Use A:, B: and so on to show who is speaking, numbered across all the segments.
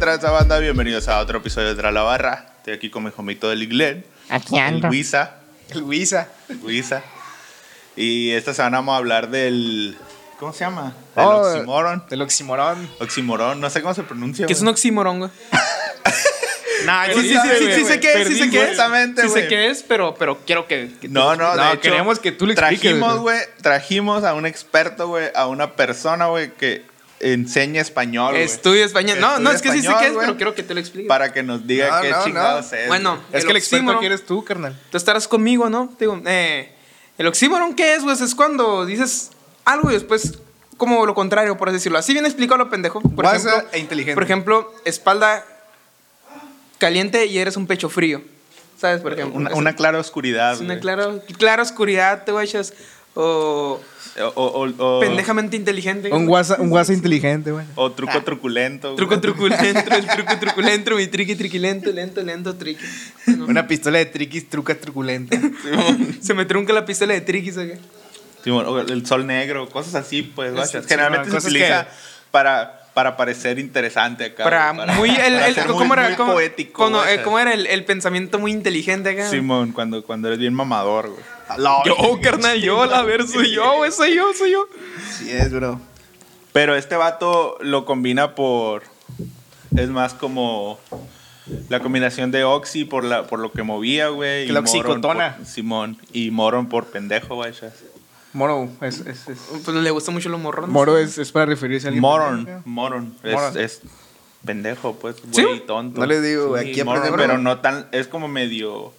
A: raza banda? Bienvenidos a otro episodio de Tras la Barra. Estoy aquí con mi jomito del Iglen,
B: Aquí ando.
A: Luisa,
C: Luisa.
A: Luisa. Y esta semana vamos a hablar del... ¿Cómo se llama? Del
C: Oh,
A: oxymoron.
C: Del oximorón.
A: Oxymoron, no sé cómo se pronuncia.
D: Que es un
A: güey.
D: oxímoron, güey.
C: Nah,
A: Sí, sí, sí, sí, sí, sé qué es, sí sé qué es. Exactamente,
D: Sí sé
A: güey.
D: qué es, pero, pero quiero que... que tú-
A: No, no, de
C: No,
A: hecho,
C: queremos que tú lo expliques,
A: Trajimos, güey, trajimos a un experto, güey, a una persona, güey, que enseña español, güey.
D: Estudia español. No, no,
A: Estudia
D: es que sí sé
A: español,
D: qué es,
A: güey.
D: pero quiero que te lo expliques.
A: Para que nos diga
C: No,
A: qué
C: no, no.
A: chingados es.
D: Bueno,
A: güey.
C: Es
D: El
C: que el experto
D: oxímoron.
C: que eres tú, carnal.
D: Tú estarás conmigo, ¿no? Te Digo, eh, el oxímoron, ¿qué es, güey? Es cuando dices algo y después como lo contrario, por así decirlo. Así bien explicado lo pendejo. Por
C: Guasa
D: ejemplo,
C: e inteligente.
D: Por ejemplo, espalda caliente y eres un pecho frío. ¿Sabes? Por ejemplo.
A: Eh, una,
D: es-
A: una clara oscuridad,
D: es una
A: güey.
D: clara, clara oscuridad, te guachas. O
A: O, o- o- o-
D: pendejamente inteligente.
C: Un guasa, un guasa inteligente, güey.
A: o truco truculento. güey.
D: Truco truculento, el truco truculento, mi triqui triquilento, lento, lento, triqui. No,
C: Una pistola de triquis, trucas truculenta.
D: Se me trunca la pistola de triquis acá.
A: Simón, o el sol negro, cosas así, pues,
C: Es-
A: guachas.
C: sí,
A: Generalmente
C: cosas
A: se utiliza para, para parecer interesante acá.
D: Para
A: güey, para-
D: muy el,
A: para
D: el-
A: ser
D: ¿cómo
A: muy-
D: era?
A: muy
D: ¿Cómo-
A: poético.
D: cómo- eh,
A: guachas.
D: ¿Cómo era el, el pensamiento muy inteligente acá?
A: Simón, cuando, cuando eres bien mamador, güey.
D: Yo, oh, carnal, yo, la ver, soy yo, güey, soy yo, soy yo.
C: Sí es, bro.
A: Pero este vato lo combina por. Es más como. La combinación de Oxy por, la, por lo que movía, güey. y
C: Que la
A: Moron
C: oxicotona.
A: por- Simón. Y Moron por pendejo, güey.
C: Moro es, es, es.
D: Pues le gusta mucho los morrones.
C: Moro es, es para referirse a alguien.
A: Moron. Moron. Es,
C: Moron.
A: es pendejo, pues.
D: ¿Sí?
A: Güey, tonto.
C: No les digo, güey, aquí
A: moron,
C: aprendemos.
A: Pero no tan. Es como medio.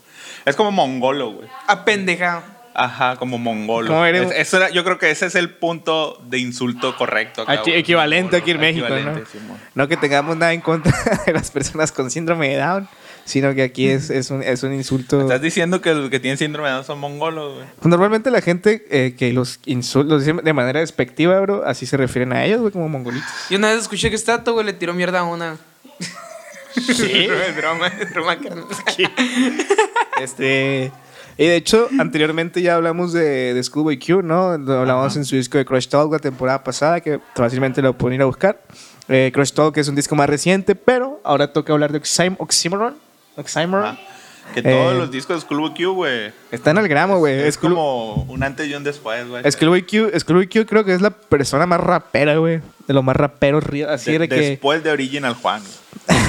A: Es como mongolo, güey.
D: Apendejado.
A: Ajá, como mongolo.
C: ¿Cómo eres?
A: Es- eso era- yo creo que ese es el punto de insulto correcto. acá,
C: Aquí-
A: güey.
C: equivalente aquí en
A: Mongolo,
C: México, ¿no?
A: equivalente, Simón.
C: No que tengamos nada en contra de las personas con síndrome de Down, sino que aquí es, es, un, es un insulto. Pues,
A: Estás diciendo que los que tienen síndrome de Down son mongolos, güey.
C: Normalmente la gente eh, que los insulta, los dice de manera despectiva, bro, así se refieren a ellos, güey, como mongolitos.
D: Yo una vez escuché que esta güey, le tiró mierda a una. Sí. es broma, es broma, carnal.
C: Este. Y de hecho, anteriormente ya hablamos de, de Schoolboy Q, ¿no? Lo hablamos en su disco de Crush Talk la temporada pasada, que fácilmente lo pueden ir a buscar. Eh, Crush Talk es un disco más reciente, pero ahora toca hablar de Oxym Oxymoron. Oxymoron.
A: Ajá. Que todos
C: Eh.
A: los discos de Schoolboy Q, güey.
C: Están al gramo, güey.
A: Es
C: School-
A: como un antes y un después, güey.
C: Schoolboy Q, Schoolboy Q creo que es la persona más rapera, güey. De los más raperos, ri- así
A: De-
C: de que...
A: Después de Original Juan. güey.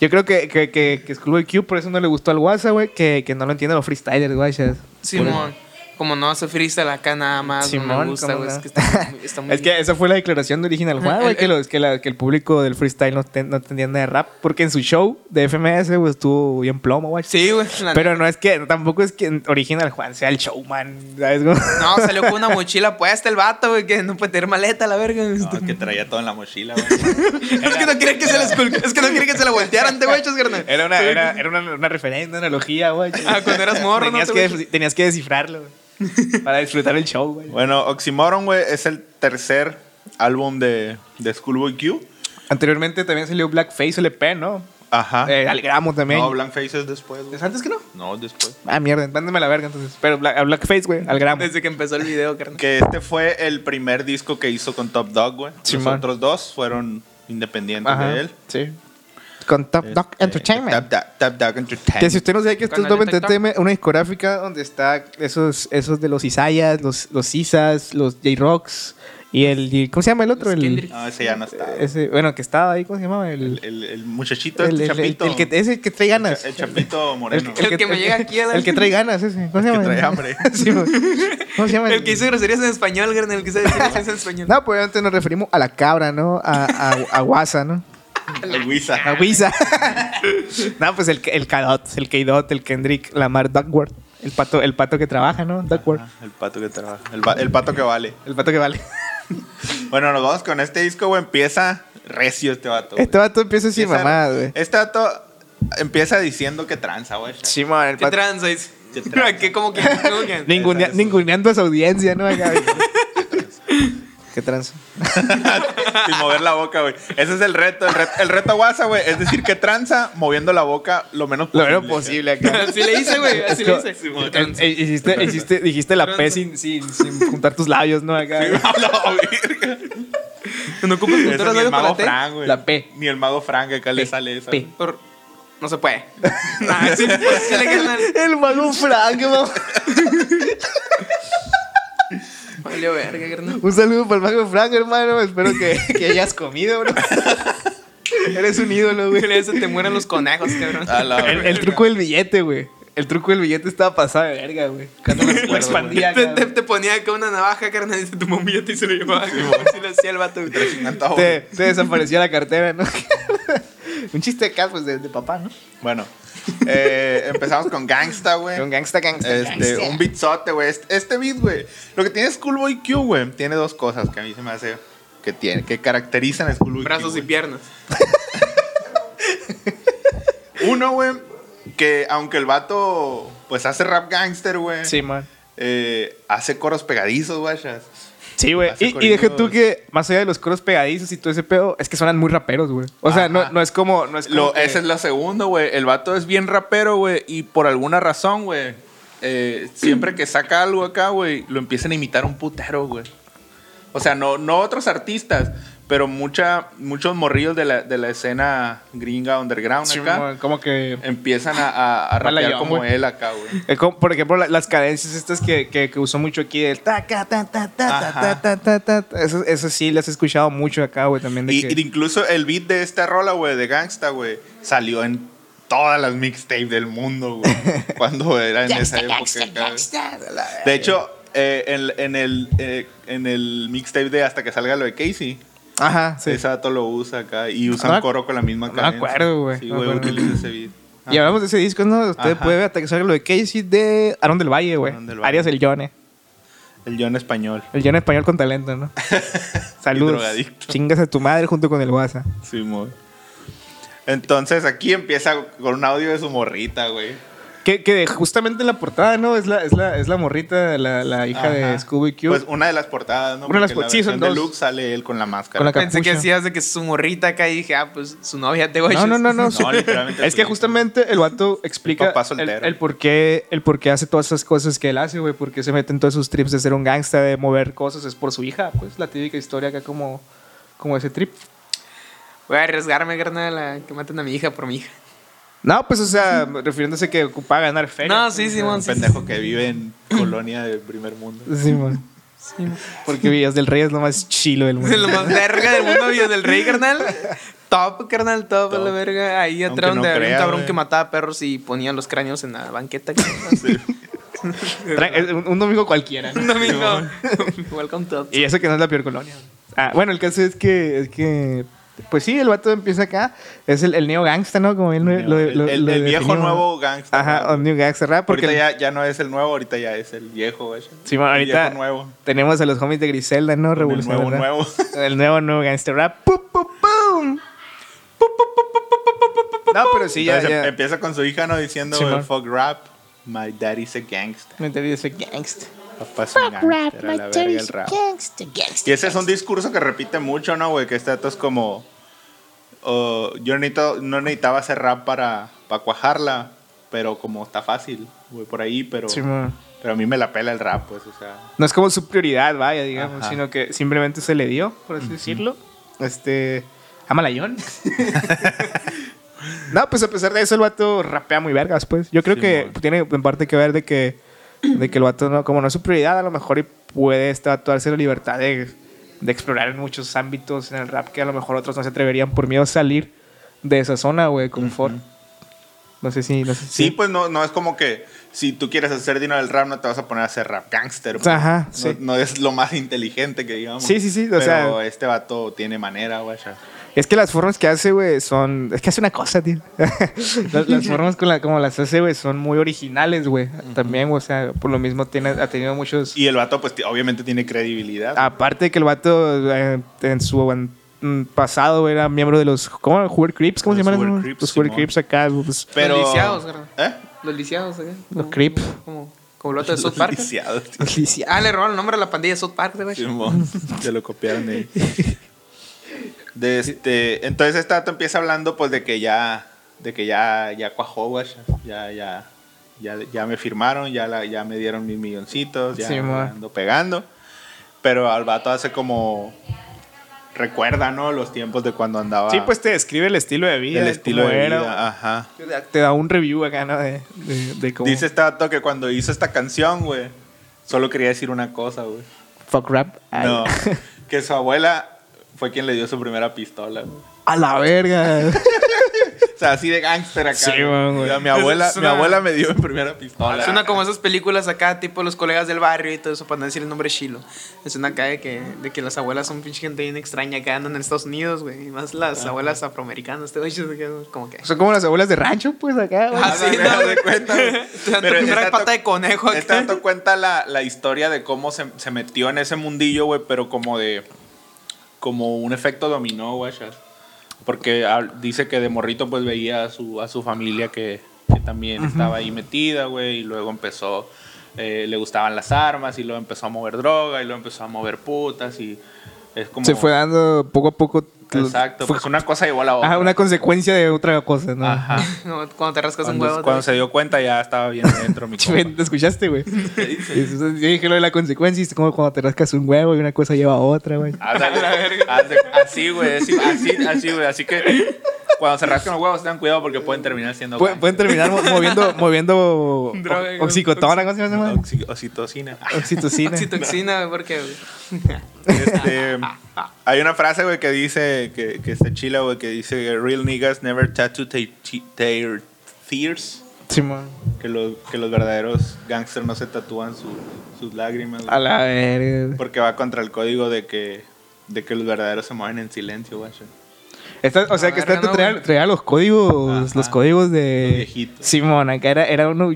C: Yo creo que, que, que, que Schoolboy Q por eso no le gustó al WhatsApp, güey, que, que no lo entienden los freestylers, güey. ya.
D: Simón. Como no hace freestyle acá nada más, Ah, no
C: Simón,
D: me gusta,
C: ¿cómo
D: güey. Es
C: no?
D: que está muy, está muy-
C: Es que esa fue la declaración de original
D: Ajá,
C: Juan, güey,
D: el-
C: que,
D: el-
C: los- que, la- que el público del freestyle no, ten- no entendía nada de rap, porque en su show de FMS, güey, estuvo bien plomo, güey.
D: Sí, güey. la
C: Pero no es que, tampoco es que original Juan sea el showman, ¿sabes? güey?
D: No, salió con una mochila puesta el vato, güey, que no puede tener maleta, la verga.
A: No, que traía todo en la mochila, güey.
D: es que no quiere que se la escul- es que no quiere que se la voltearan, te güey, carnal.
C: Era una, era, era una, una referencia, una analogía, güey.
D: Ah, cuando eras morro, ¿no?
C: tenías,
D: Te
C: que,
D: voy
C: des- tenías que descifrarlo, güey, para disfrutar el show, güey.
A: bueno, Oxymoron, güey, es el tercer álbum de, de Schoolboy Q.
C: Anteriormente también salió Blackface LP, ¿no?
A: Ajá.
C: Eh, al gramo también.
A: no, Blank Faces después, güey.
C: ¿Es antes que no?
A: No, después.
C: Ah, mierda, mándame la verga entonces. Pero Black- a Blackface, güey, al gramo.
D: Desde que empezó el video, carnal.
A: Que este fue el primer disco que hizo con Top Dog, güey. Los
C: Simón.
A: otros dos fueron independientes
C: Ajá,
A: de él.
C: Sí. Con Top Dog
A: Este,
C: Entertainment.
A: Top Dog, Top Dog Entertainment.
C: Que si usted no sabe que esto es
D: Canal
C: Dove
D: de TikTok.
C: Entertainment, una discográfica donde está esos, esos de los Isayas, los, los Isas, los J-Rocks y el. y- ¿Cómo se llama el otro?
D: Los
C: El-
D: Kendrick.
A: No, ese ya no está.
C: ese, bueno, que estaba ahí, ¿cómo se llamaba? El,
A: El, el muchachito,
C: el,
A: este
C: el- el-
A: chapito.
C: el que, ese que trae ganas.
A: El chapito moreno.
D: El que me llega aquí a la-
C: El que trae ganas, ese. ¿Cómo se
A: El que
C: llama?
A: trae hambre.
C: Sí, güey. ¿Cómo se llama?
D: El que hizo groserías en español, carnal, el que hizo groserías en español.
C: No, pues obviamente nos referimos a la cabra, ¿no? A, a, a Guasa, ¿no?
A: El Guisa.
C: A Wisa. no, pues el, el Cadot, el Keidot, el Kendrick, Lamar Duckworth. El pato, el pato que trabaja, ¿no? Duckworth.
A: Ah, El pato que trabaja. El, va- el pato que vale.
C: El pato que vale.
A: Bueno, nos vamos con este disco, güey. Empieza recio este vato. güey.
C: Este vato empieza así,
A: Empieza-
C: mamá, güey.
A: Este vato empieza diciendo que tranza, güey.
C: Simón, el
D: ¿Qué tranza es?
A: ¿Qué tranza?
D: ¿Qué, ¿Cómo que? ¿Cómo que?
C: Ningune-
A: Esa es-
C: ninguneando a su audiencia, ¿no? Acá, güey. Qué trans.
A: Sin mover la boca, güey. Ese es el reto. El, reto- el reto guasa, güey. Es decir, que tranza moviendo la boca lo menos
C: Lo
A: posible.
C: menos posible acá.
D: Así le hice, güey, así le hice.
A: Sí, güey.
D: ¿Qué tranza?
C: Eh, hiciste, hiciste- dijiste la
D: Tranza.
C: P sin, sin, sin juntar tus labios, ¿no? Acá.
A: A la verga.
D: No ocupas
A: Esa
D: punteros
A: ni el
D: labios para
A: mago
D: la T.
A: Frank, güey.
C: La P.
A: Ni el mago Frank, que acá le
C: P.
A: sale esa.
C: P.
D: Por- No se puede. Nah, sí, pues, sí le ganan.
C: El mago Frank, mamá.
D: Valió verga, carnal.
C: Un saludo para el mago Frank, hermano. Espero que, que hayas comido, bro. Eres un ídolo, güey.
D: Güey, Ah. Se te mueren los conejos, cabrón.
A: A la
C: El, el
A: verga.
C: truco del billete, güey. El truco del billete estaba pasado de verga, güey. Cuando lo, lo expandía.
D: Te,
C: acá,
D: te-
C: güey.
D: te ponía acá una navaja, carnal, y se tomó un billete y se lo llevaba. Así lo hacía el vato. güey.
A: Encantado,
C: Te,
A: güey.
C: te desaparecía la cartera, ¿no? un chiste acá, pues, de, de papá, ¿no?
A: Bueno, eh, empezamos con Gangsta, güey.
C: Un gangsta, gangsta,
A: Este,
C: gangsta.
A: un beatzote, güey. Este, este beat, güey. Lo que tiene Schoolboy Q, güey, tiene dos cosas que a mí se me hace que tiene, que caracterizan a Schoolboy
D: Brazos
A: Q.
D: y
A: güey.
D: piernas.
A: Uno, güey, que aunque el vato, pues hace rap gangster, güey.
C: Sí, man.
A: eh, hace coros pegadizos, güey.
C: Sí, güey.
A: Hace
C: Y, y deja
A: corridos.
C: tú que, más allá de los coros pegadizos y todo ese pedo, es que sonan muy raperos, güey. O sea, no,
A: Ajá.
C: no es como. No es como
A: Lo,
C: que-
A: Esa es la segunda, güey. El vato es bien rapero, güey. Y por alguna razón, güey. eh, siempre que saca algo acá, güey, lo empiezan a imitar un putero, güey. O sea, no, no otros artistas, pero mucha, muchos morrillos de la, de la escena gringa underground
C: Sí,
A: acá
C: man, como que.
A: empiezan a, a, a
C: Mala
A: rapear
C: yo,
A: como
C: güey.
A: él acá, güey.
C: Eh, como, por ejemplo, la- las cadencias estas que, que, que usó mucho aquí, el taca, ta, ta, ta, ta,
A: Ajá.
C: ta, ta, ta, ta, ta. Eso, eso sí, las he escuchado mucho acá, güey, también. De
A: Y,
C: que-
A: y incluso el beat de esta rola, güey, de Gangsta, güey, salió en todas las mixtapes del mundo, güey. cuando era en esa época. acá, güey. De hecho, eh, en, en el, eh, en el mixtape de Hasta que salga lo de Casey,
C: Ajá, sí.
A: ese dato lo usa acá y usan
C: No me-
A: coro con la misma
C: no me
A: cadencia.
C: acuerdo, güey.
A: Sí,
C: No me
A: güey,
C: acuerdo.
A: utiliza ese beat.
C: Y hablamos de ese disco, ¿no? Usted
A: Ajá.
C: puede atacar lo de Casey de Aaron del Valle, güey.
A: Aarón del Valle.
C: Arias el Yone.
A: El John español.
C: El Yone español con talento, ¿no? Saludos.
A: drogadicto.
C: Chingas a tu madre junto con el WhatsApp.
A: Sí, güey. Entonces aquí empieza con un audio de su morrita, güey.
C: Que, que de- justamente la portada, ¿no? Es la, es la, es la morrita, la, la hija
A: Ajá.
C: de Scooby Q.
A: Pues una de las portadas, ¿no?
C: Una de las
A: Porque
C: por- sí,
A: en la
C: son
A: versión
C: dos.
A: deluxe sale él con la máscara.
C: Con la ca-
D: Pensé que
C: Capucha.
D: hacías de que su morrita acá y dije, ah, pues su novia te voy
C: No, no, no, no.
A: No, literalmente
C: es que
A: sí.
C: justamente el vato explica
A: Papá
C: el,
A: soltero.
C: el por qué, el por qué hace todas esas cosas que él hace, güey. Por qué se mete en todos esos trips de ser un gangsta, de mover cosas. Es por su hija, pues. La típica historia acá como, como ese trip.
D: Voy a arriesgarme, carnal, a que maten a mi hija por mi hija.
C: No, pues, o sea, refiriéndose que ocupa ganar feria.
D: No, sí, Simón,
A: Un
D: sí.
A: pendejo que vive en colonia de primer mundo.
C: Sí, man. Porque Villas del Rey es lo más chilo del
D: Es
C: mundo.
D: lo más verga del mundo, Villa del Rey, carnal. Top, carnal, top, a la
A: Top.
D: verga. Ahí
A: Aunque
D: atrás
A: no
D: donde había
A: crea,
D: un cabrón
A: güey.
D: que mataba perros y ponía los cráneos en la banqueta. carnal.
C: Tra- es un, un domingo cualquiera. ¿no?
D: Un domingo. Welcome to.
C: Y eso que no es la peor colonia. Ah, bueno, el caso es que, es que pues sí, el vato empieza acá. Es el, el neo gangsta, ¿no? Como él lo,
A: El,
C: lo- lo-
A: el-
C: lo
A: el viejo
C: definió.
A: nuevo gangsta.
C: Ajá,
A: güey.
C: un New Gangster Rap. Porque
A: ahorita ya, ya no es el nuevo, ahorita ya es el viejo, güey.
C: Sí, bueno,
A: El
C: ahorita
A: viejo nuevo.
C: tenemos a los homies de Griselda, ¿no?
A: Con El nuevo,
C: Revolucionario.
A: nuevo.
C: El nuevo nuevo Gangster Rap. ¡Pum, pum, pum! ¡Pum, pum, pum, pum, pum, pum, pum, pum, pum! No, pero sí, ya.
A: Entonces, em-
C: ya.
A: Empieza con su hija, ¿no? Diciendo,
C: Sí, man.
A: fuck rap, my daddy's a gangster.
C: Me entendí ese gangsta.
A: Papá es un gangster, a la verga el rap. Y ese es un discurso que repite mucho, ¿no, güey? Que este dato es como, oh, yo necesito- no necesitaba hacer rap para, para cuajarla, pero como está fácil, güey, por ahí, pero,
C: Sí, man.
A: pero a mí me la pela el rap, pues, o sea...
C: no es como su prioridad, vaya, digamos,
A: Ajá.
C: sino que simplemente se le dio, por así decirlo. Este. Amalayón. no, pues a pesar de eso, el vato rapea muy vergas, pues. Yo creo
A: Sí,
C: que
A: mon.
C: tiene en parte que ver de que, de que el vato, no, como no es su prioridad, a lo mejor y puede este vato darse la libertad de, de explorar en muchos ámbitos en el rap que a lo mejor otros no se atreverían por miedo a salir de esa zona, güey, de confort. No sé si. No sé
A: Sí,
C: si-
A: pues no, no es como que si tú quieres hacer dinero del rap, no te vas a poner a hacer rap gangster. pues.
C: Ajá,
A: No-
C: sí.
A: No, es lo más inteligente que digamos.
C: Sí, sí, sí, o
A: Pero
C: sea-
A: este vato tiene manera, guacha.
C: Es que las formas que hace, güey, son... Es que hace una cosa, tío. las, las formas con la, como las hace, güey, son muy originales, güey. También, güey, o sea, por lo mismo tiene, ha tenido muchos...
A: Y el vato, pues ti- obviamente tiene credibilidad.
C: Aparte de que el vato eh, en su an- mm, pasado güey, era miembro de los... ¿Cómo? ¿Hoover Crips? ¿Cómo
A: Los
C: se
A: Hoover
C: llaman?
A: Crips,
C: los Hoover
A: Simón.
C: Crips acá. Pues,
A: pero.
D: Los lisiados, ¿verdad?
A: ¿Eh?
D: Los lisiados, ¿eh?
C: Los
D: Como-
C: creep.
D: Como, como el otro de South
A: Los
D: Park.
A: lisiados, tío.
C: los lisiados.
D: Ah, le robaron el nombre a la pandilla de South Park, güey.
A: Simón, se lo copiaron de ahí. De este, entonces este vato empieza hablando pues de que ya de que ya ya cuajó, guacha. Ya ya ya, ya me firmaron, ya la- ya me dieron mis milloncitos, ya
C: Sí, mo.
A: ando pegando. Pero al vato hace como recuerda, ¿no? Los tiempos de cuando andaba.
C: Sí, pues te describe el estilo de vida.
A: ah, el estilo
C: cómo
A: de
C: era.
A: vida. ah. Ajá.
C: Te da un review acá, ¿no? De, de, de cómo-
A: Dice este vato que cuando hizo esta canción, güey, solo quería decir una cosa, güey.
C: Fuck rap. Ay.
A: No, que su abuela fue quien le dio su primera pistola, güey.
C: A la verga.
A: O sea, así de gángster acá.
C: Sí,
A: güey.
C: güey.
A: O sea, mi abuela,
D: Es
A: mi
D: una-
A: abuela me dio mi primera pistola.
D: Es una como esas películas acá, tipo los colegas del barrio y todo eso, para no decir el nombre chilo. Es una acá de que, de que las abuelas son pinche gente bien extraña que andan en Estados Unidos, güey. Y más las abuelas afroamericanas, te güey, yo sé que- como que.
C: Son como las abuelas de rancho, pues acá. güey.
A: Ah,
D: Así,
A: dale,
D: ¿no?
A: de cuenta, güey.
D: Te dan tu
A: Pero
D: primera
A: esta
D: pata
A: to-
D: de conejo acá.
A: Este tanto cuenta la, la historia de cómo se, se metió en ese mundillo, güey, pero como de. Como un efecto dominó, güey. ya. Porque hab- dice que de morrito, pues veía a su, a su familia que, que también estaba ahí metida, güey, y luego empezó. eh, le gustaban las armas, y luego empezó a mover droga, y luego empezó a mover putas, y es como.
C: Se fue dando poco a poco.
A: Exacto,
C: Fue
A: pues una cosa igual a la otra.
C: ajá, una consecuencia de otra cosa, ¿no?
A: Ajá.
D: No, Cuando te rascas un
A: Cuando,
D: huevo.
A: cuando
D: te-
A: se dio cuenta, ya estaba bien adentro mi compa.
C: ¿Te escuchaste, güey? Eso es- Yo dije lo de la consecuencia, es como cuando te rascas un huevo y una cosa lleva a otra, güey.
A: Ándale.
D: A la verga.
A: Haz de- así, güey. Así, así, así, güey. Así que cuando se rascan los huevos, tengan cuidado porque pueden terminar siendo.
C: Pu- pueden terminar mo- moviendo, moviendo
D: Droga,
C: o- oxicotona, ¿cómo se llama?
A: Oxi- oxitocina.
C: Oxitocina.
D: Oxitoxina, güey, porque. güey.
A: Este, hay una frase, güey, que dice que, que está chila, güey, que dice real niggas never tattoo their te- their tears.
C: Simón.
A: Que los, que los verdaderos gangsters no se tatúan su- sus lágrimas. güey.
C: A eh, la verga.
A: Porque va contra el código de que, de que los verdaderos se mueven en silencio, güey.
C: Está- o sea, que
D: Ah, verga,
C: está te
D: no,
C: traía,
D: güey.
C: traía los códigos,
A: Ajá.
C: los códigos de...
A: Los viejitos.
C: Simón, acá era, era un UG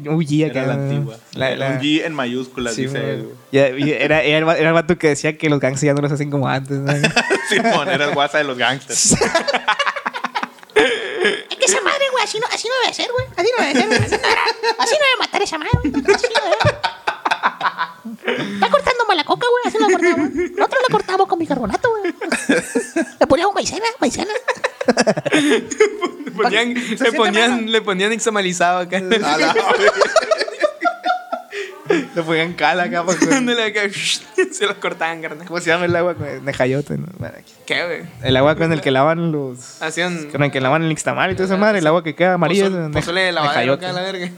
C: acá.
A: Era la
C: ¿no?
A: antigua.
C: La- la-
A: Un G en mayúsculas,
C: Simón.
A: dice él, güey.
C: Ya- y era, era, el va- era el vato que decía que los gangs ya no los hacen como antes, ¿no?
A: Simón, era el WhatsApp de los gangsters.
B: Es que esa madre, güey, así no, así no debe ser, güey. Así no debe ser, güey. Así no, era- así no debe matar esa madre, güey. Así no debe. Está cortando mala coca, güey. Así no la cortamos. Nosotros la cortamos con bicarbonato, güey. Le poníamos maicena, maicena.
D: Le ponían- le,
B: siente
D: ponían,
B: menos.
D: le ponían examalizado acá.
A: A la
C: Lo ponían cal acá. pues, güey.
D: Dándole acá, se lo cortaban, carnal.
C: ¿Cómo se llama el agua? güey? Nejayote, ¿no? Bueno, aquí.
D: ¿Qué, güey?
C: El agua con el que lavan los...
D: Hacían.
C: Con el que lavan el nixtamal y toda esa madre. El agua que queda amarilla.
D: pozole-
C: es de-
D: pozole de lavadero
C: nejayote.
D: acá, la verga.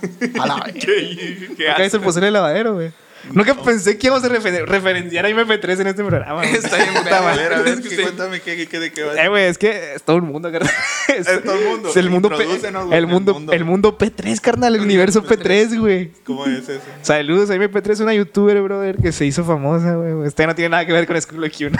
C: A la
D: ¿Qué, qué
C: Acá es el pozole de lavadero, güey. Nunca pensé que íbamos a refer- referenciar a MP3 en este programa. güey.
D: Está bien,
C: Puta
D: güey.
C: madre.
A: ver, a ver,
D: Es que
A: que
D: sí.
A: cuéntame qué, qué, qué- de qué va.
C: Eh, güey, es que es todo el mundo, carnal. Es,
A: Es todo el mundo.
C: Es el mundo, P-
A: Introdúcenos, güey,
C: el,
A: en el
C: mundo
A: mundo.
C: el mundo P3, carnal. El universo P3, güey.
A: ¿Cómo es eso?
C: Saludos a MP3, es una youtuber, brother, que se hizo famosa, güey. Esta no tiene nada que ver con Skull Q, ¿no?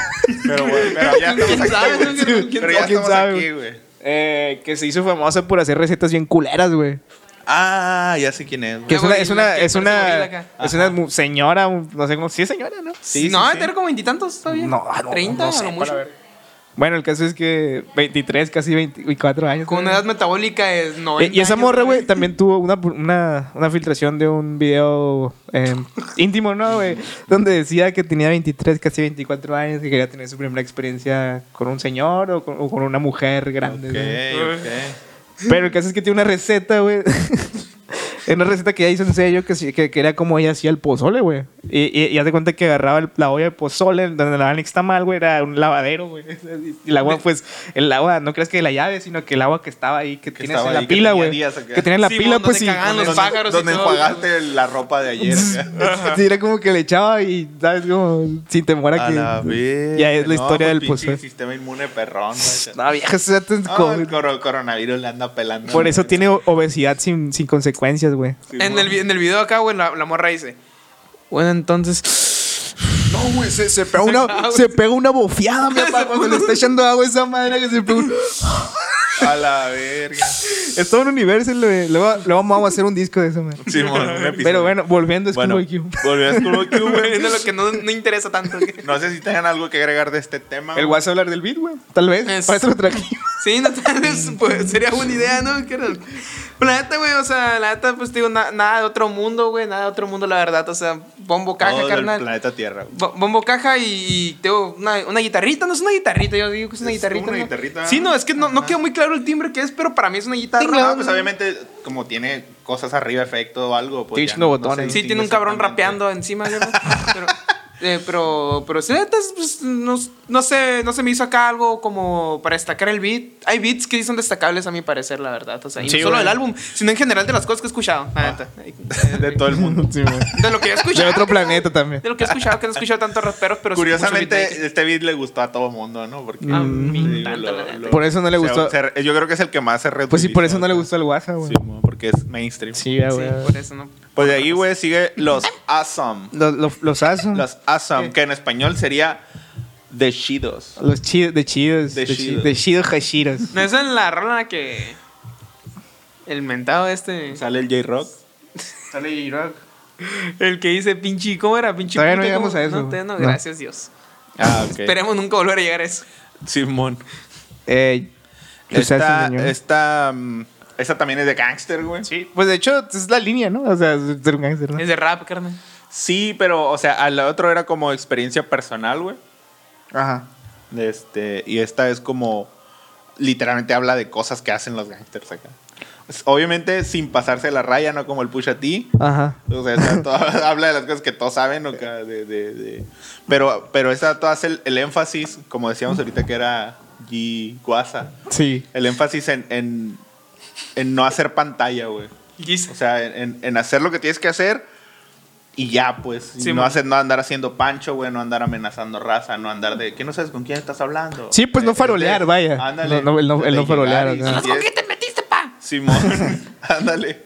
A: Pero, güey, pero ya
D: ¿Quién
A: estamos
D: sabe,
A: aquí, güey.
D: no? ¿Quién
A: Pero ya
C: sabe? ¿Quién
A: estamos
C: sabe?
A: aquí, güey.
C: Eh, que se hizo famosa por hacer recetas bien culeras, güey.
A: Ah, ya sé quién es,
C: Que
A: güey.
C: es una, es una,
D: gorila, que
C: es
D: parece
C: una,
D: gorila acá.
C: es una mu- señora, un- no sé cómo, sí es señora, ¿no?
A: Sí,
D: no,
A: sí,
D: debe
A: sí.
D: tener como veintitantos todavía.
C: No, ah, no,
D: Treinta,
C: no sé,
D: a lo
C: para
D: mucho.
C: ver. Bueno, el caso es que 23, casi 24 años.
D: Con
C: güey.
D: una edad metabólica es no
C: Eh, y esa morra, güey, también tuvo una, una, una filtración de un video eh, íntimo, ¿no, güey? Donde decía que tenía 23, casi 24 años, que quería tener su primera experiencia con un señor o con, o con una mujer grande. güey.
A: Ok, ok.
C: Pero el caso es que tiene una receta, güey. Es una receta que ella hizo en sello que, sí- que, que era como ella hacía el pozole, güey. Y, y, y haz de cuenta que agarraba el- la olla de pozole donde la está mal, güey. Era un lavadero, güey. Y el agua, pues, el agua, no crees que de la llave, sino que el agua que estaba ahí, que, tienes
A: estaba
C: en la
A: ahí, que
C: pila,
A: tenía
C: güey.
A: días acá.
C: Que tenía en la
D: Sí,
C: pila,
D: donde
C: pues,
D: te
C: y
D: cagaban los
A: Donde-
D: pájaros y
A: Donde
D: todo,
A: enjuagaste la ropa de ayer. acá.
C: sí, era como que le echaba y, ¿sabes? Como sin temor a,
A: A
C: que...
A: la vez.
C: Ya es la historia del pozole.
A: sistema inmune perrón, güey.
C: No, vieja, eso ya te-
A: Ah, el coro- coronavirus le anda pelando.
C: Por eso tiene obesidad sin, sin consecuencias, güey.
A: Sí,
D: En
A: güey.
D: el, vi- en el video acá, güey, la, la morra dice. Bueno, entonces.
C: No, güey, se, se pega una, se pega una bofiada, mi papá, cuando le está echando agua a esa madre que se pega un-
A: A la verga.
C: Es todo un universo, güey. Luego, luego vamos a hacer un disco de eso, man.
A: Simón, un episodio.
C: Pero bueno, volviendo a
A: Bueno,
C: Schoolboy Q.
A: volvió a Schoolboy Q, güey.
D: Es lo que no, no interesa tanto.
A: No sé si tengan algo que agregar de este tema.
C: El
A: güey.
C: WhatsApp hablar del beat, güey. Tal vez.
D: Es-
C: Para eso lo trajimos.
D: Sí, no, tal vez, pues, sería buena idea, ¿no? Que era- Pero La neta, güey, o sea, la neta, pues, te digo, na- nada de otro mundo, güey, nada de otro mundo, la verdad, o sea, bombo caja,
A: Todo del
D: carnal.
A: planeta Tierra. güey.
D: Bo- Bombo caja y, y tengo una, una guitarrita, no es una guitarrita, yo digo que es una
A: Es como
D: guitarrita.
A: una
D: ¿no?
A: guitarrita.
D: Sí, no, es que no, no quedó muy claro el timbre que es, pero para mí es una guitarra.
A: No, pues
D: ¿no?
A: obviamente, como tiene cosas arriba, efecto o algo. Pues,
C: Tiene
A: ya
C: chingo
A: no-
C: botones.
A: no se
D: Sí, tiene un
A: distingue
D: cabrón
A: exactamente.
D: rapeando encima, ¿verdad? Pero, Eh, pero, pero sí, neta, pues, no, no sé, no se me hizo acá algo como para destacar el beat. Hay beats que sí son destacables a mi parecer, la verdad. O sea, y
C: Sí,
D: no solo
C: güey.
D: del álbum, sino en general de las cosas que he escuchado. la neta.
A: Ah,
C: De todo el mundo. Sí, güey.
D: De lo que he escuchado.
C: de otro planeta también.
D: De lo que he escuchado, que no he escuchado tantos raperos, pero sí puso beat de-
A: Curiosamente, este beat le gustó a todo mundo, ¿no? Porque
D: A
C: Mm.
D: mí
A: Sí,
D: tanto, la neta.
C: Por eso no le
A: o sea,
C: gustó.
A: se- yo creo que es el que más se reutilizó.
C: Pues sí, por eso no le gustó el WhatsApp, güey.
A: Sí, mo, porque es mainstream.
C: Sí, güey.
D: Sí, por eso no.
A: Pues de ahí, güey, sigue los Awesome.
C: Los, los, los asos.
A: Los Awesome, que en español sería The Shidos.
C: Los chidos, de chidos.
A: De
C: De
A: chidos.
C: chidos. De chidos hashiros.
D: No es en la rola en la que. El mentado este.
A: Sale el J-Rock.
C: Sale J-Rock.
D: El que dice pinche. ¿Cómo era? Pinche.
C: Todavía no
D: puta,
C: llegamos
D: ¿cómo?
C: a eso.
D: No, todavía no,
C: No.
D: gracias Dios.
A: Ah, ok.
D: Esperemos nunca volver a llegar a eso.
A: Simón.
C: Eh, los
A: Esta,
C: asos, señor.
A: esta, mm, esta también es de gangster, güey. Sí.
C: Pues de hecho, es la línea, ¿no? O sea, es ser un gangster, ¿no?
D: Es de rap, carnal.
A: pero, o sea, al otro era como experiencia personal, güey.
C: Ajá.
A: Este, y esta es como literalmente habla de cosas que hacen los gangsters acá. Pues, Obviamente sin pasarse la raya, no como el push a ti.
C: Ajá.
A: O sea, esta toda- habla de las cosas que todos saben. o que- de- de- de- Pero, pero esta toda hace el, el énfasis, como decíamos ahorita que era G. Guasa,
C: Sí.
A: el énfasis en, en, en no hacer pantalla, güey.
D: Dice.
A: O sea, en, en hacer lo que tienes que hacer y ya, pues. Y
D: Sí,
A: no,
D: man.
A: hacer, no andar haciendo pancho, güey, no andar amenazando raza, no andar de. ¿Qué no sabes con quién estás hablando?
C: Sí, pues, no
A: Eh,
C: farolear,
A: de-
C: vaya.
A: Ándale.
C: No, no, el no- el
A: de
C: no
A: llegar
C: farolear,
A: y-
C: o sea.
A: y es-
D: te metiste, pa?
A: Simón, ándale.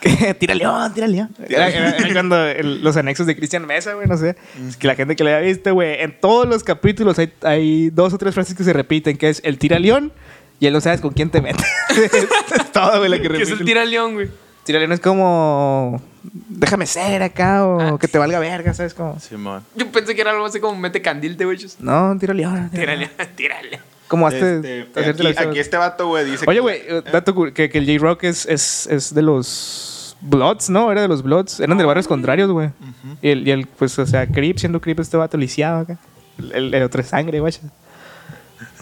C: tira león, tira león. Era, era- era cuando el- los anexos de Cristian Mesa, güey, no sé. Es que la gente que le haya visto, güey, en todos los capítulos hay, hay dos o tres frases que se repiten, que es el tira león y él no sabes con quién te metes. es todo, güey, lo que
D: Que
C: repite.
D: es el tira al león, güey.
C: Tira león es como, déjame ser acá o que te valga verga, ¿sabes? Como,
A: Simón.
D: Yo pensé que era algo así como mete candil de güeyes.
C: no, tira león. tira león.
D: Tírale, tírale.
C: Como hazte-
A: Este,
C: hacerte
A: aquí,
C: las cosas.
A: aquí este vato, güey, dice.
C: Oye,
A: que-
C: güey, eh, dato cur- que, que el J-Rock es, es, es de los Bloods, ¿no? Era de los Bloods. Eran
A: Ah,
C: de barrios contrarios, güey. y, el, y el, pues, o sea, Creep, siendo Creep, este vato lisiado acá. El, el, el otro es sangre, güey.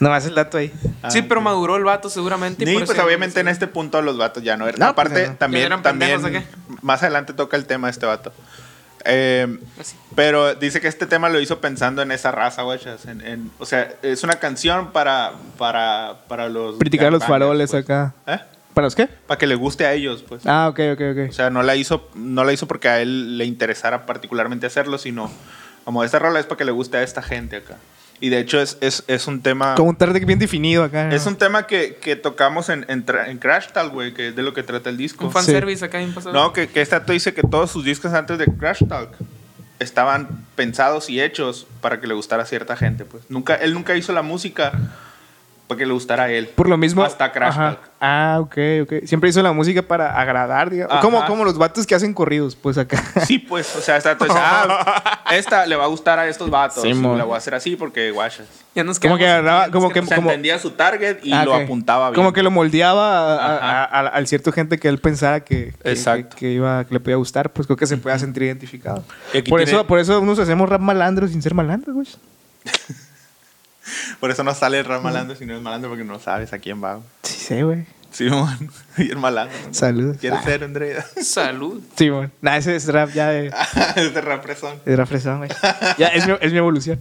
C: Nomás el dato ahí.
A: Ah,
D: sí, pero
A: ok.
D: maduró el vato seguramente. y
A: Sí,
D: por
A: pues
D: eso-
A: obviamente en este punto los vatos ya no eran.
C: No, pues,
A: Aparte,
C: no.
A: también,
D: Ya eran
A: también
D: pendejos, ¿o qué?
A: más adelante toca el tema de este vato. Eh,
D: Así.
A: pero dice que este tema lo hizo pensando en esa raza, güey. en- en- o sea, es una canción para, para, para los...
C: Criticar a los
A: gangbangers,
C: faroles
A: pues.
C: acá.
A: ¿Eh?
C: ¿Para los qué?
A: Para que le guste a ellos, pues.
C: Ah, ok, ok,
A: O
C: ok.
A: sea, no la hizo, no la hizo porque a él le interesara particularmente hacerlo, sino como esta rola es para que le guste a esta gente acá. Y de hecho es, es, es un tema...
C: Como un tarde bien definido acá.
A: Es un tema que, que tocamos en, en, tra- en Crash Tal, güey, que es de lo que trata el disco.
D: Un fanservice acá bien pasado.
A: No, que, que este acto dice que todos sus discos antes de Crash Talk estaban pensados y hechos para que le gustara a cierta gente. Pues. Nunca, él nunca hizo la música para que le gustara a él.
C: Por lo mismo.
A: Hasta Crash
C: ajá.
A: Talk.
C: Ah, ok, ok. Siempre hizo la música para agradar, digamos.
A: Ajá.
C: Como, como los vatos que hacen corridos, pues acá.
A: Sí, pues, o sea, este acto dice, ah, esta le va a gustar a estos vatos.
C: Sí, mo.
A: la voy a hacer así porque guachas.
D: Ya nos
C: Como que
D: quedamos-
C: agarraba, como que.
A: O sea,
C: como-
A: entendía su target y
C: Ah,
A: lo
C: ok.
A: apuntaba bien.
C: Como que lo moldeaba a,
A: Ajá.
C: a- a- al cierto gente que él pensara que, que-
A: Exacto.
C: que, que iba, que le podía gustar, pues creo que se pueda sentir identificado.
A: Y aquí
C: Por,
A: tiene-
C: eso, por eso nos hacemos rap malandros sin ser malandros, güey.
A: Por eso no sale el Ram Malandro, sino el malandro porque no sabes a quién va. güey.
C: Sí, sé, güey.
A: Sí, mon. Y el malandro.
C: Salud.
A: ¿Quieres ser un droida?
D: Salud.
C: Sí, bueno. Nah, ese es rap ya de,
A: es de rap fresón.
C: de rap fresón, güey. Ya, es mi, es mi evolución.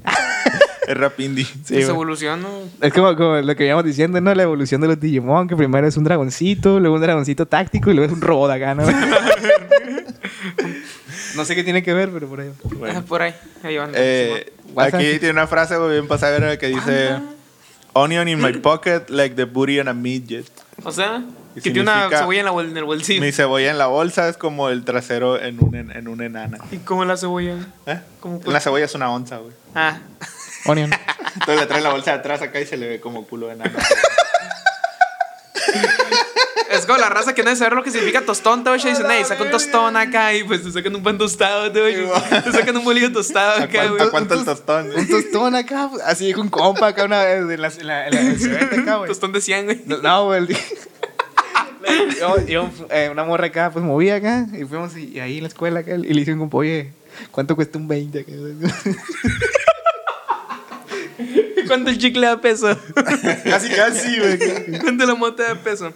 A: Es rap indie.
C: Sí,
D: se
C: güey.
D: evoluciona.
C: Es como, como lo que veníamos diciendo, ¿no? La evolución de los Digimon, que primero es un dragoncito, luego un dragoncito táctico y luego es un robot acá, ¿no? no sé qué tiene que ver, pero por ahí. va.
D: Ah, por ahí. Ahí van.
A: Eh,
C: What's
A: aquí
C: that?
A: tiene una frase muy bien pasada verga, que dice Onion in my pocket like the booty on a midget.
D: o sea,
A: ¿qué
D: que tiene una
A: significa?
D: cebolla en, la bol- en el bolsillo.
A: Mi cebolla en la bolsa es como el trasero en un, en, en una enana.
D: ¿Y cómo la cebolla?
A: ¿Eh?
D: ¿Cómo
A: La cebolla es una onza, güey.
D: Ah.
C: Onion.
A: Entonces le trae la bolsa de atrás acá y se le ve como culo de enana.
D: Es como la raza que no sabe lo que significa tostón, te oye, dicen, hey, saca un tostón acá y pues te sacan un pan tostado, te oye, te sacan un bolillo tostado
A: ¿A
D: acá,
A: cuánto,
D: güey.
A: a cuánto el tostón? güey?
C: un tostón acá, pues, así dijo un compa acá una vez en la, en la, en la- en el cebete acá, güey.
D: Tostón de 100, güey.
C: No, No, güey. el- yo, yo, eh, una morra acá, pues movía acá y fuimos y, y ahí en la escuela acá, y le hice un compa, oye, ¿cuánto cuesta un 20 acá?
D: ¿Cuánto el chicle da peso?
A: Casi, casi, güey.
D: ¿Cuánto la mota da peso?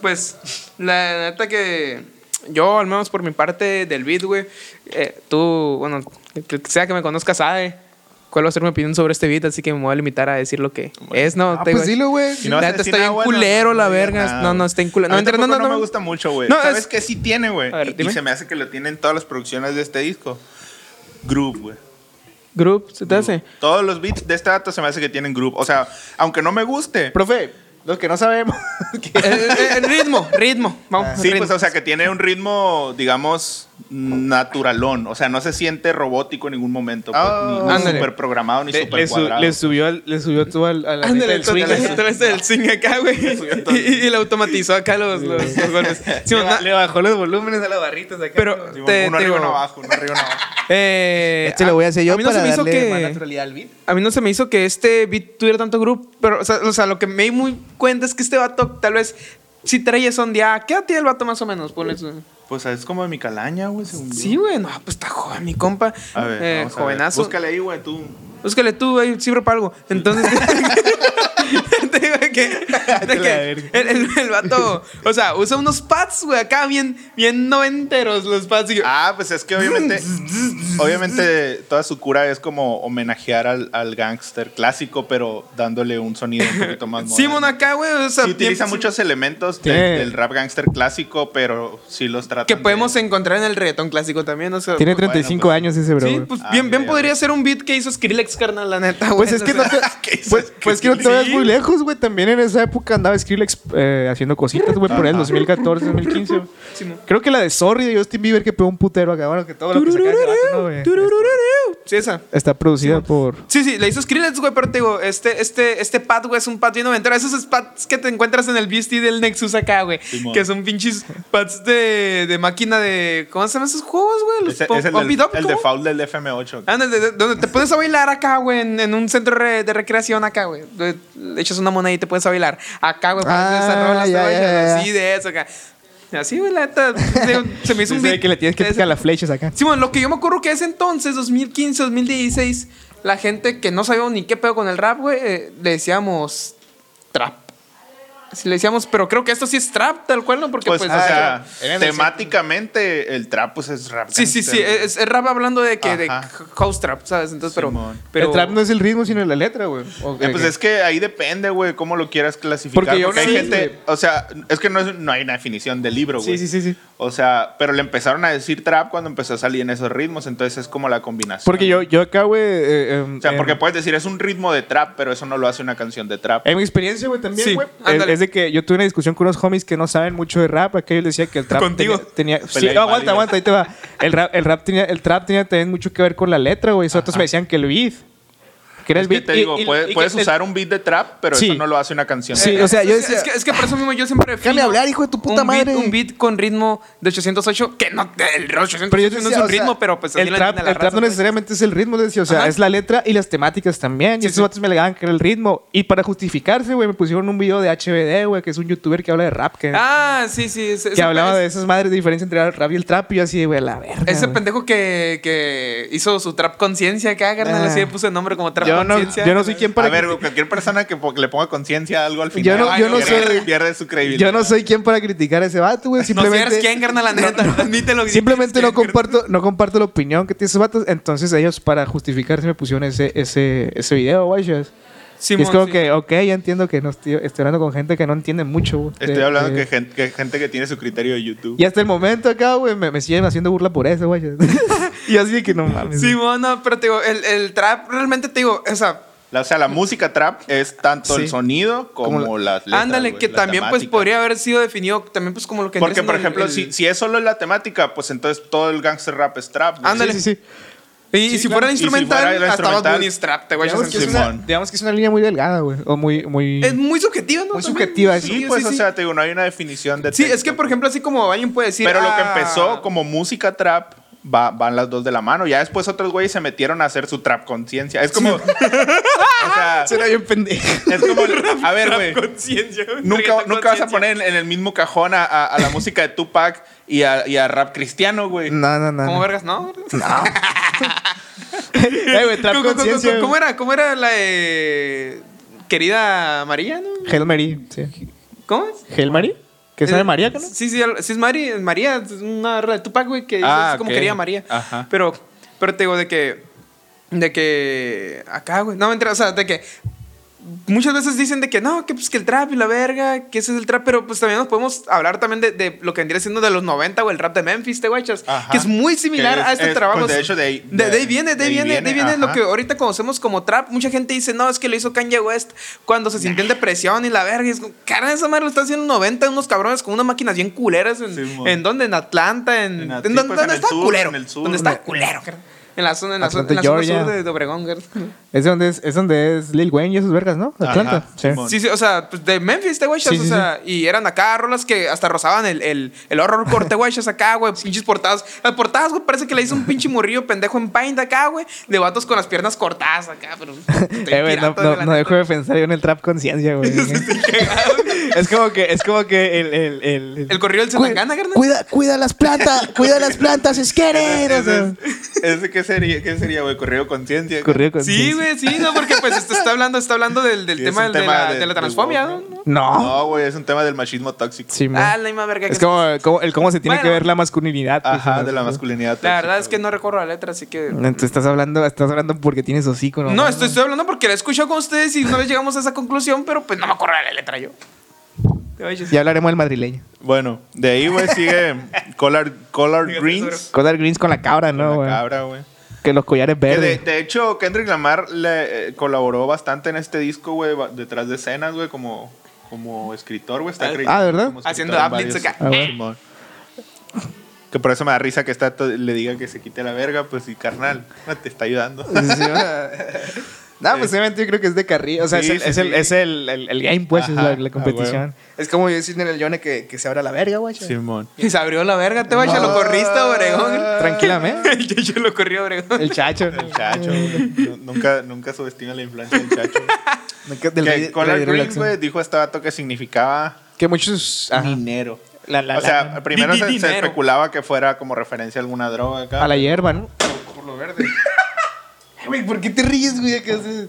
D: Pues, la neta que Yo, al menos por mi parte del beat, güey, eh, tú, bueno, el que sea que me conozcas sabe cuál va a ser mi opinión sobre este beat, así que me voy a limitar a decir lo que es, ¿no?
C: Ah,
D: Te digo,
C: pues dilo, güey.
A: Si no vas a
D: La neta
A: decir
D: está bien
A: nada bueno,
D: culero la
A: digas
D: verga.
A: nada,
D: No,
A: güey.
D: no, está bien culero.
A: A
D: No,
A: mí
D: entre-
A: tampoco
D: no, no,
A: me
D: no.
A: gusta mucho, güey.
D: No,
A: ¿Sabes
D: es-
A: que sí tiene, güey?
D: A ver,
A: Y
D: dime.
A: se me hace que lo tienen todas las producciones de este disco. Group, güey.
D: Group, Eh, ¿se te hace?
A: Todos los beats de este dato se me hace que tienen group. O sea, aunque no me guste.
C: Profe, los que no sabemos.
D: Eh, eh, eh, ritmo, ritmo. Vamos,
A: Sí,
D: ritmo.
A: pues, o sea, que tiene un ritmo, digamos, naturalón. O sea, no se siente robótico en ningún momento. pues,
C: Ah,
A: ni- ni
D: ándale.
A: súper programado, ni
C: le,
A: súper
C: le su-
A: cuadrado.
C: le subió, al- le subió todo al, a la neta
D: Ándale,
C: del swing.
D: entonces entonces el swing acá, güey. Y, y- y le automatizó acá los, los, los golpes. Sí,
C: Le, ba-
D: na-
C: le bajó los volúmenes a las barritas de acá.
D: pero
A: Sí,
D: te,
A: uno
D: te
A: arriba,
D: digo,
A: uno abajo, uno arriba, uno abajo.
D: eh,
C: este lo voy a hacer yo
D: mí no se
C: para
D: me hizo
C: darle
D: que-
C: más naturalidad al beat.
D: A mí no se me hizo que este beat tuviera tanto grupo, pero, o sea, o sea, lo que me di muy cuenta es que este vato tal vez si trae son de, ah, ¿qué edad tiene el vato más o menos? Ponle su-
A: Pues es como de mi calaña, güey, según yo.
D: Sí, güey, no, pues está joven, mi compa.
A: A ver,
D: Eh,
A: vamos a ver.
D: jovenazo.
A: Búscale ahí, güey, tú.
D: Búscale tú, güey, sirve para algo. Entonces. te digo de que. de
C: la
D: que
C: verga.
D: el, el- el vato. O sea, usa unos pads, güey, acá bien, bien noventeros los pads. y yo,
A: Ah, pues es que obviamente, obviamente toda su cura es como homenajear al, al gángster clásico, pero dándole un sonido un poquito más moderno.
D: "Ah, Simón acá, güey. O sea,
A: Sí, utiliza
D: bien-
A: muchos elementos de-
C: Tiene-
A: del rap gángster clásico, pero sí los trata.
D: Que podemos encontrar en el reggaetón clásico también, o sea.
C: Tiene
A: Bueno,
C: 35
A: pues-
C: años ese bro.
D: Sí,
C: güey.
D: pues
A: Ah,
D: bien,
A: mira,
D: bien
A: ya
D: podría ser un beat que hizo Skrillex, carnal, la neta, güey.
C: Pues es que no te,
A: ¿Qué dices?
C: pues, pues que no te vayas
A: Sí.
C: muy lejos, güey. También en esa época andaba Skrillex eh, haciendo cositas, güey, por el 2014, 2015. güey.
D: Simón.
C: Creo que la de Sorry de Justin Bieber que pegó un putero acá, bueno, que todo lo que sacaron de vato, ¿no, güey?
D: Sí, esa.
C: Está producida por...
D: Sí, sí, la hizo Skrillex, güey, pero te digo, este, este, este pad, güey, es un pad bien noventero. Esos pads que te encuentras en el VST del Nexus acá, güey.
A: Simón.
D: Que son pinches pads de, de máquina de. ¿Cómo se llaman esos juegos, güey? Los
A: Ese-
D: pop-
A: es el,
D: pop
A: del-
D: it up,
A: el
D: ¿cómo? Ah,
A: default del FM8.
D: Ándale, de- de- donde te pones a bailar acá, güey, en, en un centro re- de recreación acá, güey. Le- le Echas una moneda y te puedes a bailar. Acá, güey, para
C: Ah,
D: esas rolas te
C: ya,
D: bailan
C: ya, ya.
D: así de eso acá. Así, güey, la neta. digo, Se me hizo un
C: Dice
D: beat.
C: que le tienes que
D: ese-
C: picar las flechas acá.
D: Simón, lo que yo me acuerdo que ese entonces, 2015, 2016, la gente que no sabía ni qué pedo con el rap, güey, eh, le decíamos trap. Así le decíamos, pero creo que esto sí es trap, tal cual, ¿no? Porque
A: Pues,
D: pues,
A: o
D: o
A: sea,
C: eran de-
A: temáticamente el trap pues es rap.
D: Sí, sí, sí,
A: gangster, güey.
D: es, es rap hablando de que de
A: Ajá.
D: house trap, ¿sabes? Entonces, pero,
A: Simón.
D: pero
C: Pero el trap no es el ritmo, sino la letra, güey. ¿O
A: Eh,
C: qué,
A: pues
C: qué?
A: es que ahí depende, güey, cómo lo quieras clasificar.
C: Porque
A: Porque,
C: yo
A: hay
C: sí,
A: gente,
C: güey.
A: o sea, es que no, es- no hay una definición del libro, güey.
C: Sí, sí, sí, sí.
A: O sea, pero le empezaron a decir trap cuando empezó a salir en esos ritmos, entonces es como la combinación.
C: Porque yo, yo acá, güey... eh, Eh, em,
A: O sea,
C: em,
A: porque puedes decir es un ritmo de trap, pero eso no lo hace una canción de trap.
C: En mi experiencia, güey,
D: Sí,
C: también, güey. es-
D: ándale.
C: es de que yo tuve una discusión con unos homies que no saben mucho de rap. Acá yo les decía que el trap
D: Contigo.
C: tenía. tenía- sí,
A: Pelea
C: no,
A: inválida.
C: aguanta, aguanta, ahí te va. El rap, el rap tenía, el trap tenía también mucho que ver con la letra, güey. Esos otros me decían que el beat. Que era
A: Es
C: el
A: que
C: beat.
A: te
C: y-
A: digo,
C: y-
A: puede-
C: y que
A: puedes
C: el-
A: usar un beat de trap, pero
C: Sí.
A: eso no lo hace una canción.
C: Sí,
A: de
C: o sea, yo
D: es,
C: decía-
D: es que, es que por eso mismo yo siempre defino
C: Déjame hablar, hijo de tu puta
D: un beat-
C: madre.
D: un beat con ritmo de 808, que no, el 808
C: Pero yo
D: no es
C: decía,
D: un
C: o sea,
D: ritmo, pero pues así
C: el
D: la
C: trap,
D: entiende la
C: el trap
D: raza,
C: no
D: pues.
C: necesariamente es el ritmo, les decía, o sea,
D: Ajá.
C: es la letra y las temáticas también. y
D: Sí,
C: esos
D: sí.
C: vatos me legaban que era el ritmo. Y para justificarse, güey, me pusieron un video de HBD, güey, que es un youtuber que habla de rap, que,
D: Ah, sí, sí. ese-
C: que
D: ese-
C: hablaba
D: ese-
C: de esas madres de diferencia entre el rap y el trap. Y yo así, güey, la verga.
D: Ese
C: güey.
D: pendejo que, que hizo su trap conciencia acá, carnal,
C: Ah.
D: así le puse el nombre como trap
C: Yo no,
D: conciencia.
C: yo no soy quien para
A: a ver,
C: criti-
A: güey, cualquier persona que po- le ponga conciencia a algo al final
C: Yo no-
D: yo no
A: pierde,
C: soy-
A: pierde su credibilidad.
C: Yo no soy quien para criticar a ese vato, güey.
D: No
C: Simplemente,
D: eres quien, carnal, la neta, admítelo.
C: simplemente
D: Eres
C: no
D: quien, carnal.
C: comparto, no comparto la opinión que tiene esos vatos. Entonces ellos, para justificarse, me pusieron ese, ese, ese video, güey. Y
D: Simón,
C: es como
D: sí.
C: que, ok, ya entiendo que no estoy, estoy hablando con gente que no entiende mucho, güey.
A: Estoy
C: de-
A: hablando
C: de-
A: que gen- que gente que tiene su criterio de YouTube.
C: Y hasta el momento acá, güey, me, me siguen haciendo burla por eso, güey. y así de que no mames.
D: Sí, bueno, pero te digo, el, el trap realmente te digo, o sea,
A: La- o sea, la música trap es tanto
C: Sí.
A: el sonido como,
C: Como
A: las letras.
D: ándale,
A: güey,
D: que
A: la
D: también pues
A: temática.
D: podría haber sido definido también pues como lo que...
A: Porque,
D: vendría
A: por
D: siendo
A: ejemplo,
D: el-
A: si,
D: el-
A: si es solo la temática, pues entonces todo el gangster rap es trap. güey.
D: Ándale.
C: Sí, sí, sí.
D: Y,
A: sí,
D: y si
A: claro.
D: fuera el
A: Y si fuera
D: instrumental,
A: el
D: hasta Bad
A: instrumental,
D: Bunny es trap, te voy a
C: Digamos que, es
D: decir.
C: una,
A: Simón.
C: digamos que es una línea muy delgada, güey. O muy, muy...
D: Es muy subjetiva, ¿no?
C: Muy
D: También.
C: subjetiva,
A: Sí, pues, o sea, te digo, no hay una definición de.
D: Sí,
A: texto.
D: es que, por ejemplo, así como alguien puede decir...
A: Pero lo que
D: ah,
A: empezó como música trap. va- van las dos de la mano. Ya después otros güeyes se metieron a hacer su trap conciencia. Es como. o sea,
C: Será bien pendejo.
A: es como. A ver, güey.
D: Conciencia. güey,
A: Nunca,
D: reggaetón
A: nunca vas a
D: conciencia.
A: poner en, en el mismo cajón a, a- a la música de Tupac y a, y a rap cristiano, güey.
D: Mm.
C: No, no, no.
D: ¿Cómo
C: no.
D: vergas, no?
C: ¿Ah? Eh, güey, trap
D: ¿Cómo- cómo-
C: conciencia,
D: cómo-
C: güey.
D: ¿Cómo era? ¿Cómo era la de... Querida María, no?
C: Hail Mary, sí.
D: ¿Cómo es?
C: ¿Hail Mary? Que sale
D: Eh,
C: María, ¿no?
D: Sí, sí, al- sí es María, María, es una rola de Tupac, güey, que
A: Ah,
D: es como
A: ok.
D: quería María.
A: Ajá.
D: Pero, pero te digo de que, de que acá, güey, no, mentira, o sea, de que muchas veces dicen de que no, que pues que el trap y la verga, que ese es el trap, pero pues también nos podemos hablar también de, de lo que vendría siendo de los 90 o el rap de Memphis, te guachas,
A: Ajá.
D: que es muy similar
A: Que es-
D: a este
A: es-
D: trabajo.
A: pues, de hecho, de ahí-
D: de,
A: de-
D: de ahí viene, de ahí viene, de ahí viene lo
A: ajá.
D: que ahorita conocemos como trap. Mucha gente dice, no, es que lo hizo Kanye West cuando se sintió en depresión y la verga. Y es como, cara, esa madre lo está haciendo en los 90 unos cabrones con unas máquinas bien culeras. ¿En,
A: Sí, mon.
D: ¿en dónde? En Atlanta, en...
A: En
D: ¿en
A: At-
D: dónde
A: sí, pues, en
D: dónde
A: el
D: está
A: sur,
D: culero?
A: en el sur.
D: ¿Dónde está culero, cara? En la zona, en la zona, en la
C: Atlanta,
D: zona sur
C: Georgia.
D: de, de Obregón, cara.
C: Es donde es, es donde es Lil Wayne y esos vergas, ¿no?
A: Ajá,
C: Atlanta. sí.
A: Simón.
D: Sí, sí, o sea, pues, de Memphis, te guachas,
C: Sí, sí,
D: o sea, y eran acá rolas que hasta rozaban el, el, el horror corte, guachas, acá, güey, pinches portadas. Las portadas, güey, parece que le hizo un pinche murrillo pendejo en Paint acá, güey, de vatos con las piernas cortadas acá, pero. estoy
C: Eh, güey, no,
D: pirata,
C: no-
D: güey, la
C: no
D: neta.
C: dejo de pensar yo en el trap conciencia, güey. es como que, es como que el, el, el,
D: El corrido del Zetangana, carnal.
B: Cuida, cuida las plantas, cuida las plantas,
A: Ese-
B: esqueros.
A: ese es- ese, ¿Qué sería, qué sería güey? Correo conciencia.
C: corrido conciencia.
D: Sí, güey, sí, no, porque pues esto está hablando, está hablando del, del
A: Sí, es
D: tema,
A: un
D: de,
A: tema
D: la,
A: de-
D: de,
A: de
D: la transfobia,
A: woke,
D: ¿no?
C: No.
A: No, güey, es un tema del machismo tóxico.
C: Sí, man.
D: Ah, la misma verga que
C: es como, como el cómo se tiene
D: Bueno.
C: que ver la masculinidad. pues,
A: Ajá,
C: ¿no?
A: de la masculinidad tóxica.
D: La verdad es que
A: güey.
D: no recorro la letra, así que.
C: Entonces estás hablando, estás hablando porque tienes hocico, ¿no?
D: No, estoy, estoy hablando porque la he escuchado con ustedes y una vez llegamos a esa conclusión, pero pues no me acuerdo de la letra yo. Te vayas.
C: Ya hablaremos del madrileño.
A: Bueno, de ahí, güey, sigue Collard, Collard
D: Fíjate,
A: Greens.
C: Codar Greens con la cabra,
A: la
C: ¿no, güey?
A: cabra, güey.
C: Que los collares
A: Que de,
C: verdes.
A: de hecho, Kendrick Lamar le, eh, colaboró bastante en este disco, güey, ba- detrás de escenas, güey, como, como escritor, güey. Está
D: Ah,
A: acreditado
C: ah, ¿verdad?
A: como escritor
D: Haciendo
A: en
D: updates
A: varios-
D: acá.
C: Ah, bueno.
A: Simón. Que por eso me da risa que está to- le diga que se quite la verga, pues sí, carnal, no te está ayudando.
C: Sí, o sea, No, pues obviamente yo creo que es de carril. O sea,
A: Sí,
C: es, el,
A: sí,
C: es, el,
A: sí.
C: es el- el- el game, pues, es
A: Ajá,
C: la, la
A: ah,
C: competición.
A: huevo.
C: Es como yo decirle en el Yone que, que se abra la verga, güey.
A: Simón.
D: Y se abrió la verga, te vayas, lo corriste a Obregón.
C: Tranquilamente.
D: yo, yo lo corrí a Obregón.
C: ¿Eh? El chacho.
A: El chacho, güey. Nu- Nunca, nunca subestima la influencia del chacho. güey.
C: Que- del
A: que
C: rey-
A: Collard
C: rey de
A: Greens,
C: relaxación.
A: güey, dijo a este vato que significaba
C: Que muchos. ajá.
A: dinero.
C: La- la-
A: o sea,
C: la-
A: primero
D: Di-
A: se,
D: di-
A: se
D: dinero.
A: especulaba que fuera como referencia a alguna droga acá.
C: a la hierba, ¿no?
A: por lo verde.
C: Güey, ¿por qué te ríes, güey? Que se,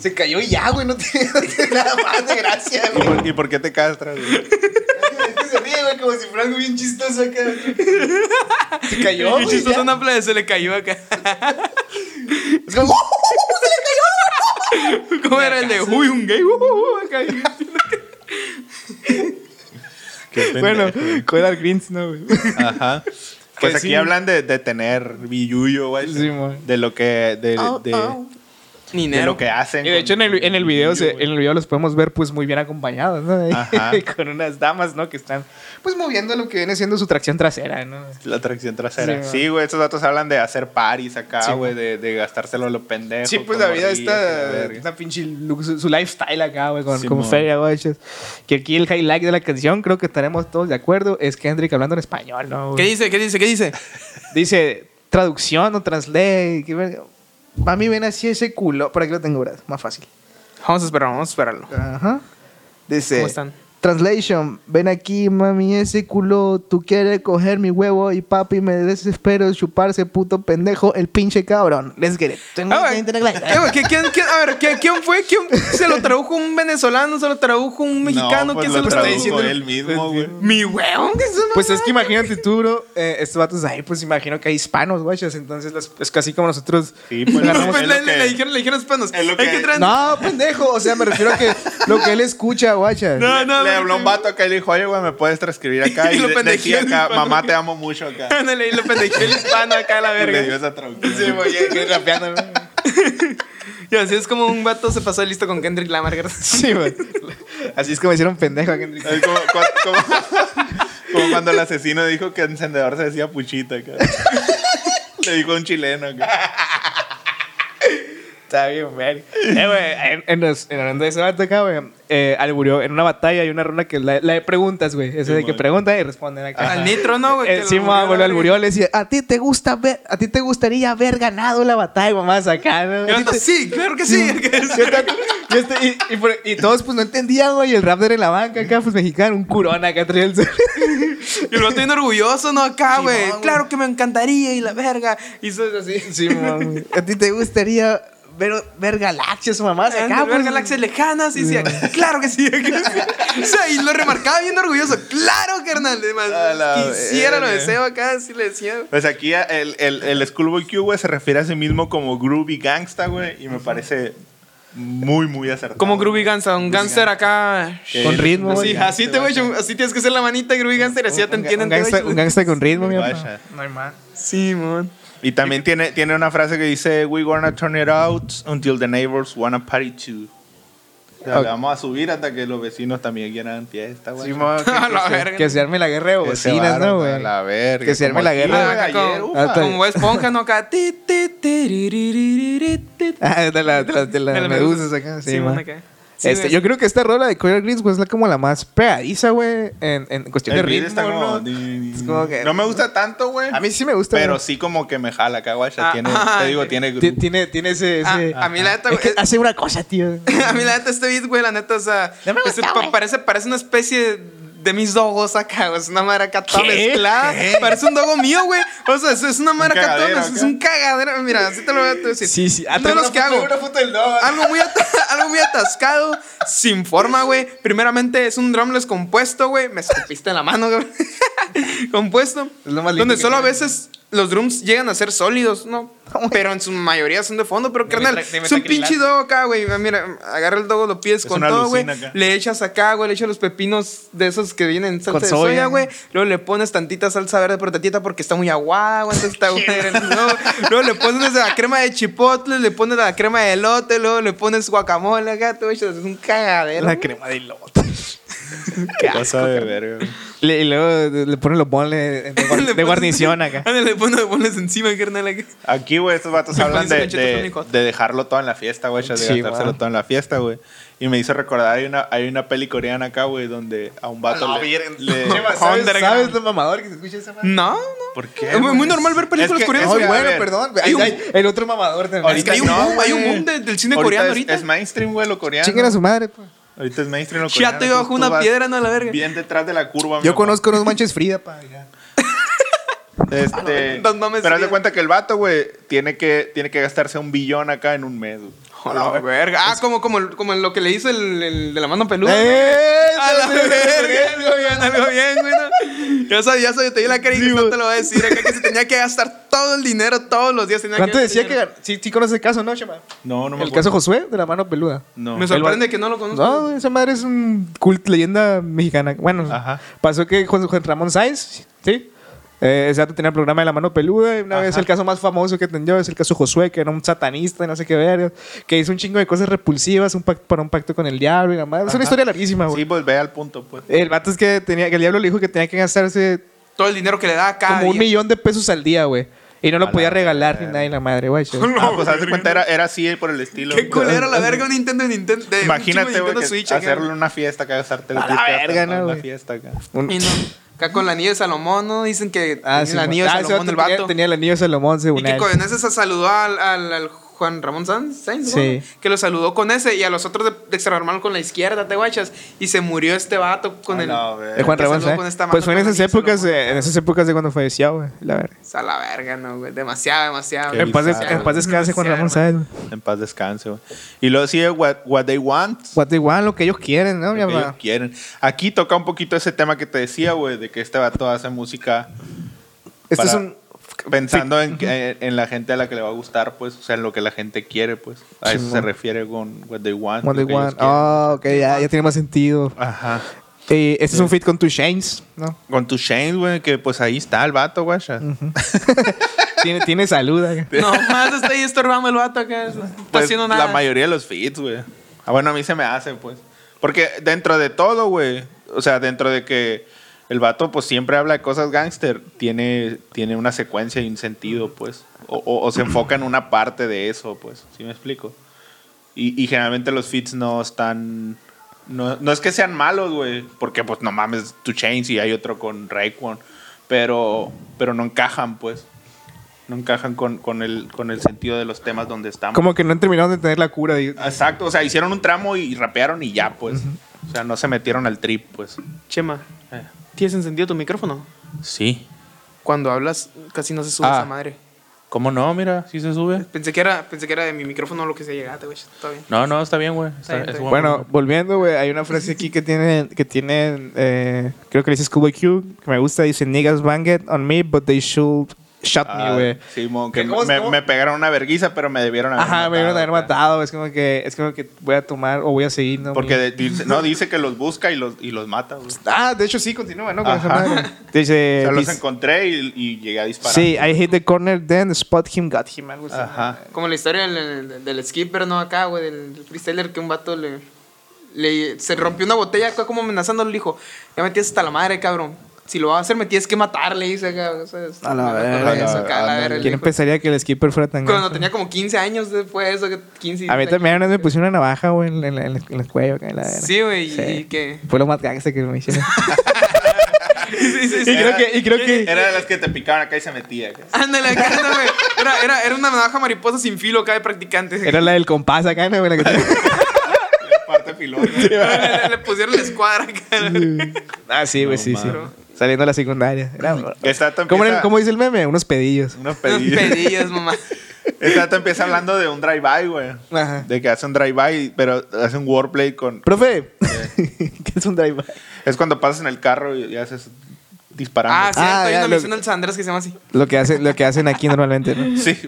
C: se cayó y ya, güey. No tiene nada más de gracia,
A: ¿Y por, y por qué te castras, güey?
C: Se ríe, güey, como si fuera algo bien chistoso acá. Se cayó,
D: Y chistoso una playa se le cayó acá.
C: Es como...
D: ¿Cómo era el de uy, un gay? Uh, uh, uh, acá.
A: Qué
C: Bueno,
A: pendejo.
C: Coral Greens, no, güey.
A: Ajá. Pues
C: Que
A: aquí
C: sí.
A: hablan de, de tener billuyo, güey.
C: Sí, mon.
A: de lo que. De,
D: Oh,
A: de, de
D: Dinero.
A: lo que hacen.
C: Y de hecho en el, en el video se-
A: billuyo,
C: en el video los podemos ver pues muy bien acompañados, ¿no? Ahí,
A: Ajá.
C: Con unas damas, ¿no? Que están pues moviendo lo que viene siendo su tracción trasera, ¿no?
A: güey. La atracción trasera.
C: Sí, mon.
A: Sí, güey. Estos datos hablan de hacer paris acá,
C: Sí,
A: güey. de, de gastárselo a lo pendejo.
C: Sí, pues
A: con
C: la vida
A: morrillas y la
C: está.
A: verga.
C: Una pinche. lu- Su, su lifestyle acá, güey, con,
A: Sí,
C: con
A: mon.
C: feria, güey. chas. Que aquí el highlight de la canción, creo que estaremos todos de acuerdo, es Kendrick hablando en español, ¿no?
D: ¿Qué
C: güey?
D: dice? ¿Qué dice? ¿Qué dice?
C: Dice traducción o translate. qué verga. Mami, ven así ese culo. Por aquí lo tengo, ¿verdad? Más fácil.
D: Vamos a esperarlo, vamos a esperarlo.
C: Ajá. Dice.
D: ¿Cómo están?
C: Translation, ven aquí, mami, ese culo, tú quieres coger mi huevo y papi, me desespero chuparse, puto pendejo, el pinche cabrón. Let's get it. Tengo
D: Ah, güey. Eh, güey, ¿qué- quién, quién- a ver, ¿qué- ¿quién fue? ¿Quién se lo tradujo un venezolano? ¿Se lo tradujo un mexicano?
A: No, pues
D: ¿Quién se
A: lo
D: lo
A: tradujo
D: tradujo?
A: él mismo, güey.
D: Mi weón, que es una
C: Pues es
D: mamada.
C: que imagínate tú, bro, eh, estos vatos ahí, pues imagino que hay hispanos, guachas, entonces las- es casi como nosotros.
A: Sí, pues,
C: agarramos-
A: es
D: Pues
A: lo
D: le, le-
A: que-
D: le dijeron, le dijeron hispanos.
A: es lo
D: Hay
A: que-
D: que trans-
C: No, pendejo, o sea, me refiero a que lo que él escucha, guachas.
D: No, no,
A: Le
D: güey.
A: habló un vato acá y le dijo, oye, güey, me puedes transcribir acá.
D: Y
A: Y,
D: lo
A: de-
D: pendejeó
A: decía
D: el
A: acá,
D: hispano.
A: mamá, te amo mucho acá.
D: Ándale, y lo pendejeó el hispano acá a la
A: Y le dio
D: Ah, verga.
A: esa traducción.
C: Sí, güey, que rapeando, ¿no?
D: Y así es como un vato se pasó de listo con Kendrick Lamar. ¿verdad?
C: Sí, güey. Así es como hicieron pendejo a Kendrick.
A: Es como, cu- como- como cuando el asesino dijo que encendedor se decía puchita acá. Le dijo a un chileno acá.
C: Está bien, verga. Eh, güey, en, en, los- en hablando de ese vato acá, güey, eh, alburió en una batalla hay una ronda que es la, la de preguntas, güey. Esa de que
A: Simón.
C: preguntan y responden acá.
D: Al nitro, ¿no, güey? Que
C: Eh,
D: lo
C: sí,
D: murió a
C: ma,
D: la
C: güey, lo
D: verga.
C: alburió, le decía, ¿a ti te gusta ver, a ti te gustaría haber ganado la batalla, mamá, acá, ¿no?
D: Y el vato, Sí, claro que sí.
C: Y el vato- y este- y- y por- y todos pues no entendían, güey, y el raptor en la banca acá, pues mexicano, un curón acá traía el
D: Y el vato bien orgulloso, ¿no? Acá, güey.
C: güey.
D: claro que me encantaría y la verga. Y eso es así.
C: Sí, mamá, güey. ¿A ti te gustaría ver, ver galaxias o mamás acá.
D: ver
C: pues.
D: galaxias lejanas y decía, claro que sí. o sea, y lo remarcaba bien orgulloso. Claro, carnal. Además,
A: A la
D: quisiera lo
A: verga.
D: deseo acá, sí le decía.
A: Pues aquí el, el, el Schoolboy Q, güey, se refiere a sí mismo como groovy gangsta, güey. Y me parece muy, muy acertado.
D: Como Groovy Gangsta, un gangster acá.
A: Que-
C: Con ritmo,
D: Así,
C: güey.
D: así te voy, así tienes que hacer la manita Groovy Gangster, así ya te
C: Un-
D: entienden.
C: Un gangsta, un gangsta con ritmo, mi papá.
A: Vaya.
D: No hay más. Sí, man.
A: Y también tiene, tiene una frase que dice, we gonna turn it out until the neighbors wanna party too. O sea,
C: Ok.
A: le vamos a subir hasta que los vecinos también quieran fiesta, güey.
C: Simón, que,
D: A la
C: que se-
D: Ah, verga.
C: que se arme la guerra de
A: Ese
C: bocinas,
A: varo,
C: ¿no, güey?
A: a La verga.
C: Que se arme
A: como
C: la
A: aquí,
C: guerra.
A: güey,
D: Ah, acá
A: ayer,
D: con,
A: ufa.
C: Ah, está bien.
D: con Bob Esponja, ¿no? Acá. ti, ti, ti, ri, ri, ri, ri, ti, ti.
C: Ah, de las de la, de la
D: De las
C: medusas
D: medusas.
C: acá. Sí,
D: Sí,
C: man.
D: man, acá. Sí,
C: este,
D: güey.
C: yo creo que esta rola de Coral Greens güey, es la- como la más pegadiza, güey, en, en cuestión de
A: El beat
C: ritmo,
A: está como-
C: ¿no? Es como que-
A: No me gusta tanto, güey.
C: A mí sí me gusta.
A: Pero
C: güey.
A: sí como que me jala acá, güey.
D: Ah,
A: tiene,
D: ah,
A: te digo,
D: ok.
A: tiene
C: Ti-
A: grupo.
C: tiene, tiene ese... ese-
D: Ah, a mí la neta,
C: es que
D: güey,
C: hace una cosa, tío.
D: a mí la neta este beat, güey, la neta, o sea,
B: No me
D: ese
B: gusta,
D: pa-
B: güey.
D: parece, parece una especie de mis dogos acá, güey, es una madre acá toda
C: ¿Qué?
D: mezclada, parece un dogo mío, güey, o sea, es, es una madre acá toda,
A: cagadero
D: mez- es
A: acá.
D: un cagadero, mira, así te lo voy a decir.
C: Sí, sí. Ah,
D: Uno de
C: tengo
D: los
C: una
D: que
C: foto-
D: hago,
C: una foto del dog.
A: Ah,
D: algo muy, ata- algo muy atascado, sin forma, güey. Primeramente es un drumless compuesto, güey. Me escupiste en la mano, güey. compuesto.
C: Es lo más lindo
D: donde
C: que
D: solo a
C: tiene.
D: veces los drums llegan a ser sólidos, ¿no? Pero en su mayoría son de fondo. Pero, carnal,
C: tra- dime
D: es un
C: traquilazo.
D: pinche dogo acá, güey. Mira, agarra el dogo, lo pides con
A: una
D: todo, güey.
A: alucina acá.
D: Le echas acá, güey. Le echas los pepinos de esos que vienen en salsa
C: Con
D: de
C: soya.
D: soya, güey. Luego le pones tantita salsa verde, pero tantita porque está muy aguada, güey. Entonces está buena. Luego, luego le pones la crema de chipotle, le pones la crema de elote, luego le pones guacamole, gato, güey. Es un cagadero.
C: La
D: güey.
C: crema de elote.
A: Qué cosa de verga, güey.
C: Le- y luego le ponen los bonles de, guar-
D: Le
C: de
D: pones-
C: guarnición acá.
D: Ándale, le pones, le pones encima, carnal. acá.
A: Aquí, güey, estos vatos
D: Me
A: hablan de,
D: parece que
A: de,
D: Chetutónico.
A: de dejarlo todo en la fiesta, güey. De
C: Sí,
A: gastárselo
C: güey.
A: todo en la fiesta, güey. Y me hizo recordar, hay una, hay una peli coreana acá, güey, donde a un vato
D: A la
A: le...
D: verga.
A: le-
C: ¿Sabes,
D: Underground.
C: ¿Sabes lo mamador que se escucha esa madre?
D: No, no.
A: ¿Por qué?
D: Es muy-
A: güey?
D: muy normal ver películas
A: que-
D: coreanas,
A: es
C: Ay,
A: que, Mm, a
C: bueno,
A: ver,
C: perdón.
D: Hay
C: Ahí
D: un-
C: hay el otro mamador también.
A: Ahorita
D: hay un
A: no,
D: boom, hay un
A: güey.
D: boom de- del cine coreano
A: es-
D: ahorita.
A: Es mainstream, güey, lo coreano.
C: Chinguen a su madre, pues.
A: Ahorita es mainstream lo coreano.
D: Chato y bajo
A: tú
D: una
A: vas
D: piedra, no, a la verga.
A: Bien detrás de la curva, mi
C: Yo
A: papá.
C: conozco unos manches Frida, pa. ya.
A: Este,
D: No mames,
A: pero haz de
D: bien.
A: cuenta que el vato, güey, tiene que, tiene que gastarse un billón acá en un mes. güey.
D: A la verga. Ah, como, como, como lo que le hizo el, el de la mano peluda. ¿no?
C: ¡Eh!
D: A la
C: Entonces,
D: verga, algo bien, algo bien, güey. ¿no? Ya sabía, ya sabía, te di la cara y dije, no te lo voy a decir. Acá que se tenía que gastar todo el dinero todos los días. tenía que
C: ¿Cuánto
D: gastar
C: decía que
D: dinero.
C: gan- Sí, sí conoces el caso, ¿no, Chema?
A: No, no me
C: el
A: acuerdo.
C: caso Josué de la mano peluda.
A: No.
D: Me sorprende que no lo conozco.
C: No, esa madre es un cult leyenda mexicana. Bueno,
A: Ajá.
C: pasó que Juan Juan Ramón Sáenz, ¿sí? Eh, exacto, tenía el programa de la mano peluda. Y una vez el caso más famoso que atendió es el caso Josué, que era un satanista, y no sé qué ver, que hizo un chingo de cosas repulsivas un pacto, para un pacto con el diablo y la madre. Es una
A: Ajá.
C: historia larguísima, Ah, güey.
A: Sí, pues ve al punto, pues.
C: El vato es que, tenía, que el diablo le dijo que tenía que gastarse
D: Todo el dinero que le da cada
C: como un
D: día.
C: millón de pesos al día, güey. Y no
A: Ah, A
C: lo podía
A: la
C: regalar ni
A: verga.
C: nada y la madre, güey.
A: Ah, pues haz de cuenta, era, era así por el estilo.
D: Qué culero la verga un Nintendo de Nintendo. de un chingo
A: Imagínate,
D: de
A: güey,
D: Nintendo
A: que
D: Switch. acá.
A: hacerle una fiesta acá, gastarte
C: A la verga, ¿no,
A: Una
C: güey?
A: fiesta acá.
C: Un-
D: Y no, Acá con la anillo de Salomón, ¿no? Dicen que
C: Ah,
D: tenía
C: sí,
D: el anillo de
C: ah, ese
D: Salomón, el
C: vato tenía-
D: vato.
C: Tenía el anillo de Salomón, según
D: Y que
C: él.
D: con ese se saludó al, al- al Juan Ramón Sanz, Sainz, ¿no?
C: Sí.
D: que lo saludó con ese y a los otros de, de extraarmaron con la izquierda, te guachas, y se murió este vato con
A: A
D: el...
A: la verga.
C: De Juan
D: que
C: Ramón,
D: saludó
C: ¿sabes?
D: con esta mano
C: Pues fue en
D: con
C: esas
D: la anillo,
C: épocas,
D: Salomón.
C: eh, en esas épocas de cuando falleció, güey. La verga.
D: Es a la verga, no, güey. Demasiado, demasiado.
A: Qué
C: En paz, des-
A: bizarro.
C: en paz descanse Juan Ramón
D: Demasiado,
C: Sáenz.
A: En paz descanse, güey. Y luego sigue What, what They Want.
C: What they want, lo que ellos quieren, ¿no? mi
A: lo que ellos
C: papá?
A: quieren. Aquí toca un poquito ese tema que te decía, güey, de que este vato hace música
C: Este es
A: para-
C: un.
A: pensando en, que- en la gente a la que le va a gustar, pues, o sea, en lo que la gente quiere, pues. A eso
C: Simón.
A: se refiere con What They Want.
C: What they
A: lo que ellos
C: want.
A: quieren.
C: Ah, ok, ya, ya tiene más sentido.
A: Ajá.
C: Eh, este es un fit con Two Chains, ¿no?
A: Con tu Shane, güey, que pues ahí está el vato, güey.
C: tiene, tiene salud. acá.
D: güey. No, más está ahí estorbando el vato acá. No está
A: Pues,
D: haciendo nada.
A: La mayoría de los feeds, güey. Ah, bueno, a mí se me hace, pues. Porque dentro de todo, güey. O sea, dentro de que el vato, pues siempre habla de cosas gángster, tiene, tiene una secuencia y un sentido, pues. O, o- o se enfoca en una parte de eso, pues. ¿Sí me explico? Y, y generalmente los feeds no están. No, no es que sean malos, güey. Porque, pues, no mames, Two Chains y hay otro con Raekwon. Pero, pero no encajan, pues. No encajan con, con el, con el sentido de los temas donde estamos.
C: Como que no han terminado de tener la cura. digo.
A: Exacto, o sea, hicieron un tramo y rapearon y ya, pues. O sea, no se metieron al trip, pues.
D: Chema,
A: Eh.
D: ¿tienes encendido tu micrófono?
A: Sí.
D: Cuando hablas, casi no se sube
A: Ah.
D: esa madre.
A: ¿Cómo no? Mira, sí se sube.
D: Pensé que era, pensé que era de mi micrófono lo que se llegaba, güey. Está bien.
A: No, no, está bien, güey. Está-
D: Está bien,
A: es
D: está
A: buen
C: Bueno,
A: volumen.
C: volviendo, güey, hay una frase aquí que tienen, que tienen, eh, creo que le dice Schoolboy Q, que me gusta, dice, niggas banged on me, but they should shot me,
A: Ah,
C: güey.
A: Simón, que
C: ¿Cómo-
A: me,
C: cómo?
A: me pegaron una verguiza, pero me debieron haber
C: Ajá, me debieron haber
A: güey.
C: matado, es como que, es como que voy a tomar o voy a seguir, ¿no?
A: Porque
C: Mi-
A: de- dice- no, dice que los busca y los, y los mata, güey.
C: Ah, de hecho sí, continúa, ¿no? Con esa
A: Ajá.
C: madre.
A: O
C: Dice,
A: sea, los
C: Eh, dice-
A: encontré y, y llegué a disparar.
C: sí, I hit the corner, then spot him, got him, algo así.
A: Ajá.
D: Como la historia del, del, del skipper, ¿no? Acá, güey, del, del freestyler que un vato le, le- Se rompió una botella acá como amenazándole, le dijo, ya metías hasta la madre, cabrón. Si lo vas a hacer, me tienes que matar, le dice acá. o sea, es-
C: A la
D: me acuerdo
C: verga,
D: de eso acá, a la
A: ándale.
D: verga, le
C: ¿Quién
D: dijo.
C: empezaría que el skipper fuera tan
D: Cuando
C: gacho?
D: tenía como 15 años después eso, que 15
C: A mí
D: 16
C: también una
D: años.
C: vez me pusieron una navaja, güey, en, en- en el- en el cuello. acá en la verga.
D: Sí, güey,
C: Sí.
D: y que...
C: Fue lo más gangsta que me hicieron.
D: Sí, sí, sí.
C: Y creo que- y creo que-
A: Era de las que te picaban acá y se metía. acá.
D: Ándale, acá, ándale, güey. Era, era, era una navaja mariposa sin filo acá de practicantes.
C: Era la del compás acá, ¿no? güey, La que
A: Parte filón.
D: le, le- le pusieron la escuadra acá.
C: ah, sí, güey,
A: No,
C: sí, sí.
A: mames.
C: Saliendo a la secundaria. Era-
A: Esta te
C: ¿Cómo, era-
A: empieza-
C: cómo dice el meme? Unos pedillos.
A: Unos pedillos.
D: Pedillos, mamá.
A: Este dato empieza hablando de un drive-by, güey.
C: Ajá.
A: De que hace un drive-by, pero hace un wordplay con...
C: Profe, ¿qué es un drive-by?
A: Es cuando pasas en el carro y, y haces
D: Ah,
A: disparando.
D: cierto,
C: Ah,
D: hay
C: ya,
D: una
C: lo-
D: misión del Sandras que se llama así.
C: Lo que, hacen, lo que hacen aquí normalmente, ¿no?
A: sí.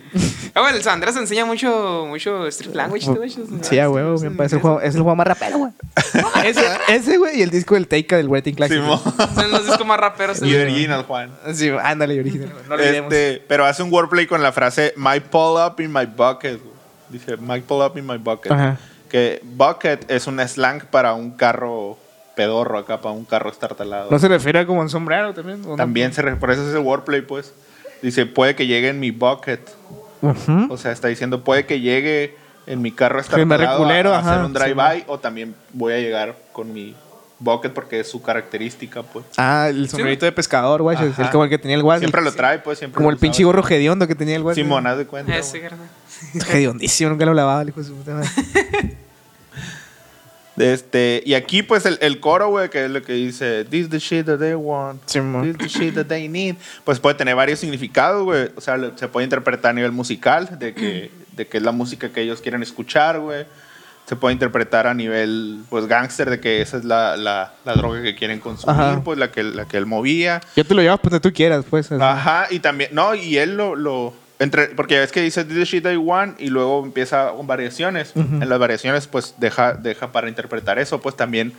D: Ah, bueno, el Sandras enseña mucho, mucho street language, ¿no?
C: Sí, ah, a huevo, bien, pa, es, el juego, es el juego más rapero, güey. Ese, ese, güey, y el disco del Teika del Waiting Class.
A: Simón.
D: Son los discos más raperos.
A: y original, Juan.
C: Sí, ándale, original. güey, No lo olvidemos.
A: Este, pero hace un wordplay con la frase My pull up in my bucket. güey. Dice My pull up in my bucket.
C: Ajá.
A: Que bucket es un slang para un carro pedorro acá, para un carro estartalado.
C: ¿No se refiere a como un sombrero también? ¿O no?
A: También se re- por eso es el wordplay, pues. Dice, puede que llegue en mi bucket.
C: Ujú.
A: O sea, está diciendo, puede que llegue en mi carro
C: me
A: estartalado
C: reculero,
A: a, a hacer
C: ajá,
A: un drive-by o también voy a llegar con mi bucket porque es su característica, pues.
C: Ah, el sombrerito de pescador, güey. Es
A: Ajá.
C: el como el que tenía el guas.
A: Siempre
C: el-
A: lo trae, pues, siempre.
C: Como
A: lo
C: el pinche pues,
A: usaba.
C: gorro hediondo que tenía el guas.
A: Simón, haz de cuenta.
D: Ese,
A: güey.
D: carnal.
C: Hediondísimo, nunca lo lavaba, el hijo de su puta madre.
A: Este, y aquí, pues, el, el coro, güey, que es lo que dice, this the shit that they want,
C: Simón.
A: this the shit that they need. Pues puede tener varios significados, güey. O sea, lo- se puede interpretar a nivel musical, de que, de que es la música que ellos quieren escuchar, güey. Se puede interpretar a nivel, pues, gángster, de que esa es la, la, la droga que quieren consumir,
C: Ajá.
A: pues, la que, la que él movía.
C: Ya te lo llevas pues, donde tú quieras, pues. así.
A: Ajá, y también, no, y él lo, lo entre, porque ya ves que dice This is shit I want y luego empieza con variaciones. En las variaciones, pues deja, deja para interpretar eso, pues también,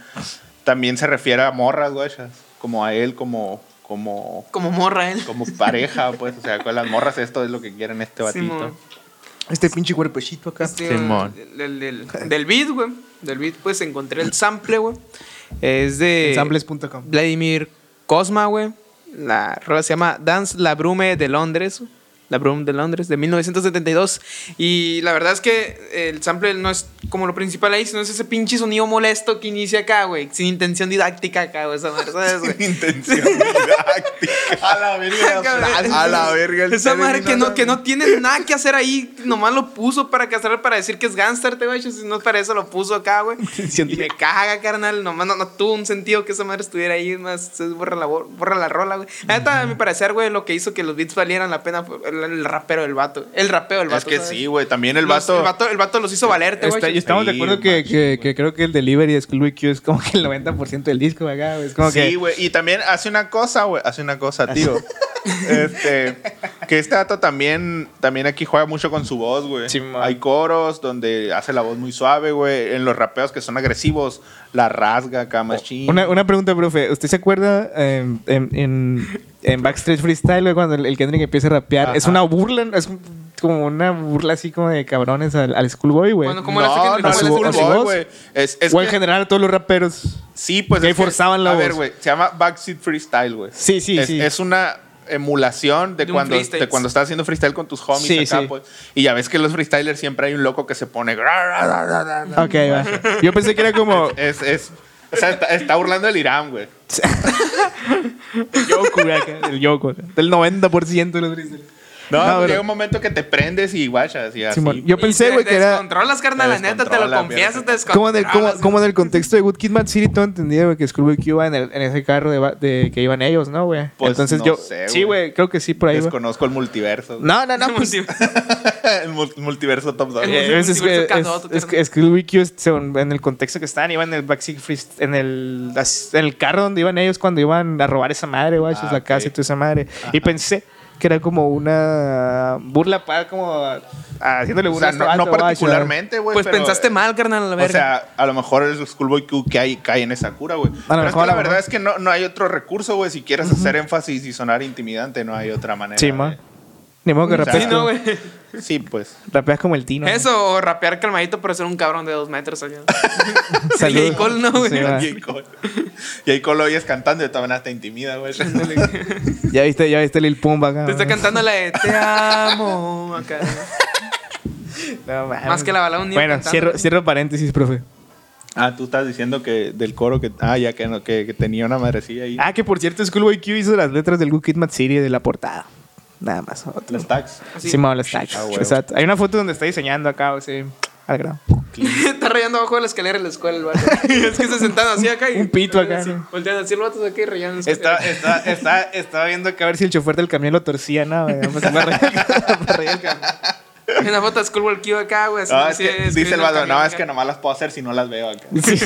A: también se refiere a morras, güeyas, como a él, como, como,
D: Como morra, él.
A: como pareja, pues, o sea, con las morras esto es lo que quieren este batito.
D: Simón.
C: Este pinche cuerpecito acá.
D: Este,
A: Simón.
D: Del, del, del beat, güey. Del beat, pues encontré el sample, güey. Es de.
C: Ensambles.com.
D: Vladimir Cosma, güey. La rola se llama Dance La Brume de Londres. La Brume de Londres, de 1972. Y la verdad es que el sample no es como lo principal ahí, sino es ese pinche sonido molesto que inicia acá, güey. Sin intención didáctica acá, güey. Esa madre, ¿sabes, güey?
A: Intención didáctica. A la
D: Ah, cabrón.
A: verga. A la verga. el
D: Esa madre que
A: término,
D: no, que no tiene nada que hacer ahí, nomás lo puso para cazar, para decir que es gánster, te güey. Si no es para eso, lo puso acá, güey. Y me caga, carnal. Nomás no, no tuvo un sentido que esa madre estuviera ahí. es Más se borra la, bo- borra la rola, güey. La neta, a mi parecer, güey, lo que hizo que los beats valieran la pena fue el, el rapero del vato. El rapeo del
A: Es
D: vato.
A: que
D: ¿sabes?
A: sí, güey. También el
D: Los-
A: vato.
D: el vato. el vato los hizo valer, te
C: Está- y
D: güey.
C: estamos de
A: Sí,
C: acuerdo que,
A: macho,
C: que, que creo que el delivery de Schoolboy Q es como que el 90% del disco acá, güey. Es como
A: Sí,
C: que.
A: güey. Y también hace una cosa, güey. Hace una cosa, tío. este, que este dato también, también aquí juega mucho con su voz, güey.
C: Sí, man.
A: Hay coros donde hace la voz muy suave, güey. En los rapeos que son agresivos, la rasga, acá machín.
C: Oh, Una, una pregunta, profe. ¿Usted se acuerda eh, en, en, en Backstreet Freestyle, güey, cuando el, el Kendrick empieza a rapear? Es
A: Ajá.
C: una burla, es un- como una burla así como de cabrones al, al Schoolboy, güey.
D: Bueno, ¿cómo
A: no,
D: le hace
A: no,
D: que-
A: no,
C: a su-
A: es
C: a su
A: Schoolboy,
C: voz?
A: güey. Es, es
C: o en
A: que-
C: general a todos los raperos.
A: Sí, pues.
C: Que
A: es que-
C: forzaban la
A: A ver,
C: voz.
A: güey. Se llama Backseat Freestyle, güey.
C: Sí, sí,
A: es,
C: sí.
A: Es una emulación de,
D: De un
A: cuando,
D: freestyle.
A: de cuando estás haciendo freestyle con tus homies
C: Sí,
A: acá,
C: sí.
A: pues. Y ya ves que los freestylers siempre hay un loco que se pone.
C: Ok, va. Yo pensé que era como.
A: Es, es, o sea, está, está burlando el Irán, güey.
C: Yoko, güey, acá, el Yoko. Del 90% de los freestyles.
A: No,
C: No, pero-
A: llega un momento que te prendes y guachas y así.
C: Simón, yo
D: Y
C: pensé,
D: te
C: güey, que era
D: descontrolas, carnal,
A: Te
D: la neta, te lo
A: descontrola,
D: confiesas,
A: mierda.
D: te descontrolas.
C: como en, el, como, como en el contexto de Good Kid, Mad City, todo entendía, güey, que Skullboy Q iba en, el- en ese carro de, va- de que iban ellos, ¿no, güey?
A: Pues,
C: Entonces
A: no
C: yo...
A: sé,
C: sí,
A: güey.
C: güey, creo que sí, por ahí, güey.
A: Desconozco el multiverso. güey.
C: No, no, no, pues...
A: el mul- multiverso top 2.
D: Eh,
C: Es, es,
D: multiverso
C: es-
D: K2,
C: es- es que Skullboy Q, es- según- en el contexto que estaban, iban en el backseat free- en el, as- en el carro donde iban ellos cuando iban a robar esa madre, güey,
A: Ah,
C: la
A: ok.
C: casa y toda esa madre. Y pensé que era como una burla, pa- como a- haciéndole
A: o
C: burla. a
A: sea, no,
C: este
A: no
C: vato, guacha.
A: particularmente, güey.
D: Pues
A: pero,
D: pensaste mal, carnal, a la
A: O
D: verga.
A: sea, a lo mejor el Schoolboy Q que hay, cae en esa cura, güey. Pero es que
C: mejor, a
A: la
C: lo
A: verdad
C: mejor.
A: es que no, no hay otro recurso, güey. Si quieres hacer énfasis y sonar intimidante, no hay otra manera.
C: Sí,
A: güey.
C: ma. Ni modo que
A: sea,
C: rapeas,
D: Sí, no,
C: como-
D: güey.
A: Sí, pues.
C: rapeas como el Tino.
D: Eso, o rapear calmadito, pero ser un cabrón de dos metros allá.
C: ¿no? Saludos.
D: J. Cole, no, güey.
C: Sí, va.
A: Y ahí Cole- y ahí Cole lo oyes cantando y también hasta intimida, güey.
C: ya viste, ya viste Lil Pumba acá.
D: Te está
C: güey.
D: cantando la de Te amo acá.
C: No, mames.
D: Más que la balada un niño
C: Bueno,
D: cantando.
C: cierro, cierro paréntesis, profe.
A: ah, tú estás diciendo que del coro que. Ah, ya que, no- que, que tenía una madrecilla ahí.
C: Ah, que por cierto, Schoolboy Q hizo las letras del Good Kid Mad City de la portada. Nada más. Otro.
A: Los tags.
D: Así.
C: Sí, Mao, las tags.
A: Ah, huevo.
C: Exacto. Hay una foto donde está diseñando acá, o sea, al grado.
D: está rayando abajo de la escalera de la escuela el vato. es que se sentaron así acá y.
C: Un pito acá,
D: así,
C: ¿no?
D: Voltean así el vato acá y rayando. la
C: Está,
D: escalera.
C: está, está, está viendo acá a ver si el chofer del camión lo torcía, ¿no? güey? Pues, me reí- me reí el camión.
D: En la foto de Schoolboy Q acá, güey. así,
A: Ah, es
D: así,
A: que, dice el
D: escribiendo
A: vato, no,
D: camión
A: es que
D: acá.
A: nomás las puedo hacer si no las veo acá.
C: Sí.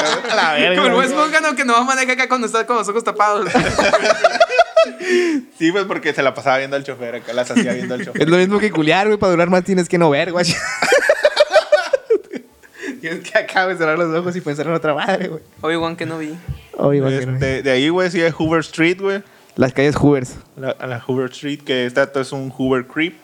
C: A la verga,
D: Como el
C: güey.
D: West Bogano que nomás maneja acá cuando está con los ojos tapados.
A: Sí, pues porque se la pasaba viendo al chofer acá, las hacía viendo al
C: Es
A: chofer.
C: lo mismo que culiar, güey. Para durar más tienes que no ver, güey. tienes que acá, güey, cerrar los ojos y pensar en otra madre, güey. Este.
D: Obi-Wan que no vi.
C: Obvio,
A: Es- Este, de, de ahí, güey, sí es Hoover Street, güey.
C: Las calles Hoovers.
A: La, a la Hoover Street, que esta es un Hoover Creep.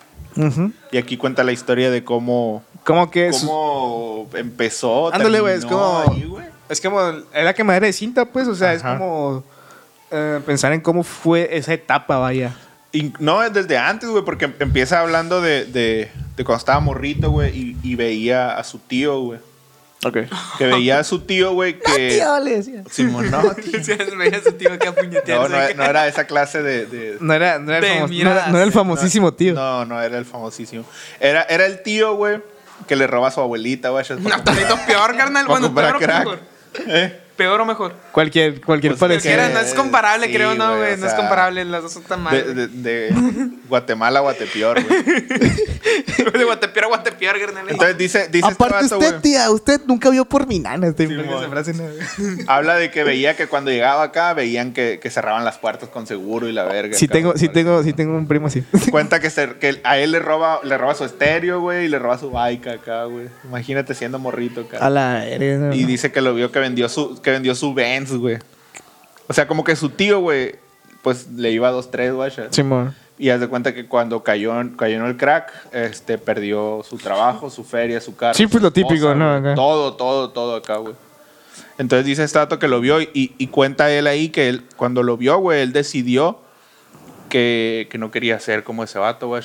A: Y aquí cuenta la historia de cómo,
C: Como que sus-
A: cómo empezó.
C: Ándale, güey, es
A: terminó
C: como-
A: ahí, güey.
C: Es como, era quemadera de cinta, pues, o sea, es
A: Ajá.
C: como eh, pensar en cómo fue esa etapa, vaya.
A: Y- no, es desde antes, güey, porque em- empieza hablando de, de- de cuando estaba morrito, güey, y, y veía a su tío, güey.
C: Ok.
A: Que veía a su tío, güey, que...
B: le decía.
A: Simón, no, tío.
D: Sí, veía a su tío acá puñetearse.
A: No, no,
D: acá.
A: no era esa clase de- de,
C: No era, no era, el,
D: Te
C: famos- no
D: miras.
C: era- no era el famosísimo tío.
A: No, no era el famosísimo. Era, era el tío, güey, que le roba a su abuelita, güey.
D: No, tantito peor, carnal.
A: Para
D: Bueno,
A: comprar
D: peor o
A: crack.
D: mejor.
A: Eh,
D: Peor o mejor.
C: Cualquier, cualquier
A: Pues,
C: parecido.
D: Cualquiera, no es comparable,
A: Sí,
D: creo, no,
A: güey,
D: güey.
A: o
D: No es
A: sea,
D: comparable, las dos son tan mal.
A: de,
D: De,
A: de- de Guatemala a Guatepeor, güey.
D: de Guatepeor a Guatepeor, carnal.
A: Entonces dice, dice este
C: Aparte
A: vato,
C: usted,
A: güey,
C: tía, usted nunca vio este por mi nana. Estoy
A: Sí,
C: esa
A: mo.
C: frase, no.
A: habla de que veía que cuando llegaba acá veían que, que cerraban las puertas con seguro y la verga.
C: Sí
A: cabrón,
C: tengo, sí
A: güey.
C: tengo, sí tengo un primo así.
A: Cuenta que, se- que a él le roba, le roba su estéreo, güey, y le roba su bike acá, güey. Imagínate siendo morrito, acá.
C: A la verga, no.
A: Y dice que lo vio que vendió su, que vendió su Benz, güey. O sea, como que su tío, güey, pues le iba a dos, tres, güey.
C: Simón.
A: Y haz de cuenta que cuando cayó, en- cayó en el crack, este, perdió su trabajo, su feria, su carro.
C: Sí, pues,
A: su
C: lo típico, ¿no?
A: güey.
C: Acá.
A: Todo, todo, todo acá, güey. Entonces dice este dato que lo vio y, y cuenta él ahí que él, cuando lo vio, güey, él decidió que, que no quería ser como ese vato, güey.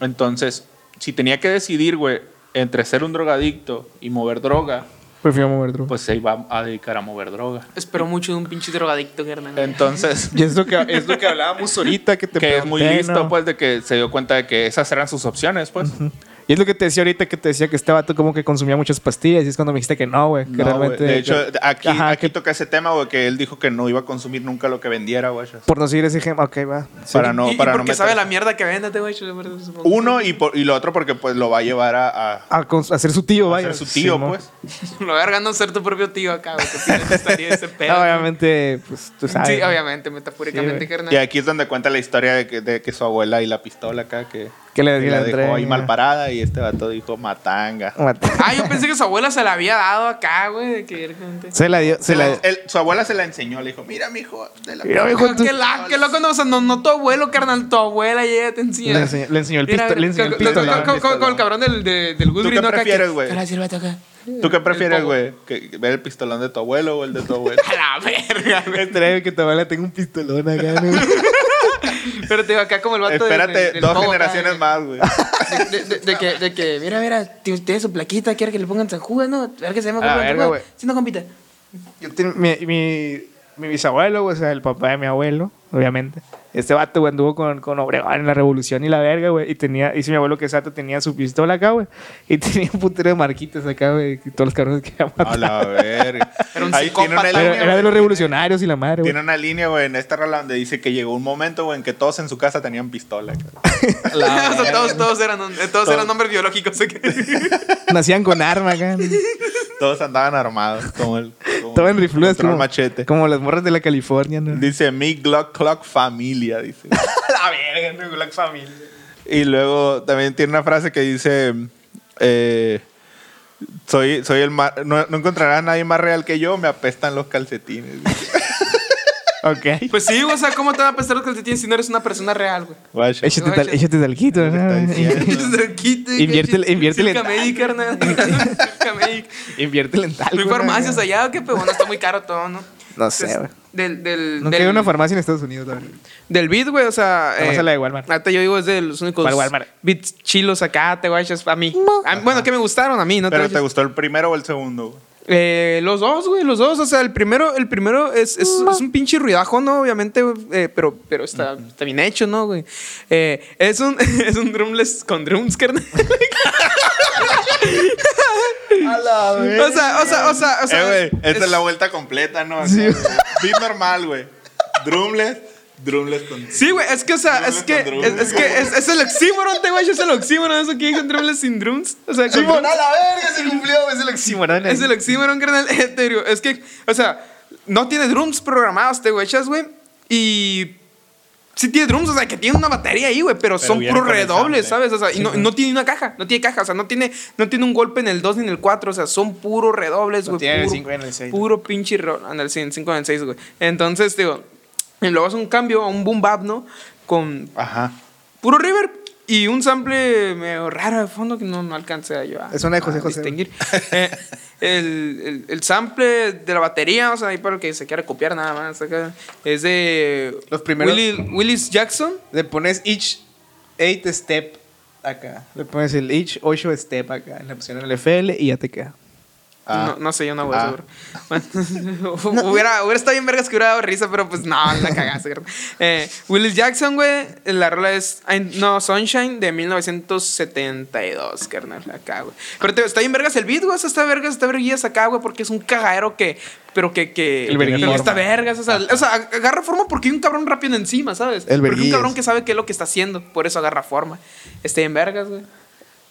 A: Entonces, si tenía que decidir, güey, entre ser un drogadicto y mover droga,
C: Prefiero mover truco.
A: pues se iba a dedicar a mover droga.
D: Espero mucho de un pinche drogadicto, carnal.
A: Entonces,
C: Y es lo que, es lo que hablábamos ahorita que te
A: que es muy
C: pregunté,
A: listo,
C: ¿no?
A: pues, de que se dio cuenta de que esas eran sus opciones, pues.
C: Y es lo que te decía ahorita que te decía que este vato como que consumía muchas pastillas y es cuando me dijiste que no, güey. Que
A: No,
C: realmente.
A: güey. de hecho,
C: que-
A: aquí,
C: Ajá,
A: aquí
C: que
A: toca ese tema, güey, que él dijo que no iba a consumir nunca lo que vendiera, güey.
C: por no seguir ese ejemplo. Ok, va. Sí.
A: Para no,
D: y, y
A: para no
D: porque sabe
A: meter-
D: la mierda que véndete, güey. yo de verdad, supongo.
A: Uno y, por- y lo otro porque pues lo va a llevar a, a,
C: A, cons- a ser su tío,
A: a
C: vaya.
A: ser su tío,
C: Simón. Ah,
A: pues.
D: Lo verga no ser tu propio tío acá, güey. ¿Qué opinas de estaría ese pedo?
C: No, obviamente, pues tú sabes.
D: Sí, obviamente, metafóricamente,
C: Sí, güey.
D: carnal.
A: Y aquí es donde cuenta la historia de que, de que su abuela y la pistola acá que,
C: Que le-
A: que
C: que
A: la
C: le
A: dejó ahí
C: entrega.
A: mal parada y este vato dijo matanga.
C: Mate.
D: Ah, yo pensé que su abuela se la había dado acá, güey. de que directamente-
C: Se la dio. Se la...
A: Él- su abuela se la enseñó, le dijo, mira, mijo, de la
C: Mira, mijo,
D: Ah,
C: tú-
D: Qué, la, qué loco, no, o sea, no, no tu abuelo, carnal, tu abuela y ella te enseña.
C: Le enseñó- le enseñó el
D: Mira,
C: pisto- le enseñó el
D: con- con-
A: pistolón.
D: con- con- Con el cabrón del, de- del Goodrich,
A: ¿Tú qué
D: ¿no? Acá que-
A: prefieres, güey?
D: que la sirva toca.
A: ¿Tú qué prefieres,
D: pogo.
A: güey? ¿Que- que ¿Ver el pistolón de tu abuelo o el de tu abuelo?
D: A la verga, güey.
C: Trae que tu abuela tenga un pistolón acá. ¿no?
D: Pero te digo, acá como el vato.
A: Espérate,
D: del- del
A: dos
D: pogo acá, eh.
A: generaciones
D: de-
A: más, güey.
D: De, de- de que, de que, mira, mira, tiene usted su plaquita, quiere que le pongan San Juan, ¿no? A ver que se llama
C: A la
D: Juan San
C: verga,
D: Juan.
C: güey.
D: Sí, no, compita.
C: Yo tenía- mi, mi, mi bisabuelo, güey, o sea, el papá de mi abuelo, obviamente. Este vato, güey, anduvo con, con Obregón en la revolución y la verga, güey. Y tenía, dice mi abuelo que Sato tenía su pistola acá, güey. Y tenía un putero de marquitas acá, güey. y Todos los cabrones que había matado.
A: A la verga.
D: Era un
A: Ahí tiene una
D: psicópata,
A: línea,
C: Pero
A: güey.
C: era de los revolucionarios y la madre, güey.
A: Tiene una línea, güey, en esta rola donde dice que llegó un momento, güey, en que todos en su casa tenían pistola. cabrón.
D: O sea, todos, todos, eran, eh, todos eran hombres biológicos. ¿sí?
C: Nacían con arma acá. ¿no?
A: Todos andaban armados, como el. como-
C: Todo en rifludas.
A: contra el
C: Como,
A: machete.
C: como las morras de la California, ¿no?
A: Dice mi Glock Clock Familia, dice.
D: la verga, no, Black Family.
A: Y luego también tiene una frase que dice. eh, soy, soy el ma- no, no encontrarás a nadie más real que yo, me apestan los calcetines. dice.
C: Ok.
D: Pues sí, o sea, ¿cómo te van a pesar los calcetines si no eres una persona real, güey?
A: Guacha.
C: Échate, tal, échate talquito,
A: ¿Qué
C: ¿no?
A: está diciendo?
C: Inviértele- inviértele en-
D: en... Medic, carnal. Circa Medic.
C: Inviértele en talco.
D: ¿No hay
C: ¿no?
D: farmacias allá o qué? Pero bueno, está muy caro todo, ¿no?
C: No sé,
D: Entonces,
C: güey.
D: Del, del,
C: Nunca
D: del,
C: hay una farmacia en Estados Unidos, la verdad.
D: Del beat, güey, o sea.
C: Nomás a la de Walmart.
D: Ahorita yo digo, es de los únicos
C: ¿Cuál Walmart?
D: beats chilos acá, te guachas, a mí.
B: Mo.
D: A mí- bueno, que me gustaron a mí, ¿no?
A: Pero te
D: guachas?
A: gustó el primero o el segundo. güey?
D: Eh, los dos, güey, los dos. O sea, el primero, el primero es, es, es un pinche ruidajo, ¿no? Obviamente, güey, eh, pero, pero está, está bien hecho, ¿no, güey? Eh, es un, es un drumless con drums, carnal. o sea, o sea, o sea, o sea.
A: eh, güey, esta es... la vuelta completa, ¿no? Sí. Beat normal, güey. Drumless, drumless con.
D: Sí, güey, es que, o sea, es que,
A: Drumless
D: es,
A: con
D: es que es, es el oxímoron, te güey, es el oxímoron, eso que dicen drumless sin drums. O sea, con drums.
C: la verga! Se cumplió, es el oxímoron.
D: Es el oxímoron, carnal. En serio, Es que, o sea, no tiene drums programados, te guachas, güey. Y. Sí tiene drums, o sea, que tiene una batería ahí, güey, pero, son
A: viene
D: puros
A: con el
D: redobles,
A: sample.
D: ¿sabes? O sea, y no, no tiene una caja, no tiene caja, o sea, no tiene, no tiene un golpe en el 2 ni en el 4, o sea, son puros redobles,
C: No
D: güey.
C: tiene en el
D: puro-
C: cinco ni en el seis, ¿no?
D: Puro pinche ro- en el 5 en el 6, güey. Entonces, digo, y luego hace un cambio a un boom bap, ¿no? Con
A: Ajá.
D: puro river y un sample medio raro de fondo que no, no alcancé yo a,
C: Es una de José
D: a
C: José.
D: distinguir. Eh, el, el- el sample de la batería, o sea, ahí para el que se quiera copiar nada más, acá, es de
C: Los primeros-
D: Willy- Willis Jackson.
C: Le pones each eight step acá. Le pones el each ocho step acá. Le pusieron el FL y ya te queda.
A: Ah.
D: No, no sé, yo no voy
A: Ah.
D: seguro. Bueno, hubiera, hubiera estado bien vergas que hubiera dado risa, pero pues no, la cagaste. carnal. Eh, Willis Jackson, güey, la rola es I- No Sunshine de 1972, carnal, acá, güey. Pero te- está bien vergas el beat, güey, o sea, está vergas, está verguillas acá, güey, porque es un cagadero que... Pero que... que
C: El verguillas.
D: pero que está vergas, o sea, o sea, ag- agarra forma porque hay un cabrón rápido encima, ¿sabes?
C: El
D: porque hay un
C: verguillas.
D: cabrón que sabe qué es lo que está haciendo, por eso agarra forma. Está bien vergas, güey.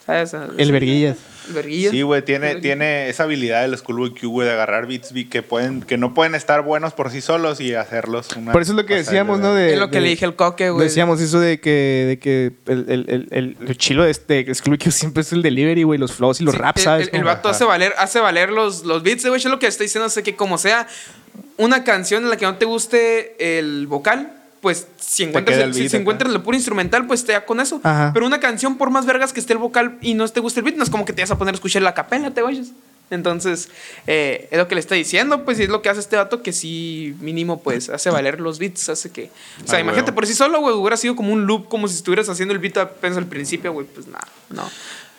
D: ¿Sabes?
C: El verguillas.
D: El verguillas.
A: Sí, güey, tiene,
D: El-
A: tiene esa habilidad de los Cool Q, güey, de agarrar beats beat, que, pueden, que no pueden estar buenos por sí solos y hacerlos una.
C: Por eso es lo que
A: pasada
C: decíamos,
A: de
C: ¿no?
A: verga.
C: De,
D: Es lo que
C: de-
D: le dije al coque, güey.
C: Decíamos eso de que, de que el, el, el, el- lo chilo de este Scooby Q siempre es el delivery, güey, los flows y los
D: Sí,
C: raps,
D: el-
C: ¿sabes?
D: El, el
C: Como-
D: vato hace valer, hace valer los, los beats, güey. Yo lo que estoy diciendo es que como sea una canción en la que no te guste el vocal, pues si encuentras,
A: queda
D: el,
A: el
D: si-
A: beat
D: si
A: acá.
D: encuentras lo puro instrumental, pues te da con eso.
C: Ajá.
D: Pero una canción, por más vergas que esté el vocal y no te guste el beat, no es como que te vas a poner a escuchar la capela, te vayas. Entonces, eh, es lo que le está diciendo, pues, y es lo que hace este vato que sí, mínimo, pues, hace valer los beats, hace que... O sea,
A: Ah,
D: imagínate,
A: huevo.
D: por sí solo, güey, hubiera sido como un loop, como si estuvieras haciendo el beat apenas al principio, güey, pues, nada, no.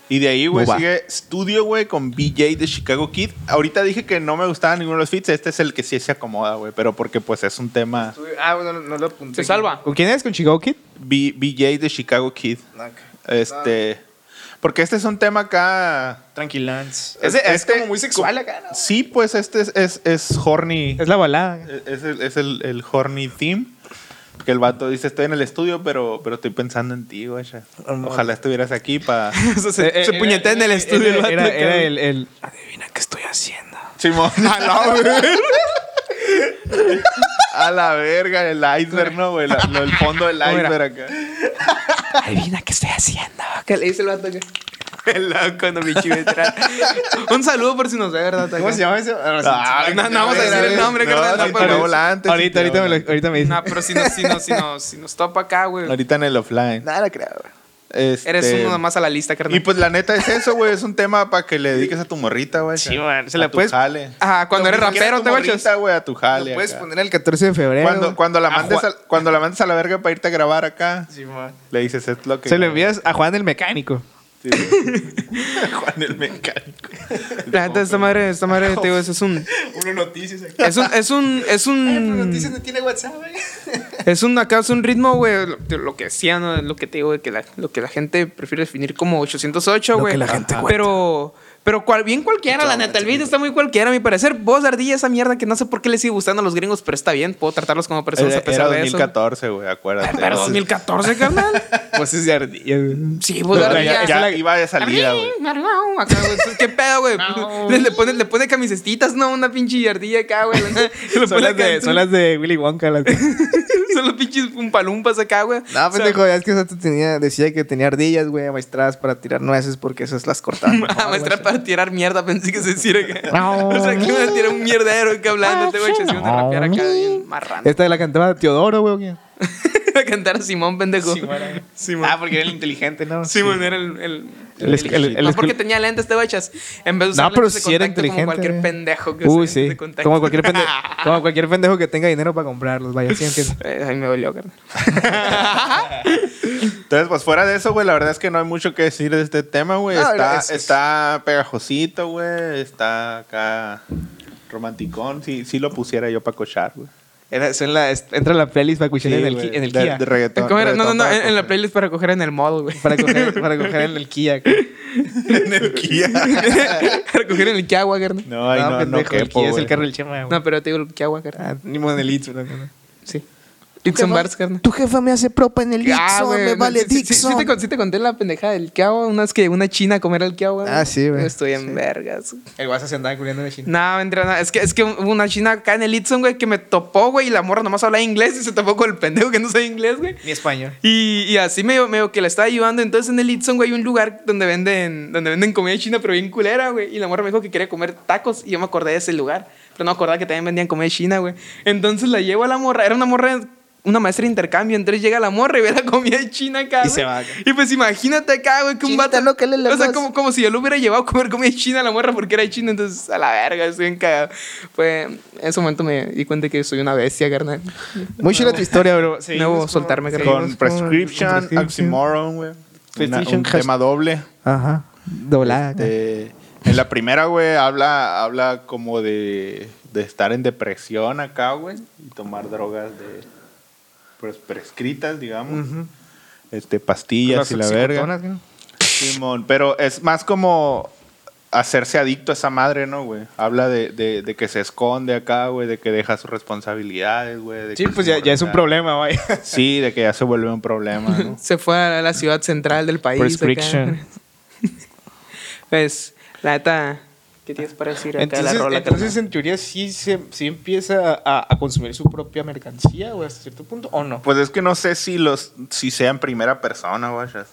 A: Y de ahí, güey,
C: Buba.
A: sigue Studio, güey, con BJ de Chicago Kid. Ahorita dije que no me gustaba ninguno de los feats. Este es el que sí se acomoda, güey, pero porque, pues, es un tema.
C: Ah, bueno, no, no lo apunté.
D: Se salva.
C: ¿Con quién es? ¿Con Chicago Kid?
A: B- BJ de Chicago Kid. Este. Porque este es un tema acá.
C: Tranquilance.
A: Es- es
C: este
A: como muy
C: sexual acá, ¿no?
A: Sí, pues este es, es, es horny.
C: Es la balada.
A: Es el, es el, el horny theme. Que el vato dice, estoy en el estudio, pero, pero estoy pensando en ti, güey. Ojalá estuvieras aquí para...
D: O sea, se,
C: Eh,
D: se
C: eh,
D: puñetea
C: era-
D: en el estudio. el
C: Era,
D: vato,
C: era,
D: acá.
C: era el, el- Adivina qué estoy haciendo.
A: Simón. A la verga. A la verga, el iceberg, ¿no, güey? La- lo- el fondo del
D: Mira.
A: iceberg acá.
C: Adivina qué estoy haciendo.
D: Acá le dice el vato que. El loco, no mi chivetra. Un saludo por si nos ve, ¿verdad? Acá.
C: ¿Cómo se llama ese?
A: Ah,
D: no, no vamos a decir el nombre,
A: no,
D: carnal, no,
A: si te
D: pero-
A: hablo pues, antes, si
C: ahorita,
A: te
C: ahorita, me
A: hablo
C: lo, ahorita me dice.
D: No, pero si nos, si nos, si nos, si nos topa acá, güey.
A: Ahorita en el offline.
C: Nada, creo.
A: Este,
D: Eres uno más a la lista, carnal.
A: Y pues la neta es eso, güey. Es un tema para que le dediques a tu morrita, güey.
C: Sí, man, se
A: A
C: la
A: tu
C: puedes-
A: jale.
D: Ajá, cuando
A: Ni
D: eres
A: siquiera
D: rapero,
A: a tu
D: te guachas.
A: morrita, güey, a tu jale.
C: Lo puedes
A: acá.
C: poner el 14 de febrero.
A: Cuando, cuando, la mandes
C: Juan.
A: a, cuando la mandes a la verga para irte a grabar acá,
C: Sí, man.
A: le dices, es lo que...
C: Se lo envías a Juan el mecánico.
A: Sí, güey. Juan el mecánico.
D: La neta, esta madre, esta madre, te digo, ese es un.
A: Uno noticias aquí.
D: Es un, es un, es
A: Noticias
D: un,
A: no tiene WhatsApp, güey.
D: es un, acá es un ritmo, güey, lo, de lo que decía, ¿no? lo que te digo, de que la, lo que la gente prefiere definir como 808,
C: Lo
D: güey.
C: que la gente cuenta.
D: Pero, pero cual, bien cualquiera, la neta, el beat está muy cualquiera, a mi parecer. Vos ardilla esa mierda que no sé por qué le sigue gustando a los gringos, pero está bien, puedo tratarlos como personas a pesar
A: Era
D: de eso.
A: 2014, güey, acuérdate.
D: Pero 2014, carnal.
C: Pues es de ardilla.
D: Sí, vos
A: Ya- ya,
D: ardilla.
A: ya iba de salida, güey.
D: No, acá, güey. ¿Qué pedo, güey? Le, le pone, le pone camisetitas, ¿no? Una pinche ardilla acá, güey. Le
C: Son
D: pone
C: las, de,
D: acá-
C: son las de Willy Wonka. Las que-
D: Son los pinches pumpalumpas acá, güey.
C: No, pendejo, ya es que esa te tenía, decía que tenía ardillas, güey, maestradas para tirar nueces porque esas las cortaban. mejor,
D: Ah,
C: güey.
D: maestra para tirar mierda, pensé que se decía que.
B: No.
D: O sea, que me tirar un mierdero que hablando, te voy a echar de rapear acá bien marrando.
C: Esta de la cantaba Teodoro, güey. ¿o qué?
D: a cantar a Simón, pendejo. Simón.
A: Ah, porque era el inteligente, ¿no?
D: Simón era el. el,
C: El es- el- el
D: no
C: es-
D: porque tenía lentes, te guachas. En vez de usar
C: No, pero
D: lentes de
C: sí era
D: contacto
C: inteligente.
D: Como cualquier
C: güey.
D: pendejo que
C: Uy,
D: usa lentes
C: sí.
D: de contacto.
C: Como cualquier, pendejo, como cualquier pendejo que tenga dinero para comprarlos. Vaya, sí entiendo.
D: Eh, Ay, me dolió, carnal.
A: Entonces, pues fuera de eso, güey, la verdad es que no hay mucho que decir de este tema, güey.
D: No,
A: está,
D: es- es-
A: está pegajosito, güey. Está acá romanticón. Sí, sí lo pusiera yo para cochar, güey.
C: Era- son la- es- entra la playlist para escuchar
A: Sí,
C: en el,
A: güey,
C: Ki- en el
A: de-
C: Kia.
A: de reggaetón.
D: ¿Cómo era? No, no,
A: reggaetón
D: no,
A: para
D: en, en la
A: coger.
D: playlist para coger en el mall, güey.
C: Para coger, para coger en el Kia. güey.
A: en el Kia.
D: para coger en el Kiagua, carnal.
A: No, ay, no, no,
C: pendejo, el
A: quepo,
C: Kia es
A: güey.
C: el carro del Chema, güey.
D: No, pero te digo el Kiagua, carnal.
C: Ah, ni modo en el Itzu, no, no.
D: Sí. Dixon Bars, carnal. Ah,
C: Tu jefa me hace propa en el Itzu,
D: güey,
C: me
D: no,
C: vale
D: sí, sí, sí,
C: Dixon.
D: Sí, te, con- sí te conté la pendejada del Kiagua, una vez que llegó una china a comer al Kiagua.
C: Ah, sí, güey.
D: Estoy en
C: Sí.
D: vergas.
C: El WhatsApp se andaba culiando de China.
D: No, vendrá nada. Es que, es que hubo una china acá en el Itson, güey, que me topó, güey, y la morra nomás hablaba inglés y se topó con el pendejo que no sabe inglés, güey.
C: Ni español.
D: Y, y así medio, medio que la estaba ayudando. Entonces en el Itson, güey, hay un lugar donde venden, donde venden comida china, pero bien culera, güey. Y la morra me dijo que quería comer tacos y yo me acordé de ese lugar. Pero no me acordaba que también vendían comida china, güey. Entonces la llevo a la morra. Era una morra, una maestra de intercambio. Entonces llega la morra y ve la comida china
C: Y
D: acá. güey.
C: se va acá.
D: Y pues imagínate acá, güey, que un
C: Chinita
D: vato.
C: loca, le- le
D: o sea,
C: vas.
D: como, como si yo lo hubiera llevado a comer comida china a la morra porque era china. Entonces, a la verga, estoy bien cagado. Fue, en ese momento me di cuenta que soy una bestia, carnal.
C: Muy chida tu historia, bro.
D: Seguimos con- seguimos
A: Con Prescription, Oxymoron, güey. Una-
C: Prescription,
A: Un
C: has-
A: tema doble.
C: Ajá. Doblada.
A: Este, en la primera, güey, habla, habla como de, de estar en depresión acá, güey, y tomar drogas de pues, prescritas, digamos. Este, pastillas y la verga. Simón, pero es más como hacerse adicto a esa madre, ¿no, güey? Habla de, de- de que se esconde acá, güey, de que deja sus responsabilidades, güey. de
C: Sí,
A: que
C: pues
A: se
C: ya,
D: Ah.
C: ya es un
A: involucra.
C: problema, vaya.
A: Sí, de que ya se vuelve un problema, ¿no?
D: Se fue a la ciudad central del país.
C: Prescription.
D: acá. Pues, la neta. ¿Qué tienes para decir acá de
C: Entonces,
D: la rola?
C: entonces
D: carnal?
C: en teoría sí, se, sí empieza a, a consumir su propia mercancía, güey, hasta cierto punto, ¿o no?
A: Pues es que no sé si los si sea en primera persona, vayas.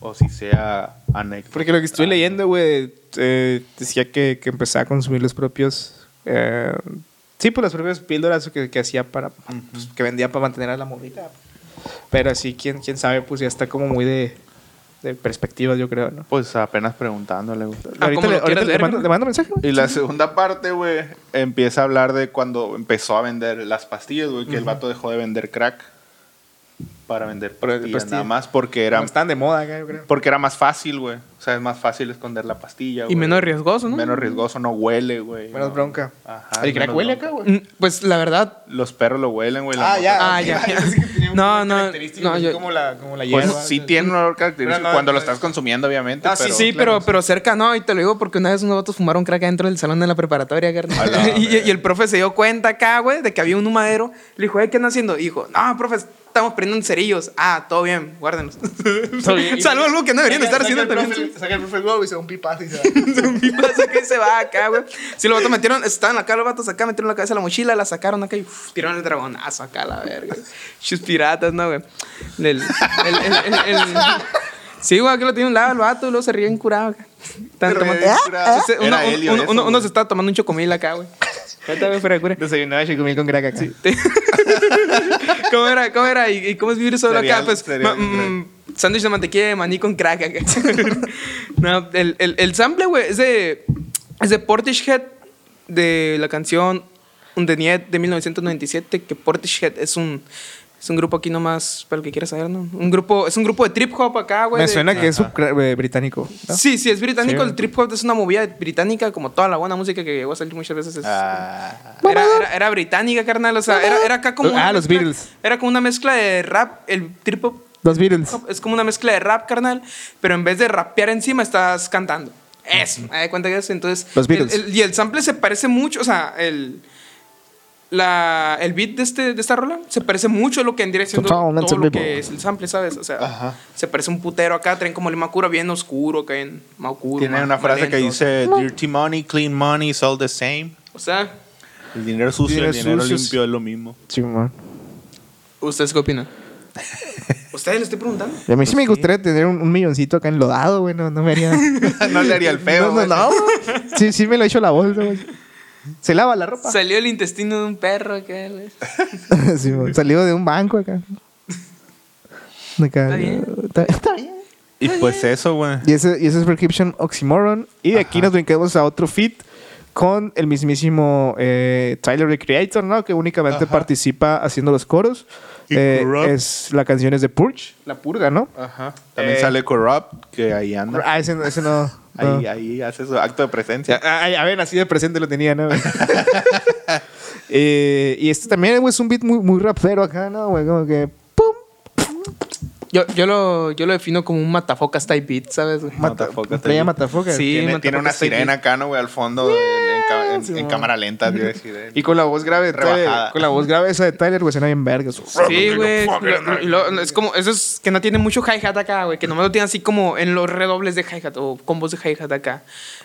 A: O si sea anécdota.
C: Porque lo que
D: Ah.
C: estuve leyendo, güey, eh, decía que, que empezaba a consumir los propios... eh, sí, pues las propias píldoras que, que hacía para... pues, que vendía para mantener a la morrita. Pero sí, quién, quién sabe, pues ya está como muy de, de perspectiva, yo creo, ¿no?
A: Pues apenas preguntándole, güey.
D: Ah,
C: ahorita
D: como
C: le,
D: lo quieras
C: ahorita le
D: ver,
C: mando,
D: ¿no?
C: le mando mensaje, güey.
A: Y la segunda parte, güey, empieza a hablar de cuando empezó a vender las pastillas, güey, que el vato dejó de vender crack para vender pastillas,
C: pastillas.
A: nada más porque era
C: Como Están de moda acá, yo creo.
A: porque era más fácil, güey. O sea, es más fácil esconder la pastilla,
D: Y
A: güey.
D: menos riesgoso, ¿no?
A: Menos riesgoso, no huele, güey.
C: Menos
A: no.
C: bronca.
A: Ajá,
C: ¿El crack
A: menos
C: huele
A: bronca.
C: acá, güey?
D: Mm, Pues la verdad.
A: Los perros lo huelen, güey. la
C: Ah,
A: mota
C: ya.
D: Ah,
C: ok.
D: ya.
C: Yo pensé que tenía un-
D: No,
C: un
D: no,
C: característico,
D: no,
C: así
D: yo-
C: como la, como la
A: Pues
C: hierba.
A: sí tiene un olor característico
C: Pero no,
A: cuando
C: no
A: lo
C: es-
A: estás consumiendo, obviamente.
C: Ah, sí,
A: pero-
D: sí,
C: claro,
D: pero,
C: sí.
D: pero cerca no, y te lo digo porque una vez unos vatos fumaron crack dentro del salón de la preparatoria,
A: A
D: carnal.
A: la
D: y, y-
A: verga.
D: y el profe se dio cuenta acá, güey, de que había un humadero. Le dijo, "Ey, ¿qué andan haciendo? Y dijo, no, profe, estamos prendiendo cerillos. Ah, todo bien, guárdenos. Salvo algo que no deberían estar haciendo también.
C: Saca el profe y se da un pipazo y se
D: Y pasa que se va acá, güey. Si los vatos metieron, estaban acá los vatos acá, metieron la cabeza en la mochila, la sacaron acá y uf, tiraron el dragonazo acá, la verga. Chus piratas, ¿no, güey? El, el, el, el, el- Sí, güey, que lo tiene un lado el vato y luego se ríen curado acá. Están
A: Ríen
D: tomando-
A: curado.
D: Ese-
A: Era
D: Uno, uno-
A: Helio
D: uno-
A: eso,
D: uno- uno
A: güey.
D: se está tomando un chocomil acá, güey. Ahorita, güey, fuera de cura.
C: Desayunaba chocomil con crack acá.
D: ¿Cómo era? ¿Cómo era? ¿Y, y cómo es vivir solo acá?
A: Cereal,
D: Pues,
A: cereal,
D: ma- mm, sándwich de mantequilla de maní con crack acá. no, el, el, el sample, güey, es de, es de Portishead, de la canción Un de Niet de 1997, que Portishead es un, Es un grupo aquí nomás, para el que quiera saber, ¿no? Un grupo, es un grupo de trip hop acá, güey.
C: Me
D: de-
C: suena que es ucra- eh, británico. ¿no?
D: Sí, sí, es británico.
C: Sí.
D: El trip hop es una movida británica, como toda la buena música que llegó a salir muchas veces. es-
A: Ah,
D: era, era- era británica, carnal. O sea, era, era acá como.
C: Ah,
D: una
C: los
D: mezcla-
C: Beatles.
D: Era como una mezcla de rap. El trip hop
C: Los Beatles.
D: es como una mezcla de rap, carnal. Pero en vez de rapear encima, estás cantando. Eso. Me cuenta que eso. Entonces.
C: Los Beatles.
D: el- el- y el sample se parece mucho. O sea, el. La, el beat de, este, de esta rola se parece mucho a lo que en dirección todo
C: Totalmente
D: lo
C: vivo.
D: que es el sample, ¿sabes? O sea,
A: Ajá.
D: se parece un putero acá, traen como el Macuro bien oscuro, acá en Macuro.
A: Tiene
D: ma-
A: una frase que
D: malento.
A: dice: eh, Dirty money, clean money, it's all the same.
D: O sea,
A: El dinero sucio,
C: Dinero
A: el dinero
C: sucio,
A: limpio es lo mismo.
C: Simón.
D: ¿ustedes qué opinan? ¿Ustedes le estoy preguntando?
C: Y a mí sí me gustaría tener un, un milloncito acá enlodado, güey. No, no me haría.
A: no le haría el feo.
C: no, no, no. güey. Sí, sí me lo he hecho la bolsa, güey. Se lava la ropa.
D: Salió el intestino de un perro acá. güey.
C: Simón, salido de un banco acá. Acá,
D: Está bien.
C: Está- está bien.
A: Y pues eso, güey.
C: Y ese, y ese es Prescription Oxymoron. Y de aquí nos brincamos a otro fit con el mismísimo eh, Tyler the Creator, ¿no? Que únicamente participa haciendo los coros.
A: Y
C: Eh,
A: Corrupt.
C: es, la canción es de Purge, La Purga, ¿no?
A: Ajá. También
C: Eh.
A: sale Corrupt, que ahí anda.
C: Ah, ese, no- ese no. no.
A: Ahí, ahí hace su acto de presencia.
C: Ah, ah, a ver, así de presente lo tenía, ¿no? Eh, y este también güey, es un beat muy, muy rapero acá, ¿no? Güey, como que. ¡Pum!
D: Yo, yo, lo, yo lo defino como un matafocas type beat, ¿sabes? güey?
A: Matafoca,
C: Playa
A: también.
C: Matafoca.
D: Sí.
A: Tiene,
D: Matafoca
A: tiene una
D: está bien.
A: sirena acá, ¿no, güey? Al fondo, en- en, ca- en-
C: Sí,
A: en
C: mo.
A: cámara lenta, yo decir. eh.
C: Y con la voz grave, de Tyler-
A: Rebajada.
C: con la voz grave esa de Tyler, güey, suena bien verga.
D: Sí, güey. Lo- lo- lo- Es como, eso es que no tiene mucho hi-hat acá, güey. Que nomás lo tiene así como en los redobles de hi-hat o combos de hi-hat acá.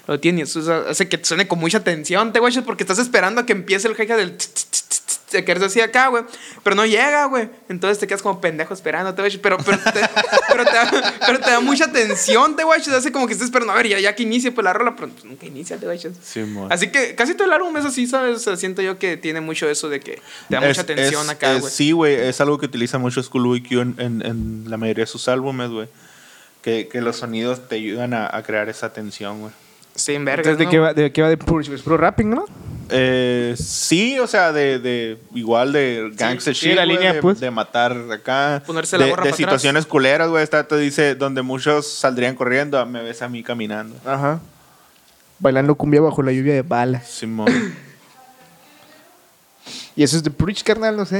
D: Lo tiene. Eso es- hace que suene con mucha tensión, te guachas, porque estás esperando a que empiece el hi-hat del. tss, tss, tss, tss, Te quedas así acá, güey. Pero no llega, güey. Entonces te quedas como pendejo esperando, te guachas. Pero, pero, te, pero, te da, pero te da mucha tensión, te guachas. Hace como que estás esperando. A ver, ya, ya que inicie, pues la rola, pero pues, nunca inicia, te guachas.
A: Sí, mo.
D: Así que casi todo el álbum es así, ¿sabes? O sea, siento yo que tiene mucho eso de que te da mucha
A: Es-
D: tensión
A: es-
D: acá,
A: es-
D: güey.
A: Sí, güey, es algo que utiliza mucho Schoolboy Q en, en- en la mayoría de sus álbumes, güey. Que, que los sonidos te ayudan a, a crear esa tensión, güey.
D: Sí, verga.
C: Entonces, ¿de
D: ¿no?
C: qué va de, qué va de Purge? güey? Es puro rapping, ¿no?
A: Eh, sí, o sea, de, de- igual de gangster
C: sí,
A: shit,
C: la
A: güey,
C: línea,
A: de,
C: pues.
A: de matar acá,
D: Ponerse la
A: de,
D: gorra
A: de
D: pa'
A: situaciones culeras, güey. Esta te dice donde muchos saldrían corriendo, me ves a mí caminando.
C: Ajá. Bailando cumbia bajo la lluvia de balas.
A: Simón.
C: Y eso es de Purge, carnal, no sé.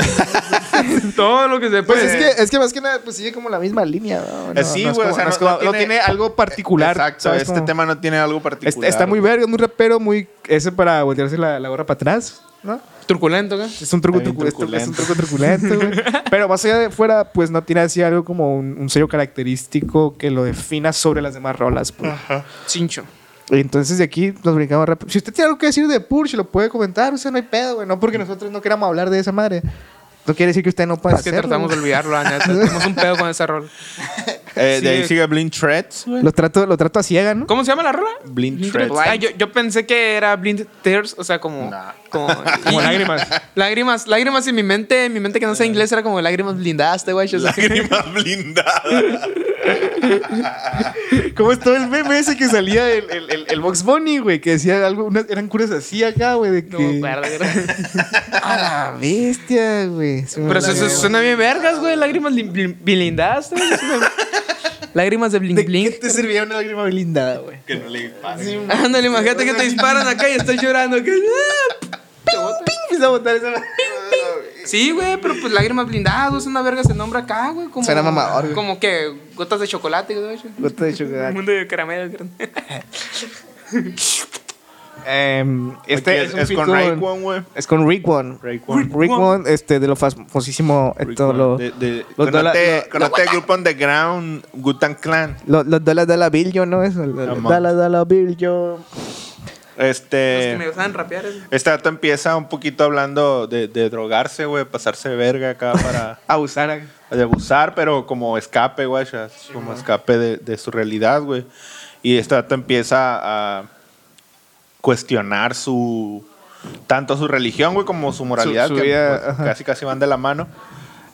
D: Todo lo que se
C: Pues
D: puede.
C: es que, es que más que nada, pues sigue como la misma línea. ¿no? No,
A: Eh, sí,
C: no es
A: güey,
C: como-
A: o sea,
C: no, es
A: no-
C: como-
A: no
C: no tiene,
A: tiene-
C: algo particular.
A: Exacto,
C: ¿sabes?
A: este
C: Como-
A: tema no tiene algo
C: Est-
A: particular.
C: Está muy
A: güey.
C: verga, muy rapero, muy. Ese para voltearse la, la gorra para atrás, ¿no?
D: Truculento, ¿qué?
C: Es un truco,
A: Está bien
C: trucu- es un- es un truco truculento, güey. Pero más allá de fuera, pues no tiene así algo como un, un sello característico que lo defina sobre las demás rolas, pues.
D: Cincho.
C: Entonces de aquí nos brincamos rápido. Si usted tiene algo que decir de Purge, lo puede comentar. O sea, no hay pedo, güey. No porque nosotros no queramos hablar de esa madre. No quiere decir que usted no pueda
D: Es que
C: hacerlo,
D: tratamos de
C: güey.
D: olvidarlo, la neta. Tenemos un pedo con ese rol.
A: Eh, de ahí
D: Sí.
A: sigue Blind Threads, güey.
C: Lo trato, lo trato a ciega, ¿no?
D: ¿Cómo se llama la rola?
A: Blind Threads.
D: Ah, yo, yo pensé que era Blind Tears, o sea, como.
A: Nah.
D: Como, Lágrimas, lágrimas en mi mente, en mi mente que no sé inglés era como lágrimas blindadas, te guacho. o sea.
A: Lágrimas blindadas.
C: ¿Cómo es todo el meme ese que salía el, el, el, el Box Bunny, güey? Que decía algo, unas- eran curas así acá, güey. De
D: No,
C: que...
D: verga.
C: a la bestia, güey. Se me
D: Pero
C: la-
D: eso, eso suena bien vergas, güey. Lágrimas lin- blin- blindadas, te guacho, suena- Lágrimas de bling
C: ¿De
D: bling.
C: qué te servía una lágrima blindada, güey?
A: que no le disparen.
D: Ándale, imagínate que te disparan acá y estás llorando. que- Te botan.
C: Empieza a botar esa.
D: Sí, güey, pero pues lágrimas blindadas, una verga se nombra acá, güey. Como,
C: Suena mamador, güey.
D: Como que gotas de chocolate, güey.
C: Gota de
D: Un
C: chocolate.
D: mundo de caramelo. güey.
C: Em, este
A: Aquí
C: es, un
A: es,
C: feat
A: con Raekwon, güey.
C: Es con Rick One. Rick
A: Raekwon.
C: One, este, de lo famosísimo. esto,
A: Raekwon.
C: lo-
A: De- de-
C: los
A: Conate
C: dólares.
A: conate el grupo Underground, Gutan Clan.
C: Lo- Los dólares de la Billion, ¿no? Eso, los
A: Among.
C: dólares de la Billion.
D: Los
C: Eh.
D: que me
A: Este.
D: usaban rapear. es-
A: Este dato empieza un poquito hablando de, de drogarse, güey, pasarse de verga acá para
C: Abusar. acá.
A: de abusar, pero como escape, güey, ya, como escape de, de su realidad, güey. Y este dato empieza a cuestionar su tanto su religión, güey, como su moralidad,
C: su
A: que
C: vida,
A: pues,
C: ajá.
A: casi casi van de la mano.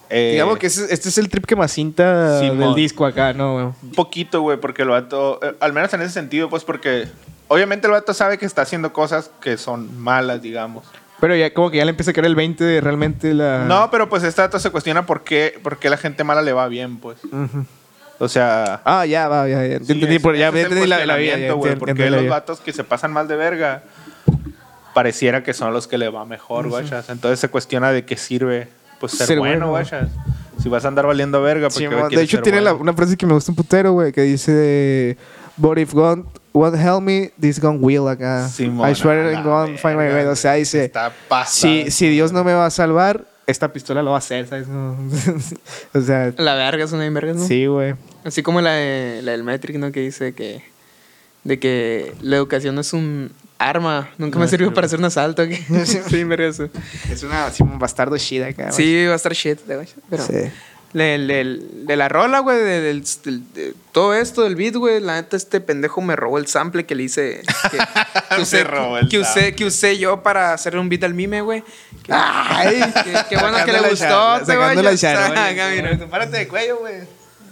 A: Eh,
C: Digamos que ese- este es el trip que más cinta
A: Simón.
C: del disco acá, ¿no? güey?
A: Un poquito, güey, porque el vato, eh, al menos en ese sentido, pues porque obviamente el vato sabe que está haciendo cosas que son malas, digamos.
C: Pero ya como que ya le empieza a caer el 20 de realmente la...
A: No, pero pues esta dato se cuestiona por qué, por qué la gente mala le va bien, pues. O sea.
C: Ah, ya, va, ya, ya.
A: sí,
C: entendí,
A: ese-
C: por, ya,
A: ese es el
C: entendí la, la vida. ya
A: cuestionamiento, güey,
C: entiendo-
A: Porque
C: entiendo la
A: los
C: vida.
A: vatos que se pasan mal de verga pareciera que son los que le va mejor, guachas. Entonces se cuestiona de qué sirve pues ser,
C: Ser
A: bueno,
C: bueno.
A: guachas. Si vas a andar valiendo verga, porque
C: Sí, mo- de hecho, tiene la- una frase que me gusta un putero, güey, que dice: But if God won't help me, this gun will acá. I swear I'm gonna find my way. O sea, dice:
A: Está pasada.
C: si, si Dios no me va a salvar, esta pistola lo va a hacer, ¿sabes? No. o sea,
D: La verga es una bien verga, ¿no?
C: sí, güey.
D: Así como la, de- la del Metric, ¿no? Que dice que. De que la educación es un arma. Nunca
C: Ah,
D: me sirvió para hacer un asalto. que- sí, verga eso.
C: Es una, sí, un bastardo shit acá. güey.
D: Sí, va a estar shit. la verdad, Pero.
C: Ah, Sí.
D: Del- del- de la rola, güey, de, del- del- de todo esto, del beat, güey. La neta, este pendejo me robó el sample que le hice. Que, que usé,
A: Me robó el
D: que, usé,
A: sample.
D: que usé yo para hacer un beat al mime, güey. Que- Qué qué bueno que
C: Sacando la
D: le gustó,
C: charla,
D: te
C: sacando la
D: güey.
C: charla,
D: Acá,
C: güey.
D: mira,
A: Párate de cuello, güey.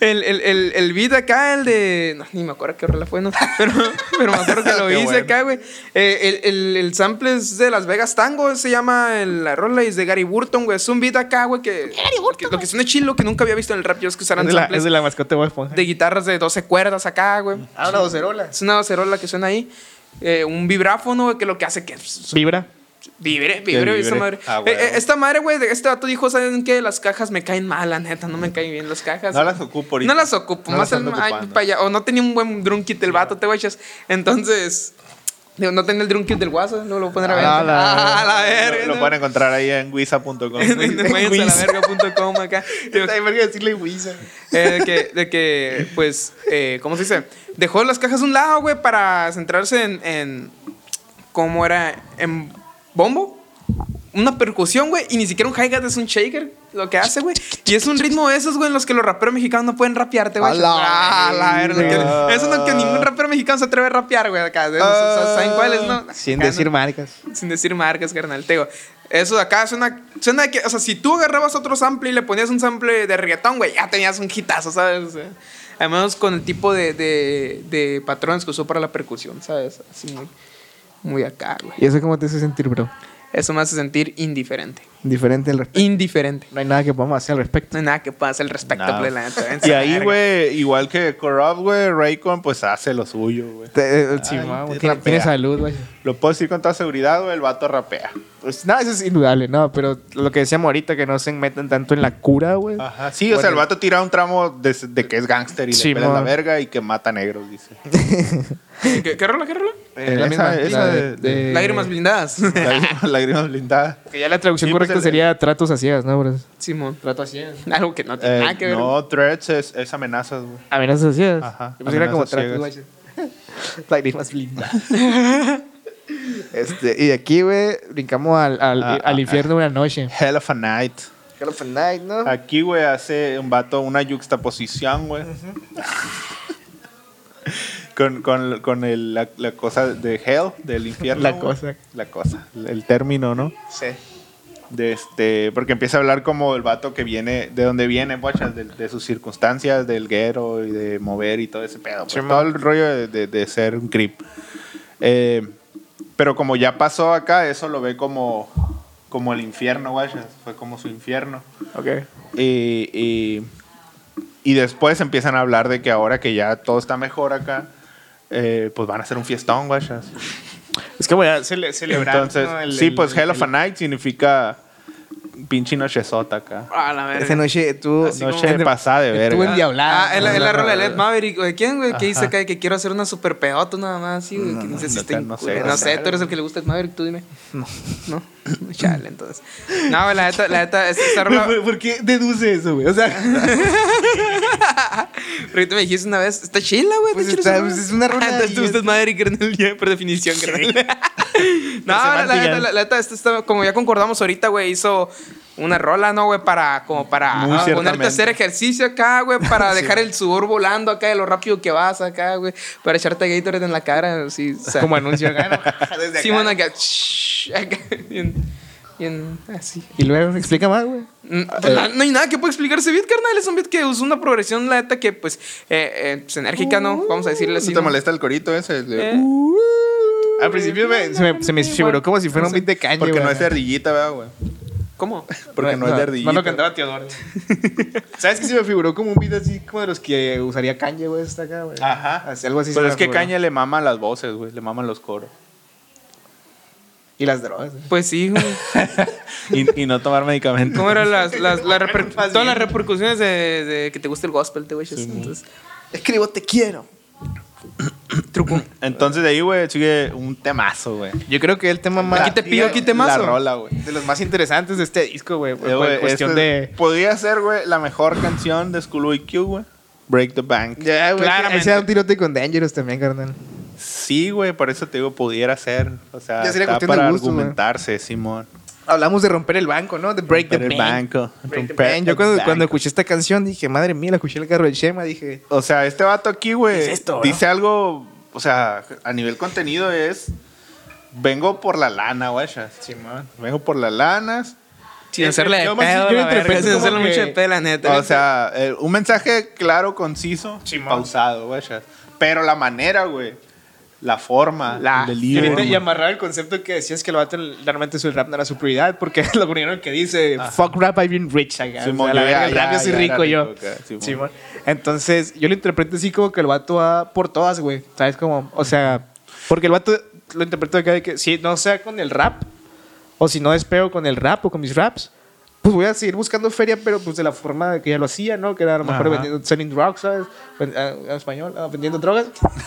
D: El, el, el, el beat acá, el de. No, ni me acuerdo qué rola fue, no. Pero, pero me acuerdo que lo
A: Qué
D: hice
A: bueno.
D: acá, güey. Eh, el, el, el sample es de Las Vegas Tango, se llama el- la rola, y es de Gary Burton, güey. Es un beat acá, güey, que.
B: Gary Burton,
D: que- lo
B: güey.
D: que suena chilo, que nunca había visto en el rap, yo es que
C: Es
D: usaran
C: de, la,
D: samples
C: es de la mascota de Bob Esponja.
D: de guitarras de 12 cuerdas acá, güey.
C: Ah, una docerola.
D: Es una docerola que suena ahí. Eh, un vibráfono, güey, que lo que hace que
C: Vibra.
D: Vibre, vibre,
A: vibre.
D: esta madre.
A: Ah, huevo.
D: Eh, eh, esta madre, güey, de- este vato dijo, ¿saben qué? Las cajas me caen mal, la neta, no me caen bien las cajas.
A: No las ocupo ahorita.
D: No las ocupo,
A: No
D: más
A: las
D: el,
A: ando
D: ay,
A: ocupando.
D: pa' allá. O no tenía un buen drum kit el vato, te guachas. Entonces, digo, no tenía el drum kit del guaso, no lo voy a poner a
C: Ah,
D: ver.
C: la-
D: Ah, la verga.
A: Lo, lo
D: ¿no?
A: pueden encontrar ahí en guisa.com.
D: En- en- en- váyanse a la verga.com acá. Digo,
C: decirle Wisa.
D: eh, de, que, de que, pues, eh, ¿cómo se dice? Dejó las cajas a un lado, güey, para centrarse en, en. ¿Cómo era? En bombo. Una percusión, güey, y ni siquiera un hi-hat es un shaker, lo que hace, güey. Y es un ritmo de esos, güey, en los que los raperos mexicanos no pueden rapearte, güey.
C: A la
D: Ah, la verga,
C: verga.
D: que- Eso no que ningún rapero mexicano se atreve a rapear, güey, acá.
C: Ah.
D: ¿Saben cuáles, no?
C: Sin
D: Acá,
C: decir
D: ¿no?
C: marcas.
D: Sin decir marcas, carnal. Te digo, eso de acá suena, suena que, o sea, si tú agarrabas otro sample y le ponías un sample de reggaetón, güey, ya tenías un hitazo, ¿sabes? O sea, además con el tipo de, de, de patrones que usó para la percusión, ¿sabes? Así muy, muy acá, güey.
C: ¿Y eso cómo te hace sentir, bro?
D: Eso me hace sentir indiferente.
C: Diferente al respecto.
D: Indiferente.
C: No hay nada que podamos hacer al respecto.
D: No hay nada que pase al respecto,
A: Nada.
D: pues, la neta.
A: Y ahí, güey, igual que Corrupt, güey, Raycon, pues hace lo suyo, güey.
C: Te- eh, sí, ma, güey,
A: te
C: tiene,
A: rapea.
C: tiene salud, güey.
A: Lo puedo decir con toda seguridad, güey, el vato rapea.
C: Pues, no, eso es indudable, no, pero lo que decíamos ahorita, que no se metan tanto en la cura, güey.
A: Ajá. Sí, o sea, el vato tira un tramo de, de que es gángster y
C: Sí,
A: le pela la
C: mon.
A: verga y que mata negros, dice.
D: ¿Qué, qué rola, qué rola?
C: Eh, la misma, la de-
A: Eh,
C: de-
D: Lágrimas blindadas.
A: Lágrimas, lágrimas blindadas.
C: Que ya la traducción
A: Sí, pues,
C: correcta
A: el-
C: sería tratos a ciegas, ¿no, bro?
D: Simón.
C: Trato a ciegas.
D: Algo que no tiene
A: Eh,
D: nada que ver.
A: no, threats es, es amenazas, güey.
C: Amenazas a ciegas.
A: Ajá,
C: Yo pensé que era como
A: amenazas
C: tratos, güey. Lágrimas blindadas. este, y de aquí, güey, brincamos al, al,
A: Ah,
C: al
A: ah,
C: infierno una noche.
A: Hell of a night.
C: Call of a Night, ¿no?
A: Aquí, güey, hace un vato una yuxtaposición, güey. con con, con el- la, la cosa de hell, del infierno.
C: La
A: güey.
C: cosa.
A: La cosa, el término, ¿no?
C: Sí.
A: De este, porque empieza a hablar como el vato que viene, de donde viene, guachas, de, de sus circunstancias, del guero y de mover y todo ese pedo. pues, todo el rollo de, de- de ser un creep. Eh, pero como ya pasó acá, eso lo ve como, como el infierno, guachas. Fue como su infierno.
C: Ok.
A: Y, y- y después empiezan a hablar de que ahora que ya todo está mejor acá, eh, pues van a hacer un fiestón, guachas.
C: Es como ya cele- celebrar.
A: Entonces,
C: ¿no? El-
A: sí,
C: el-
A: pues Hell of a
C: el-
A: Night significa pinche nochezota acá.
D: Ah, la verga.
C: Esa noche tú.
A: Así Noche como- pasada de verga.
C: Estuvo endiablada.
D: Ah, es la, es la rola de Led
C: más.
D: Maverick, güey. ¿Quién, güey? Que dice acá que quiero hacer una super pedota nada más, sí, güey. Que dice si
A: no
D: está
A: sé, no sé,
D: incul-
A: no
D: No
A: sé.
D: sé, tú eres el que le gusta Ed Maverick, tú dime. No. No. Chale, entonces. No, güey, la neta, la neta, es- esa rola.
C: ¿Por qué deduce eso, güey? O sea,
D: Porque tú me dijiste una vez, está chila, güey.
C: Pues
D: chila
C: está-
D: esa
C: pues
D: rola.
C: es una rola
D: Ah, Entonces tú
C: y-
D: gustas Maverick, carnal, ya, por definición, carnal. No, la- la
C: semántica.
D: neta, la- la neta, esto está, como ya concordamos ahorita, güey, hizo una rola, ¿no, güey? Para, como para
A: Muy
D: ah, ponerte
A: ciertamente.
D: a hacer ejercicio acá, güey, para dejar el sudor volando acá de lo rápido que vas acá, güey, para echarte Gatorade en la cara, así, o sea,
C: como anuncio acá,
D: Simón acá, shh, acá, bien, bien, así.
C: Y luego, explica más, güey.
D: Mm, pues,
C: eh,
D: la- no hay nada que pueda explicar ese beat, carnal. Es un beat que usa una progresión, la neta, que
C: Uh,
D: pues, eh, eh, pues, enérgica, ¿no? Vamos a decirle así.
A: ¿No te
D: ¿no?
A: molesta el corito ese?
D: Eh,
C: Al principio me- se me, se me figuró como si fuera un beat de caña,
A: Porque
C: güey.
A: no es de ardillita, ¿verdad, güey?
D: ¿Cómo?
A: Porque no, es de ardillita.
C: No lo cantaba Teodoro. ¿Sabes que se me figuró como un beat así como de los que usaría Kanye, güey, hasta acá, güey?
A: Ajá.
C: Así, algo así. se
A: Ah, Pero
C: me
A: es que
C: figuró.
A: Caña le maman las voces, güey. Le maman los coros.
C: Y las drogas, güey.
D: Pues sí, güey.
A: Y, y no tomar medicamentos.
D: ¿Cómo eran las, las, las reper-
C: Más
D: todas las
C: bien.
D: repercusiones de, de que te gusta el gospel, te güey? Entonces,
C: Escribo te quiero.
D: truco.
A: Entonces de ahí, güey, sigue un temazo, güey.
C: Yo creo que el tema más.
D: Aquí te pido, aquí te mazo.
A: La rola, güey.
C: De los más interesantes de este disco, güey.
A: Eh, güey,
C: Por cuestión
A: este
C: de.
A: Podría ser, güey, la mejor canción de Schoolboy Q, güey. Break the Bank.
C: güey.
D: Claramente.
C: Ese era un tirote con Dangerous también, carnal.
A: Sí, güey, por eso te digo, pudiera ser. O sea,
C: Ya sería
A: está
C: cuestión de
A: para
C: gusto, güey.
A: argumentarse, Simón.
C: Hablamos de romper el banco, ¿no? De break
A: Romper
C: the
A: el
C: bank.
A: banco.
D: Break the
A: Romper
C: Man, Yo
A: el
C: cuando,
A: banco.
C: cuando escuché esta canción dije, madre mía, la escuché en el carro de Shema, dije.
A: O sea, este vato aquí, güey,
C: ¿Qué es esto,
A: dice algo, o sea, a nivel contenido es, vengo por la lana, güey. Simón. Vengo por las lanas. Eh,
D: Sin hacerle de
C: Yo más-
D: pedo,
C: yo
D: la verga,
C: interpreto
D: sin
C: como
D: hacerle
C: que-
D: mucho de pedo, la neta.
A: O sea, eh, un mensaje claro, conciso, pausado, güey. Pero la manera, güey. La forma,
D: La-
A: el delivery.
C: Y, amarrar el concepto que decías que el vato realmente su rap no era su prioridad, porque lo primero que dice, fuck rap, I've been rich. acá. O sea,
A: Simón,
C: la
A: yo ya-
C: verga, el
A: ya-
C: rap, yo soy
A: ya era
C: rico yo.
A: rico acá, Simón.
C: Simón. Entonces, yo lo interpreto así como que el vato va por todas, güey. ¿Sabes cómo? O sea, porque el vato lo interpreto acá de que si no sea con el rap, o si no despego con el rap o con mis raps, pues voy a seguir buscando feria, pero pues de la forma que ya lo hacía, ¿no? Que era a lo mejor
A: Ajá.
C: vendiendo, selling drugs, ¿sabes? Ven- ah, En español, ah, vendiendo drogas.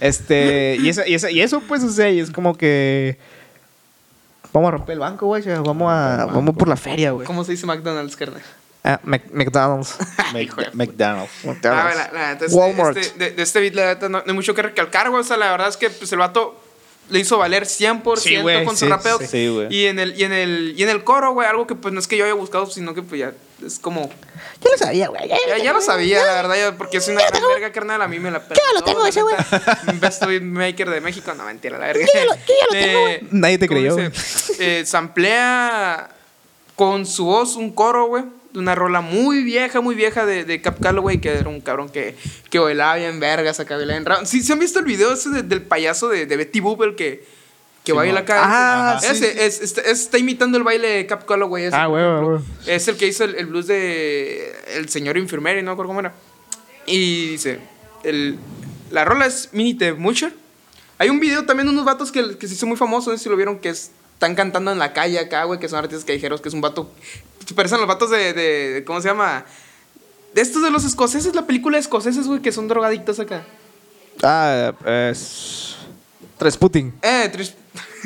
C: Este, y, esa, y, esa, y eso, pues, o sea, y es como que. Vamos a romper el banco, güey. o sea, Vamos, a, vamos por la feria, güey.
D: ¿Cómo se dice McDonald's, carnal?
C: Ah, Mac- McDonald's.
A: Mc- McDonald's.
D: Ah, güey, la- la neta, este-
C: Walmart.
D: este- de, de este beat, la neta, no, no hay mucho que recalcar, güey. O sea, la verdad es que pues, el vato le hizo valer 100%
C: Sí, güey,
D: con su
C: sí,
D: rapeo.
A: sí, sí, güey.
D: y, en el, y, en el, y en el coro, güey, algo que pues no es que yo haya buscado, sino que pues ya es como.
B: Yo lo sabía, güey.
D: Ya, ya lo sabía, la verdad, ya, porque es una
B: Ya lo
D: gran
B: tengo.
D: verga, carnal. A mí me la pela.
B: Ya lo
D: todo,
B: tengo
D: la
B: ese, güey.
D: neta. Best Beat Maker de México. No, mentira, la verga.
B: Yo ya lo- yo ya lo tengo, güey.
D: Eh,
C: Nadie te
D: ¿cómo
C: creyó,
D: dice? Eh, samplea con su voz un coro, güey. De una rola muy vieja, muy vieja de, de Cap Calloway, que era un cabrón que, que bailaba bien vergas, acá bailaba bien raro. ¿Sí, ¿Se han visto el video ese de- del payaso de, de Betty Boop, el que, que baila acá? ¿eh?
C: Ah,
D: Ese,
C: sí, sí.
D: es- está, está imitando el baile de Cap Calloway. ese,
C: Ah,
D: por
C: güey,
D: ejemplo.
C: güey.
D: Es el que hizo el, el blues de El Señor Infirmero, y no me acuerdo cómo era. Y dice, el, la rola es Mini de Mucher. Hay un video también de unos vatos que, que se hizo muy famoso, no sé si lo vieron, que es- están cantando en la calle acá, güey, que son artistas callejeros, que es un vato... Se parecen los vatos de, de- ¿Cómo se llama? De estos de los escoceses, la película de escoceses, güey, que son drogadictos acá.
C: Ah, es. Putin.
D: Eh, tres...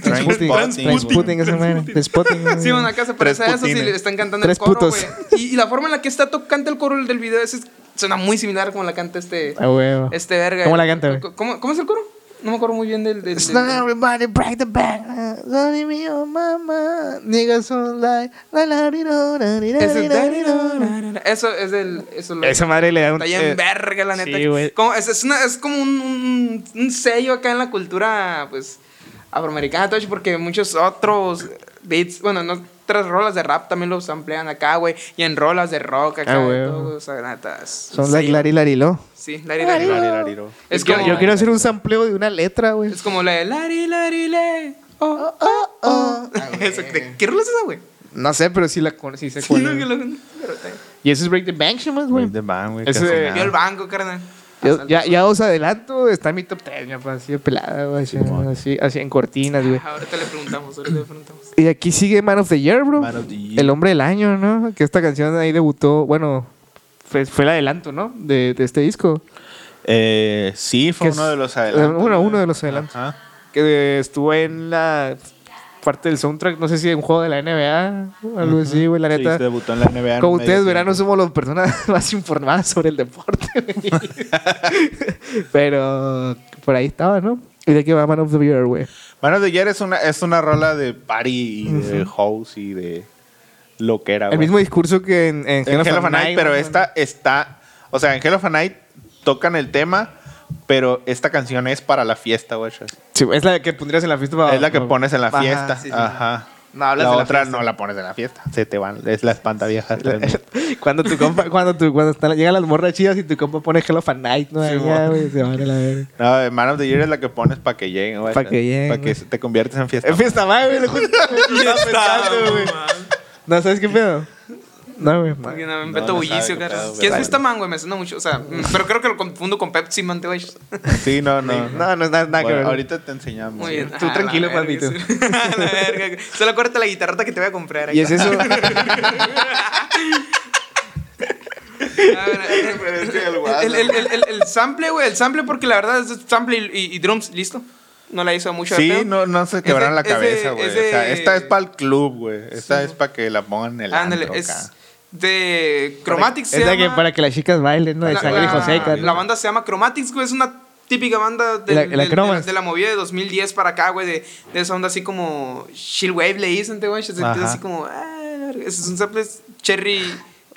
A: Transputin.
C: Transputin, ese man. Transputin.
D: Sí, van acá se
A: Tres
D: parece a eso, sí,
A: putines.
D: le están cantando
C: Tres
D: el coro,
C: putos.
D: güey. Y, y la forma en la que está to- canta el coro del video ese es- suena muy similar como la canta este...
C: Ah, güey.
D: Este verga.
C: ¿Cómo la canta, güey?
D: ¿Cómo, cómo es el coro? No me acuerdo muy bien del. del,
C: It's
D: del-
C: not everybody break the bank. Sorry, me, oh, mama. Niggas don't like. La, la, ri, ro, la, ri, ra,
D: Es el-
C: ri, ra, ri, ro.
D: Eso es del. Eso lo-
C: Esa madre le da un.
D: Está bien
C: eh,
D: verga, la neta.
C: sí, güey.
D: Como- es, es una- es como un, un- un sello acá en la cultura, pues, afroamericana, todo eso, porque muchos otros beats, bueno, no, otras rolas de rap también los emplean acá, güey, y en rolas de rock acá,
C: Ah,
D: y
C: güey.
D: todo, o sea, la neta, es un
C: Son like
D: sello.
C: Lari Larilo.
D: Sí, Lari, Lari, Lari. Es
C: Yo,
D: como,
C: yo quiero hacer un sampleo de una letra, güey.
D: Es como la de Lari, Lari, le. Oh, oh, oh. Eso, ¿de ¿Qué rola es esa, güey?
C: No sé, pero sí la con- sí sé cuál
D: Sí, no,
C: es.
D: que lo- pero está bien.
C: Y eso es Break the Bank, Shamas, güey.
A: Break the Bank, güey.
C: Ese-
A: casi
C: Vio
D: Vio
A: nada.
D: el banco, carnal.
C: Ah. Yo- ya, ya os adelanto, está en mi top 10, así de pelada, güey, así, así, así en cortinas, güey.
D: Ahorita le preguntamos, ahorita le preguntamos.
C: Y aquí sigue Man of the Year, bro.
A: Man of the Year.
C: El hombre del año, ¿no? Que esta canción ahí debutó, bueno, fue, fue el adelanto, ¿no? De, de este disco.
A: Eh, sí, fue
C: Que es- eh,
A: uno de los adelantos.
C: Bueno, uno
A: güey.
C: de los adelantos.
A: Ajá.
C: Que estuvo en la parte del soundtrack, no sé si de un juego de la NBA o algo así, güey, la
A: Sí,
C: neta.
A: se debutó en la NBA. en
C: Como
A: medio
C: ustedes
A: tiempo.
C: verán, no somos las personas más informadas sobre el deporte. güey. Pero por ahí estaba, ¿no? Y de qué va Man of the Year, güey.
A: Manos de Yer es una, es una rola de party y de house y de lo que era.
C: El mismo discurso que en, en
A: Ah, en Hell of a Night, pero
C: güey.
A: esta está. O sea, en Hell of a Night tocan el tema, pero esta canción es para la fiesta, güey.
C: Sí, es la que pondrías en la fiesta para-
A: es la que
C: para-
A: pones en la
C: Ah, Ajá,
A: fiesta. Ah.
C: sí, sí, sí.
A: Ajá.
D: No hablas
A: la
D: de la
A: otra
D: fiesta.
A: no la pones en la fiesta. Se te van. Es la espanta vieja.
C: cuando tu compa, cuando tu, cuando están- llegan las morras chidas y tu compa pone Hello Fan Night, ¿no?
D: Sí,
C: Ahí,
D: mo.
C: ya, güey, se van a la verga.
A: No, eh, Man of the Year es la que pones para que lleguen, güey.
C: Pa' que lleguen,
A: Para que
C: güey.
A: se te conviertes en fiesta.
C: Es fiesta más, güey. lo justo- Estaba pensando, güey. No, ¿sabes qué pedo? No, güey.
D: Porque
C: ma-
D: no, me
A: No,
D: meto
A: no
D: bullicio,
A: sabe qué
D: cara.
A: pedo,
D: ¿Qué es
A: ¿verdad?
D: fiesta man, güey? Me suena mucho. O sea, mm, pero creo que lo confundo con Pepsi, man, te voy.
A: Sí, no, no.
C: No, no es nada, nada que
A: Bueno,
C: ver.
A: ahorita te enseñamos.
D: Muy bien.
C: Tú
D: Ah, la
C: tranquilo,
D: verga,
C: papito.
D: sí. A la verga. Solo acuérdate la guitarrota que te voy a comprar.
C: Y es eso.
D: Ah, bueno, el, el, el, el, el sample, güey. El sample, porque la verdad es sample y, y- y drums, listo. No la hizo mucho de
A: Sí,
D: pedo.
A: no, no se
D: Es
A: quebran
D: de-
A: la
D: es de-
A: cabeza, güey.
D: es de-
A: O sea, esta es para el club, güey. Esta es para que la pongan en el
D: Ándale,
A: antro
D: es
A: acá.
D: de Chromatics.
C: es
D: se
C: la que
D: llama.
C: para que las chicas bailen, ¿no? De
D: La-
C: sangre y
D: la-
C: Joseca.
D: La banda se llama Chromatics, güey. Es una típica banda del-
C: La-
D: del-
C: la
D: de, de la,
C: Cromas.
D: movida de 2010 para acá, güey. De, de esa onda así como Shieldwave le dicen, te güey. se- se-
A: Ajá.
D: Así como... ah, la verga. Ese Es un sample es Cherry...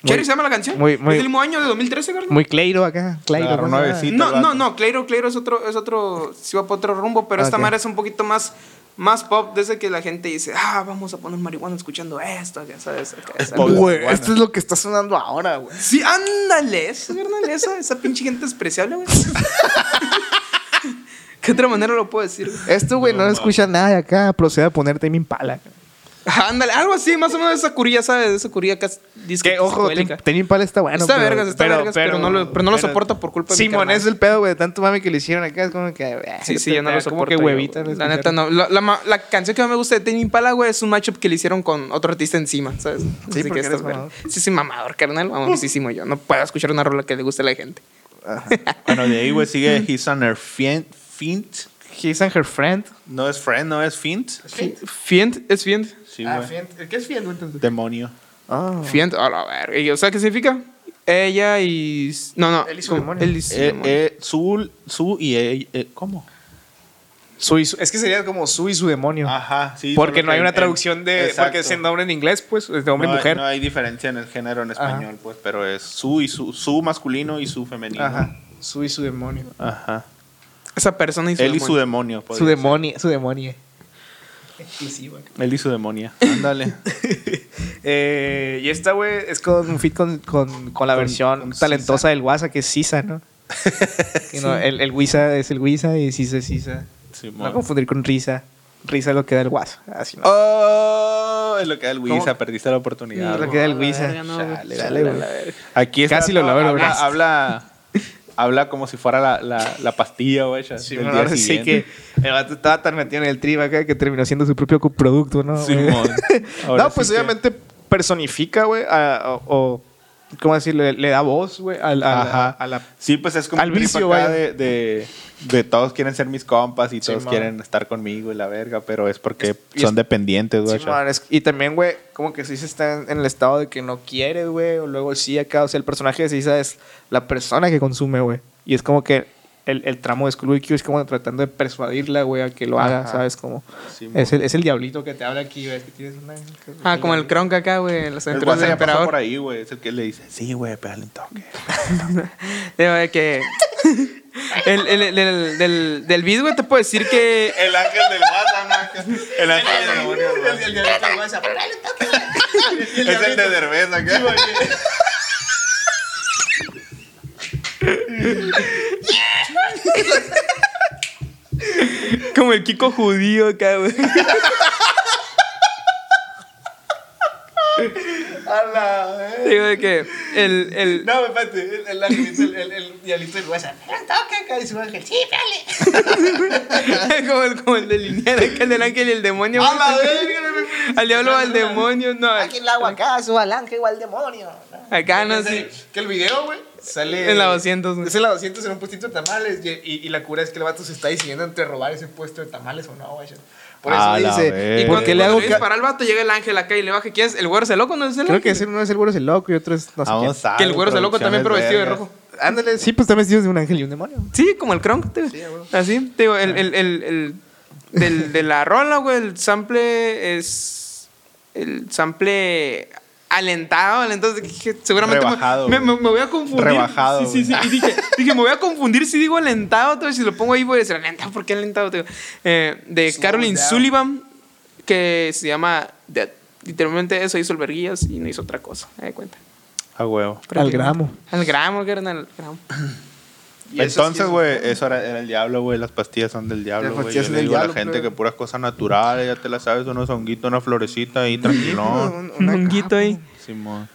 D: ¿Cherry se llama la canción?
C: muy- muy-
D: ¿Es del mismo año de 2013, güey?
C: Muy Cleiro acá. Cleiro.
A: Agarró
C: ¿no?
A: nuevecito. el
D: No,
A: vato.
D: no, no. Cleiro, Cleiro es otro... Es otro si va para otro rumbo, pero esta
C: Ok.
D: madre es un poquito más... Más pop, desde que la gente dice, ah, vamos a poner marihuana escuchando esto, ya sabes. acá, esa-
A: pop.
C: Güey, esto es lo que está sonando ahora, güey.
D: Sí, ándale, eso, carnal, esa, esa pinche gente despreciable, güey. ¿Qué otra manera lo puedo decir? güey?
C: Esto, güey, no, escucha nada de acá. Procede a ponerte mi impala.
D: Ándale, algo así, más o menos esa curilla, ¿sabes? Esa curilla casi disco
C: Que, ojo,
D: psicodélica.
C: Temi Impala está bueno.
D: Está vergas, está vergas, pero no lo- pero no lo soporto por culpa de mi
C: Simón,
D: carnal.
C: es el pedo, güey. de Tanto mame que le hicieron acá. Es como que. eh,
D: Sí, sí, yo no
C: como
D: lo soporto.
C: que
D: yo,
C: huevita.
D: güey.
C: ¿no?
D: La neta, no. La, la ma- la canción que más me gusta de Tame Impala, güey, es un matchup que le hicieron con otro artista encima, ¿sabes?
C: Sí, porque
D: esta
C: eres
D: verga.
C: mamador.
D: Sí, sí, mamador, carnal. Mamadorcísimo yo. No puedo escuchar una rola que le guste a la gente.
A: Bueno, de ahí, güey, sigue He's on her fien- Fint.
C: His and her friend.
A: No es friend, no es Fint.
D: Fiend, ¿es Fiend?
A: Sí, güey.
C: ¿Qué es fiel, entonces?
A: Demonio.
C: Oh.
D: Fiend, a la verga. ¿Y, O sea, ¿qué significa? Ella y. No, no.
C: Él y su
D: como-
C: demonio.
D: Él y su
A: Eh,
D: demonio.
A: eh, su, su y ella. eh, ¿Cómo?
C: Su y su- es que sería como su y su demonio.
A: Ajá, Ah, sí.
C: porque
A: solo
C: no hay
A: que
C: una
A: en-
C: traducción de.
A: exacto.
C: Porque es el nombre en inglés, pues. Es de hombre
A: no,
C: y
A: hay-
C: mujer.
A: No hay diferencia en el género en
C: Ajá.
A: español, pues, pero es su y su, su masculino y su femenino.
C: Ajá.
A: Ajá.
C: Su y su demonio.
D: Esa persona y su
A: Él y su
D: demonio.
A: demonio. podría
C: Su
A: ser.
C: demonio. Su demonio.
A: Él y su demonia. Ándale.
C: Eh, y esta, güey, es con un fit con, con, con la versión
A: con
C: talentosa
A: Sisa.
C: del Guasa, que es Sisa, ¿no? Que no, el, el Guisa es el Guisa y Sisa es Sisa.
A: Simón.
C: No confundir con Risa. Risa es lo que da el Guasa. Así no.
A: Oh, es lo que da el Wiza,
C: ¿Cómo?
A: perdiste la oportunidad.
C: Es lo
A: güey.
C: que da el
D: la
C: Guisa.
D: verga, no, güey.
C: Chale, dale, güey.
A: Aquí está
C: Casi lo
A: todo-
C: logro,
A: Habla,
C: güey.
A: habla, habla como si fuera la, la, la pastilla, güey. ya,
C: Sí,
A: del
C: bueno,
A: día
C: ahora sí que
A: siguiente.
C: el vato estaba tan metido en el trip acá que terminó siendo su propio producto, ¿no? güey?
A: Simón. Ahora
C: no, pues
A: sí que-
C: obviamente personifica, güey, a- o, o- ¿Cómo decirle? Le, da voz, güey, al- al-
A: Ajá.
C: a, a la...
A: Sí, pues es como
C: Al
A: un trip
C: vicio,
A: acá
C: vaya.
A: de, de, de todos quieren ser mis compas y todos
C: Simón.
A: quieren estar conmigo y la verga, pero es porque
C: y
A: son
C: es-
A: dependientes, güey.
C: Sí,
A: ya.
C: man, es- y también, güey, como que sí se está en, en el estado de que no quiere, güey, o luego sí acá. O sea, el personaje de Sisa es la persona que consume, güey. Y es como que el, el tramo de Scooby-Q es como tratando de persuadirla, güey, a que lo haga,
A: Ajá.
C: ¿sabes? Como...
A: Sí,
C: es, el, es el diablito que te habla aquí, güey. es que tienes una-
D: Ah, como el Kronk acá, güey. Los
A: El WhatsApp
D: aventuras del
A: ya pasó por
D: emperador.
A: ahí, güey. Es el que le dice, sí, güey, pégale un toque.
D: Digo, de que. el, el, el- el- del, del beat, güey, te puedo decir que.
A: El ángel del WhatsApp, ¿no? El ángel del demonio. güey. Es el de Derbez acá.
D: Pues, Como el Kiko judío acá, güey. Digo de que. El, el,
C: No, espérate, el, el, el, el, el diablito del WhatsApp.
D: como, el, como el de Linier, acá, el del ángel y el demonio. güey. Al diablo, al demonio, no.
B: Aquí el agua acá, suba al ángel o al demonio.
D: Acá no sé.
C: Que el video, güey, sale.
D: En la 200, güey.
C: Es en la 200 en un puestito de tamales. Y, y- y la cura es que el vato se está decidiendo entre robar ese puesto de tamales o no, güey. Por eso
A: A la
C: dice.
A: verga.
C: ¿Y Eh, por qué le hago ca-
D: Para el vato llega el ángel acá y le baja. ¿Quién es? ¿El güero es el loco? ¿No es el
C: Creo
D: ángel?
C: que ese uno es Ah, el güero es el loco y otro es. No sé
A: Ah, Vamos a
D: Que el güero es el loco también, pero vestido de rojo.
C: quién. Ándale, sí, pues también es Dios de un ángel y un demonio.
D: Sí, como el Kronk. te- Así. Te digo,
A: Ah.
D: el, el, el, el- del, de la rola, güey, el sample es. El sample alentado, alentado. que- que Seguramente me-
A: Rebajado,
D: me,
A: güey.
D: me- me voy a confundir.
A: Rebajado,
D: Sí, sí, sí.
A: güey.
D: Y dije, dije, me voy a confundir si digo alentado. te digo, si lo pongo ahí, voy a decir alentado. ¿Por qué alentado? te digo? Eh, de Caroline Sullivan. que se llama Dead. Literalmente eso hizo el Verguillas y no hizo otra cosa, me de cuenta.
A: A Ah, huevo.
C: Al gramo.
D: Al gramo, carnal, al gramo.
A: Y Entonces, güey, eso era, era el diablo, güey. Las pastillas son del diablo,
C: Las
A: güey. Yo
C: pastillas
A: le
C: del
A: digo a la
C: diablo,
A: gente
C: plebe.
A: que puras cosas naturales, ya te las sabes, unos honguitos, una florecita ahí, tranquilón.
C: Un-
D: Un
C: una
D: honguito ahí.
A: Simón.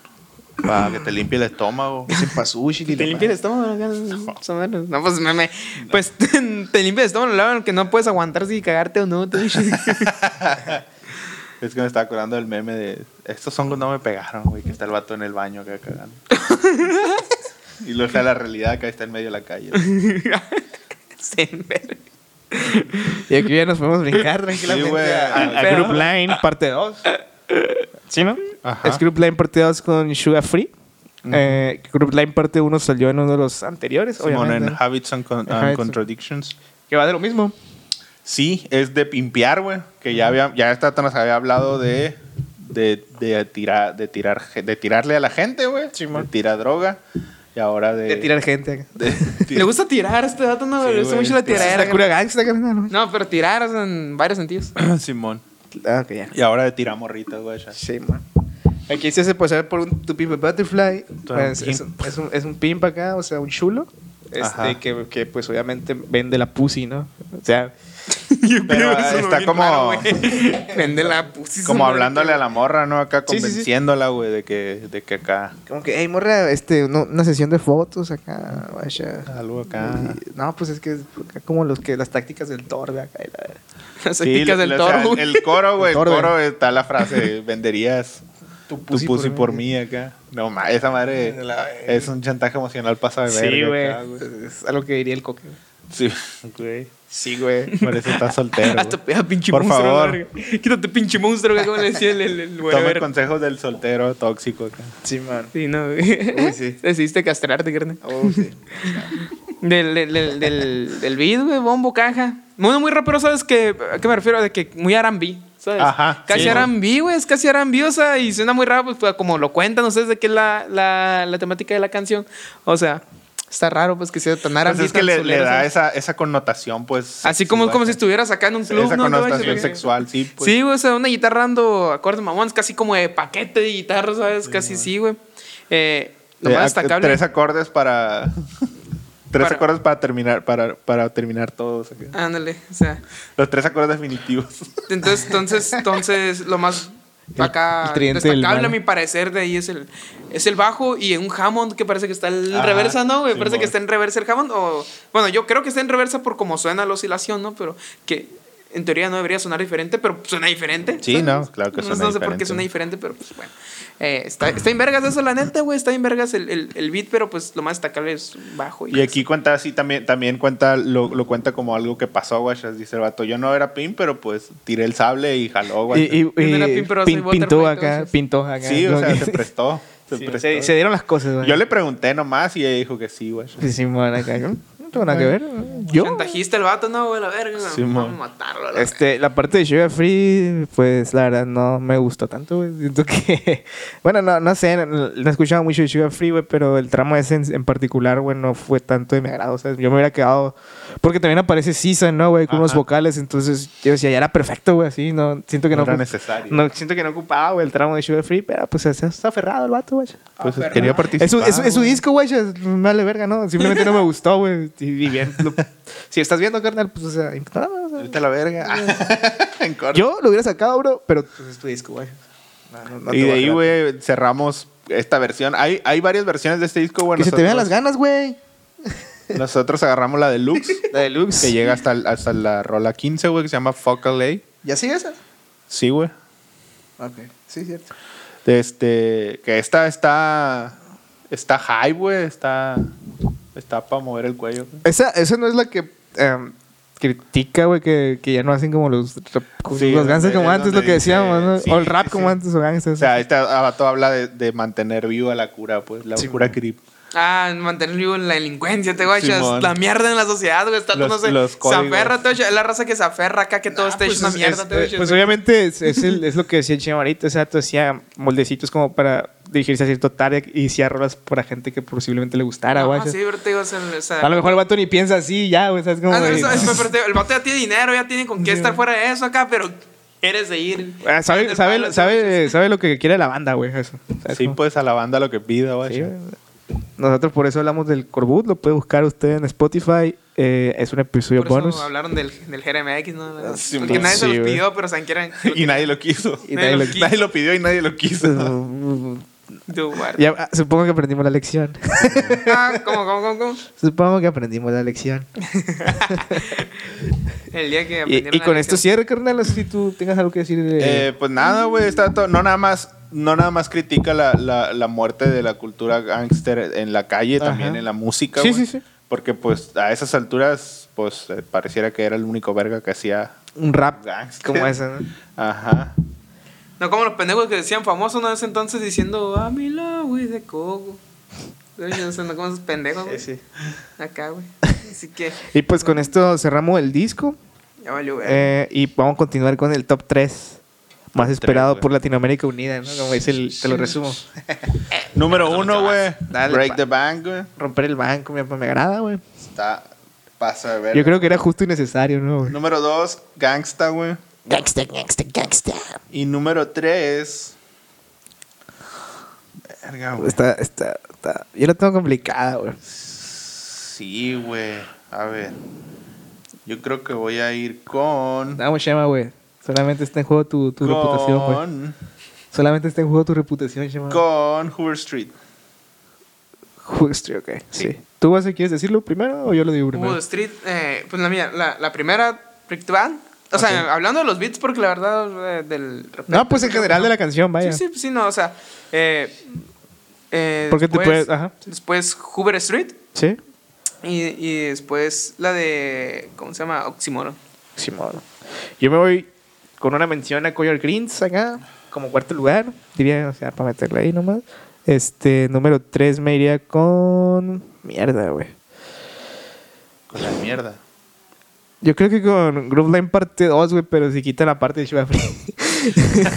A: Para que te limpie el estómago.
C: capa, ese pa' sushi,
D: Te
C: la
D: limpia el
C: madre.
D: estómago, acá, esa madre. No, pues me, me- pues te, limpia el estómago, claro, que no puedes aguantar si cagarte o no. tú.
A: Es que me estaba acordando del meme de estos hongos no me pegaron, güey, que está el vato en el baño acá cagando. y luego está la realidad acá está en medio de la calle.
D: Se enver-
C: Y aquí ya nos podemos brincar tranquilamente
A: güey,
C: a,
A: al
C: a
D: pedo.
C: Group Line parte 2. ¿Sí, no?
A: Ajá.
C: Es Group Line parte 2 con Sugar Free. Eh, Group Line parte 1 salió en uno de los anteriores,
A: Simón en
C: obviamente.
A: Habits and, Con- and
C: Habits.
A: Contradictions.
C: Que va de lo mismo.
A: Sí, es de pimpear, güey. Que ya había, ya esta nos había hablado de de, de tirar, de tirar, ge- de tirarle a la gente, güey. de tirar droga. Y ahora de.
C: De tirar gente.
A: de-
D: Le gusta tirar a este dato, no, le gusta
A: güey.
D: mucho la
A: Pues,
C: Es
D: tiradera.
C: la cura gangsta, carnal.
D: No, pero tirar o sea, en varios sentidos.
A: Simón.
C: Ah, ok, ya.
A: Y ahora de tirar morritas, güey. ya.
C: Sí, man. Aquí se hace pasar por un tu pimp a butterfly.
A: Tu
C: Pues,
A: pimp.
C: es, un, es, un, es un pimp acá, o sea, un chulo. Este,
A: Ajá.
C: que, que pues obviamente vende la pussy, ¿no? O sea,
A: Pero
D: Eso
A: está
D: bien
A: como-
D: raro, güey. Vende la pussy.
A: Como hablándole a la morra, ¿no? Acá
C: Sí, sí, sí.
A: convenciéndola, güey, de que, de que acá.
C: como que, hey, morra, este, no, una sesión de fotos acá, vaya.
A: Algo acá.
C: Y- No, pues es que es acá como los que las tácticas del Thor de acá. y la-
D: Las
A: Sí,
D: tácticas del
A: o sea,
D: toro, güey.
A: el coro, güey. El
C: El toro,
A: coro está la frase, venderías tu pussy,
C: pussy por
A: por,
C: mí".
A: mí acá. No, ma, esa madre es un chantaje emocional pasado de verga. acá,
C: Es algo que diría el coque.
A: Sí, güey.
C: Sí, güey.
A: Por eso está soltero. güey.
D: Hasta pega pinche
A: Por
D: monstruo.
A: favor.
D: verga. Quítate pinche monstruo, güey, como le decía el, el, el
A: Toma
D: whatever.
A: consejos del soltero tóxico acá.
C: Sí, man.
D: Sí, no, güey.
C: Uy, sí.
D: Decidiste castrarte, carnal.
C: Oh, sí.
D: Del, del, del, del, del beat, güey, bombo, caja. Uno muy rapero, ¿sabes qué? ¿A qué me refiero? De que muy R&B, ¿sabes?
A: Ajá,
D: Casi
A: sí,
D: R&B, güey, es casi R&B, o sea, y suena muy raro, pues, pues, como lo cuentan ustedes de qué es la, la, la temática de la canción. O sea, está raro, pues, que sea tan R&B.
A: Entonces es que
D: tan
A: le, le
D: solero,
A: da
D: ¿sabes?
A: esa, esa connotación, pues.
D: ¿eh? Así como,
A: sexual,
D: como si
A: acá.
D: estuvieras acá en un club,
A: Esa
D: ¿no?
A: connotación
D: Te-
A: sexual, sí. Pues.
D: Sí, güey, o sea, una guitarra dando acordes mamones, casi como de paquete de guitarra, ¿sabes? casi sí, güey. Eh, lo
A: Eh,
D: más
A: ac-
D: destacable.
A: Tres acordes para. tres
D: Para-
A: acordes para terminar, para, para terminar todos. acá.
D: Ándale, o sea.
A: Los tres acordes definitivos.
D: Entonces, entonces, entonces, lo más
C: El-
D: acá
C: el tridente del
D: destacable
C: mal.
D: a mi parecer de ahí es el es el bajo y un Hammond que parece que está en
A: Ajá,
D: reversa, ¿no? güey? parece
A: Simón.
D: que está en reversa el Hammond o bueno, yo creo que está en reversa por cómo suena la oscilación, ¿no? Pero que en teoría no debería sonar diferente, pero suena diferente.
A: Sí,
D: ¿sabes?
A: no, claro que
D: No-
A: suena
D: No sé por
A: diferente.
D: qué suena diferente, pero pues bueno. Eh, está, está en vergas eso, la neta, güey. Está en vergas el, el, el beat, pero pues lo más destacable es bajo.
A: Y aquí cuenta así también, también cuenta, lo, lo cuenta como algo que pasó, güey. Dice el vato, yo no era pin, pero pues tiré el sable y jaló,
C: Y,
A: güey.
C: y,
D: Yo no era
C: y
D: pin, pero
C: pin-
D: soy
C: pintó
D: butterfly,
C: acá,
D: entonces.
C: pintó acá.
A: Sí, o
C: Como
A: sea,
C: que-
A: se prestó. Se
C: Sí,
A: prestó.
C: se, se dieron las cosas, güey.
A: Yo le pregunté nomás y ella dijo que sí, güey.
C: Sí, sí, man, acá. ¿no? No tengo nada que ver. Yo.
D: Chantajista el vato, no, güey, la verga.
A: Simón.
D: Vamos a matarlo, a la
C: Este, la parte de Sugar Free, pues la verdad no me gustó tanto, güey. Siento que. Bueno, no, no sé, no, no he escuchado mucho de Sugar Free, güey, pero el tramo ese en, en particular, güey, no fue tanto de mi agrado. O sea, yo me hubiera quedado. Porque también aparece Sisa, ¿no, güey? Con unos vocales, entonces yo decía, ya era perfecto, güey, así. No, siento que
A: No
C: no.
A: era
C: ocup-
A: necesario.
C: no- siento que no ocupaba, güey, el tramo de Sugar Free, pero pues se está aferrado el vato, güey.
A: Pues quería participar.
C: Ah, Es su, es su- es su disco, güey. ya, Me vale verga, ¿no? Simplemente no me gustó, güey. Y, y bien, lo- si estás viendo, carnal, pues, o sea, ignórame, o sea.
A: Ahorita la verga. en corto.
C: Yo lo hubiera sacado, bro, pero pues es tu disco, güey. No, no, no
A: y
C: te
A: de
C: voy a
A: ahí,
C: jalar.
A: güey, cerramos esta versión. Hay, hay varias versiones de este disco, güey.
C: Que se te vean las
A: Nosotros-
C: ganas, güey.
A: Nosotros agarramos la deluxe,
C: La deluxe.
A: que llega hasta, hasta la rola 15, güey, que se llama Fuck LA.
C: ¿Ya sigue esa?
A: Sí, güey.
C: Ok. Sí, cierto.
A: Este, que esta está. Está high, güey. Está. Está para mover el cuello.
C: Esa, esa no es la que em, critica, güey, que, que ya no hacen como los, rap-
A: Sí,
C: los
A: donde-
C: gangsters como
A: es
C: antes,
A: donde
C: lo que
A: dice-
C: decíamos, ¿no?
A: sí,
C: o el rap
A: sí,
C: como
A: sí.
C: antes o gangsters.
A: O sea, ah, esta vato habla de, de mantener viva la cura, pues. La cura creep.
D: Ah, mantener vivo la delincuencia, te guachas.
A: Simón.
D: La mierda en la sociedad, güey. Está,
A: Los-
D: no sé,
A: los
D: se
A: códigos.
D: aferra, te guachas, Es la raza que se aferra acá, que todo está hecho una mierda, te
C: Ah, pues,
D: guachas.
C: obviamente es, es el- es lo que decía el chino ahorita, o sea, tú hacía moldecitos como para dirigirse a cierto target y hacía rolas para gente que posiblemente le gustara, güey.
D: Ah, sí, pero te digo, o sea, o sea,
C: a lo mejor el vato ni piensa así, ya, güey, ¿sabes? Como,
D: ah, no,
C: de-
D: eso- eso- pero te digo, el vato ya tiene dinero, ya tiene con qué estar fuera de eso acá, pero Eres de ir.
C: Ah, Sabe,
D: Eres
C: sabe,
D: malo,
C: sabe, sabe lo que quiere la banda, güey. Eso. ¿Sabes
A: Sí,
C: cómo?
A: pues a la banda lo que pida, güey.
C: Sí, güey. Nosotros por eso hablamos del Corbut. Lo puede buscar usted en Spotify. eh, es un episodio
D: Por eso
C: bonus.
D: hablaron del, del GRMX, ¿no?
A: Sí,
D: Porque nadie se
C: Ah, sí,
D: los
C: güey.
D: pidió, pero saben que eran.
A: y nadie lo quiso.
C: Y nadie lo quiso.
A: Nadie lo pidió y nadie lo quiso.
D: Du-
C: Ya, ah, supongo que aprendimos la lección.
D: Ah, ¿Cómo, cómo, cómo, cómo?
C: supongo que aprendimos la lección.
D: El día que
C: Y,
D: aprendieron
C: y
D: la
C: con esto
D: lección.
C: cierre, carnal. No sé si tú tengas algo que decir. de-
A: Eh, pues nada, güey, está todo. No nada más, no nada más critica la, la- la muerte de la cultura gángster en la calle,
C: Ajá.
A: también en la música,
C: Sí,
A: güey.
C: sí, sí.
A: Porque pues a esas alturas, pues eh, pareciera que era el único verga que hacía.
C: un rap ah,
A: Gangster.
C: como ese, ¿no?
A: Ajá.
D: No como los pendejos que decían famosos una vez entonces diciendo, ah, mi la, güey, de coco. Yo No sé, no como esos pendejos, güey. Acá, güey. Así que,
C: Y pues con esto cerramos el disco
D: ya valió, güey.
C: eh, y vamos a continuar con el top 3 más esperado
A: güey.
C: por Latinoamérica Unida, ¿no? Como dice el, te lo resumo.
A: Número uno, güey.
C: Dale,
A: Break
C: pa.
A: the Bank, güey.
C: Romper el banco, mi papá, me agrada, güey.
A: Está. Pasa de ver.
C: Yo creo que era justo y necesario, ¿no? güey?
A: Número dos, Gangsta, güey.
B: Gangsta, gangsta, gangsta.
A: Y número tres. Verga, güey.
C: Está, está, está- Yo la tengo complicada, güey.
A: Sí, güey. A ver. Yo creo que voy a ir con.
C: Vamos, Shema, Ah, güey. Solamente está en juego tu, tu reputación, güey.
A: con,
C: Solamente está en juego tu reputación, Shema.
A: con Hoover Street.
C: Justo, ok. Sí. ¿Tú, vas a quieres decirlo primero o yo lo digo primero?
D: Hubo Street, eh, pues la mía, la, la primera, Rick the Band. O sea, hablando de los beats, porque la verdad, eh, del.
C: No, pues en general de la canción, vaya.
D: Sí, sí, sí, no, o sea. Eh, eh,
C: Porque te
D: después-
C: puedes- ajá.
D: Después Hoover Street
C: ¿Sí?
D: y, y después la de. ¿Cómo se llama? Oxymoron.
C: Simón. Yo me voy con una mención a Coyote Greens acá, como cuarto lugar. Diría, o sea, para meterla ahí nomás. Este, número 3 me iría con. Mierda, güey.
A: Con la mierda.
C: Yo creo que con Groove Line parte 2, güey, pero si quita la parte de Sugar Free.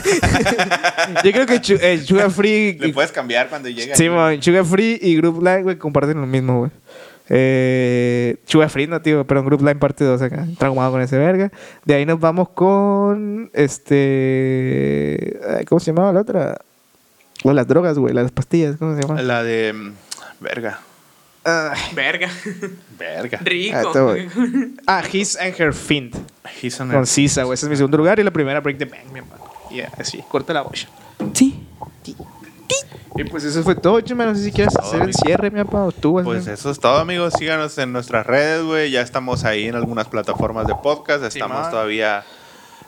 C: Yo creo que Chu- eh, Sugar Free.
A: Le puedes cambiar cuando llegue.
C: Simón, Sugar Free y Group Line, güey, comparten lo mismo, güey. Eh, Sugar Free, no, tío, pero en Group Line parte 2 acá. Traumado con ese verga. De ahí nos vamos con. Este. ay, ¿Cómo se llamaba la otra? O las drogas, güey, las pastillas, ¿cómo se llama?
A: La de. mm, Verga.
C: Ah,
D: Verga.
A: Verga.
C: ah,
D: Rico.
C: todo, güey. Ah, His and Her Fiend.
A: He's on
C: Con
A: it.
C: Sisa, güey. Ese es mi segundo lugar y la primera Break the Bank, mi hermano. Y así, corta la boya.
D: Sí.
C: Y pues eso fue todo, chema. No sé si quieres hacer el cierre, mi papá, o tú, güey.
A: Pues eso es todo, amigos. Síganos en nuestras redes, güey. Ya estamos ahí en algunas plataformas de podcast. Estamos
C: Simón.
A: todavía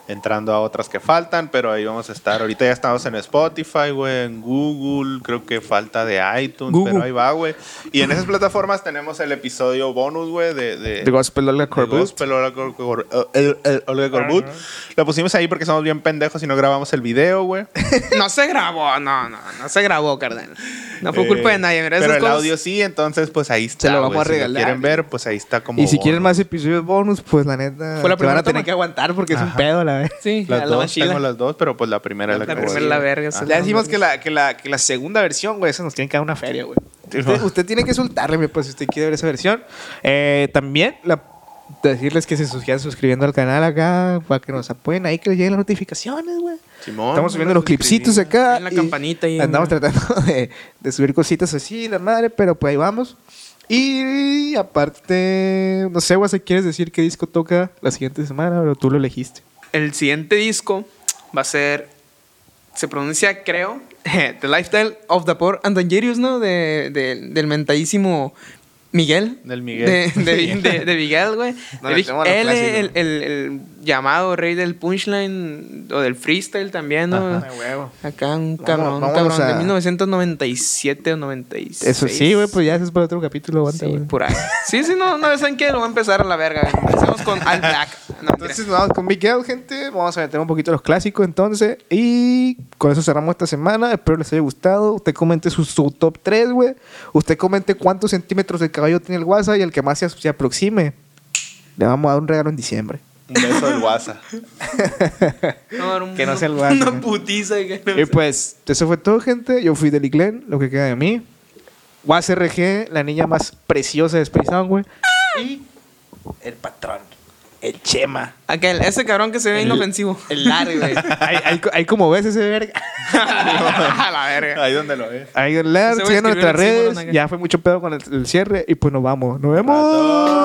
A: entrando a otras que faltan, pero ahí vamos a estar. Ahorita ya estamos en Spotify, güey, en Google. Creo que falta de iTunes,
C: Google.
A: pero ahí va, güey. Y en esas plataformas tenemos el episodio bonus, güey, de, de,
C: The Gospel Olga
A: de
C: Corbus.
A: Gospel, Olga Cor- Cor- eh, eh, eh, Olga Corbut. Lo pusimos ahí porque somos bien pendejos y no grabamos el video, güey.
D: No se grabó, no, no, no se grabó, carnal. No Ah, fue culpa
A: Eh,
D: de nadie, mira,
A: Pero
D: esas
A: el
D: cosas-
A: audio sí, entonces pues ahí está.
C: lo vamos
A: güey.
C: a regalar.
A: Si lo quieren ver, pues ahí está como.
C: Y si quieren
A: bono.
C: más episodios bonus, pues la neta.
D: Fue la
C: te van
D: primera
C: a tener
D: toma.
C: que aguantar porque es un pedo, la vez.
D: Sí,
A: Las
D: la, la
A: dos,
D: más chila.
A: tengo las dos, pero pues la primera es la,
D: La
A: que
D: primera
A: voy.
D: es la verga.
A: Ah.
D: esa es
C: Ya
D: la
C: decimos
D: verga.
C: que la, que, la, que la segunda versión, güey, esa nos tiene que dar una feria, güey. Usted, usted tiene que soltarle, mi papá, si usted quiere ver esa versión. Eh, también la- decirles que se sigan suscribiendo al canal acá para que nos apoyen ahí, que les lleguen las notificaciones, güey.
A: Simón,
C: Estamos subiendo
A: nos
C: los clipsitos
A: suscribimos.
C: acá.
D: En la
C: y
D: campanita y-
C: Andamos tratando de, de subir cositas así, la madre, pero pues ahí vamos. Y aparte, no sé, Guasa, ¿quieres decir qué disco toca la siguiente semana o tú lo elegiste?
D: El siguiente disco va a ser. Se pronuncia, creo, The Lifestyle of the Poor and Dangerous, ¿no? De, de- del mentadísimo Miguel.
A: Del Miguel.
D: De, de, de- de Miguel, güey.
C: No,
D: De
C: le
D: Big
C: tengo a los
D: L, el,
C: clásicos.
D: el- el llamado rey del punchline o del freestyle también, ¿no?
C: huevo.
D: Acá un
C: Vamos-
D: cabrón, un
C: vámonos
D: cabrón de
C: a-
D: 1997 o 96.
C: Eso sí, güey, pues ya eso es para otro capítulo, aguanta,
D: Sí,
C: güey.
D: por ahí. Sí, sí, no, no, ¿saben qué? Lo voy a empezar a la verga. güey. Empezamos con Al Black. No,
C: Entonces nos vamos con Miguel, gente. Vamos a meter un poquito los clásicos entonces. Y con eso cerramos esta semana. Espero les haya gustado. Usted comente su, su top 3, güey. Usted comente cuántos centímetros de caballo tiene el WhatsApp y el que más se, se aproxime. Le vamos a dar un regalo en diciembre.
A: Un beso del WhatsApp.
D: mentira. No, era un-
C: que no sea el guapo,
D: Una
C: güey.
D: putiza. güey.
C: Y pues, eso fue todo, gente. Yo fui Deli Glenn, lo que queda de mí. Was RG, la niña más preciosa de Space Sound, güey. Y el patrón, El Chema.
D: Aquel, ese cabrón que se ve inofensivo. El Larry, güey.
C: Ahí, ahí co- ahí como ves ese verga.
D: A la verga.
E: Ahí donde lo ves.
C: Ahí en la
D: Ese güey
C: sigan
D: escribió
C: nuestras
D: en el símbolo,
C: redes.
D: ¿no?
C: Ya fue mucho pedo con el, el cierre y pues nos vamos. Nos vemos.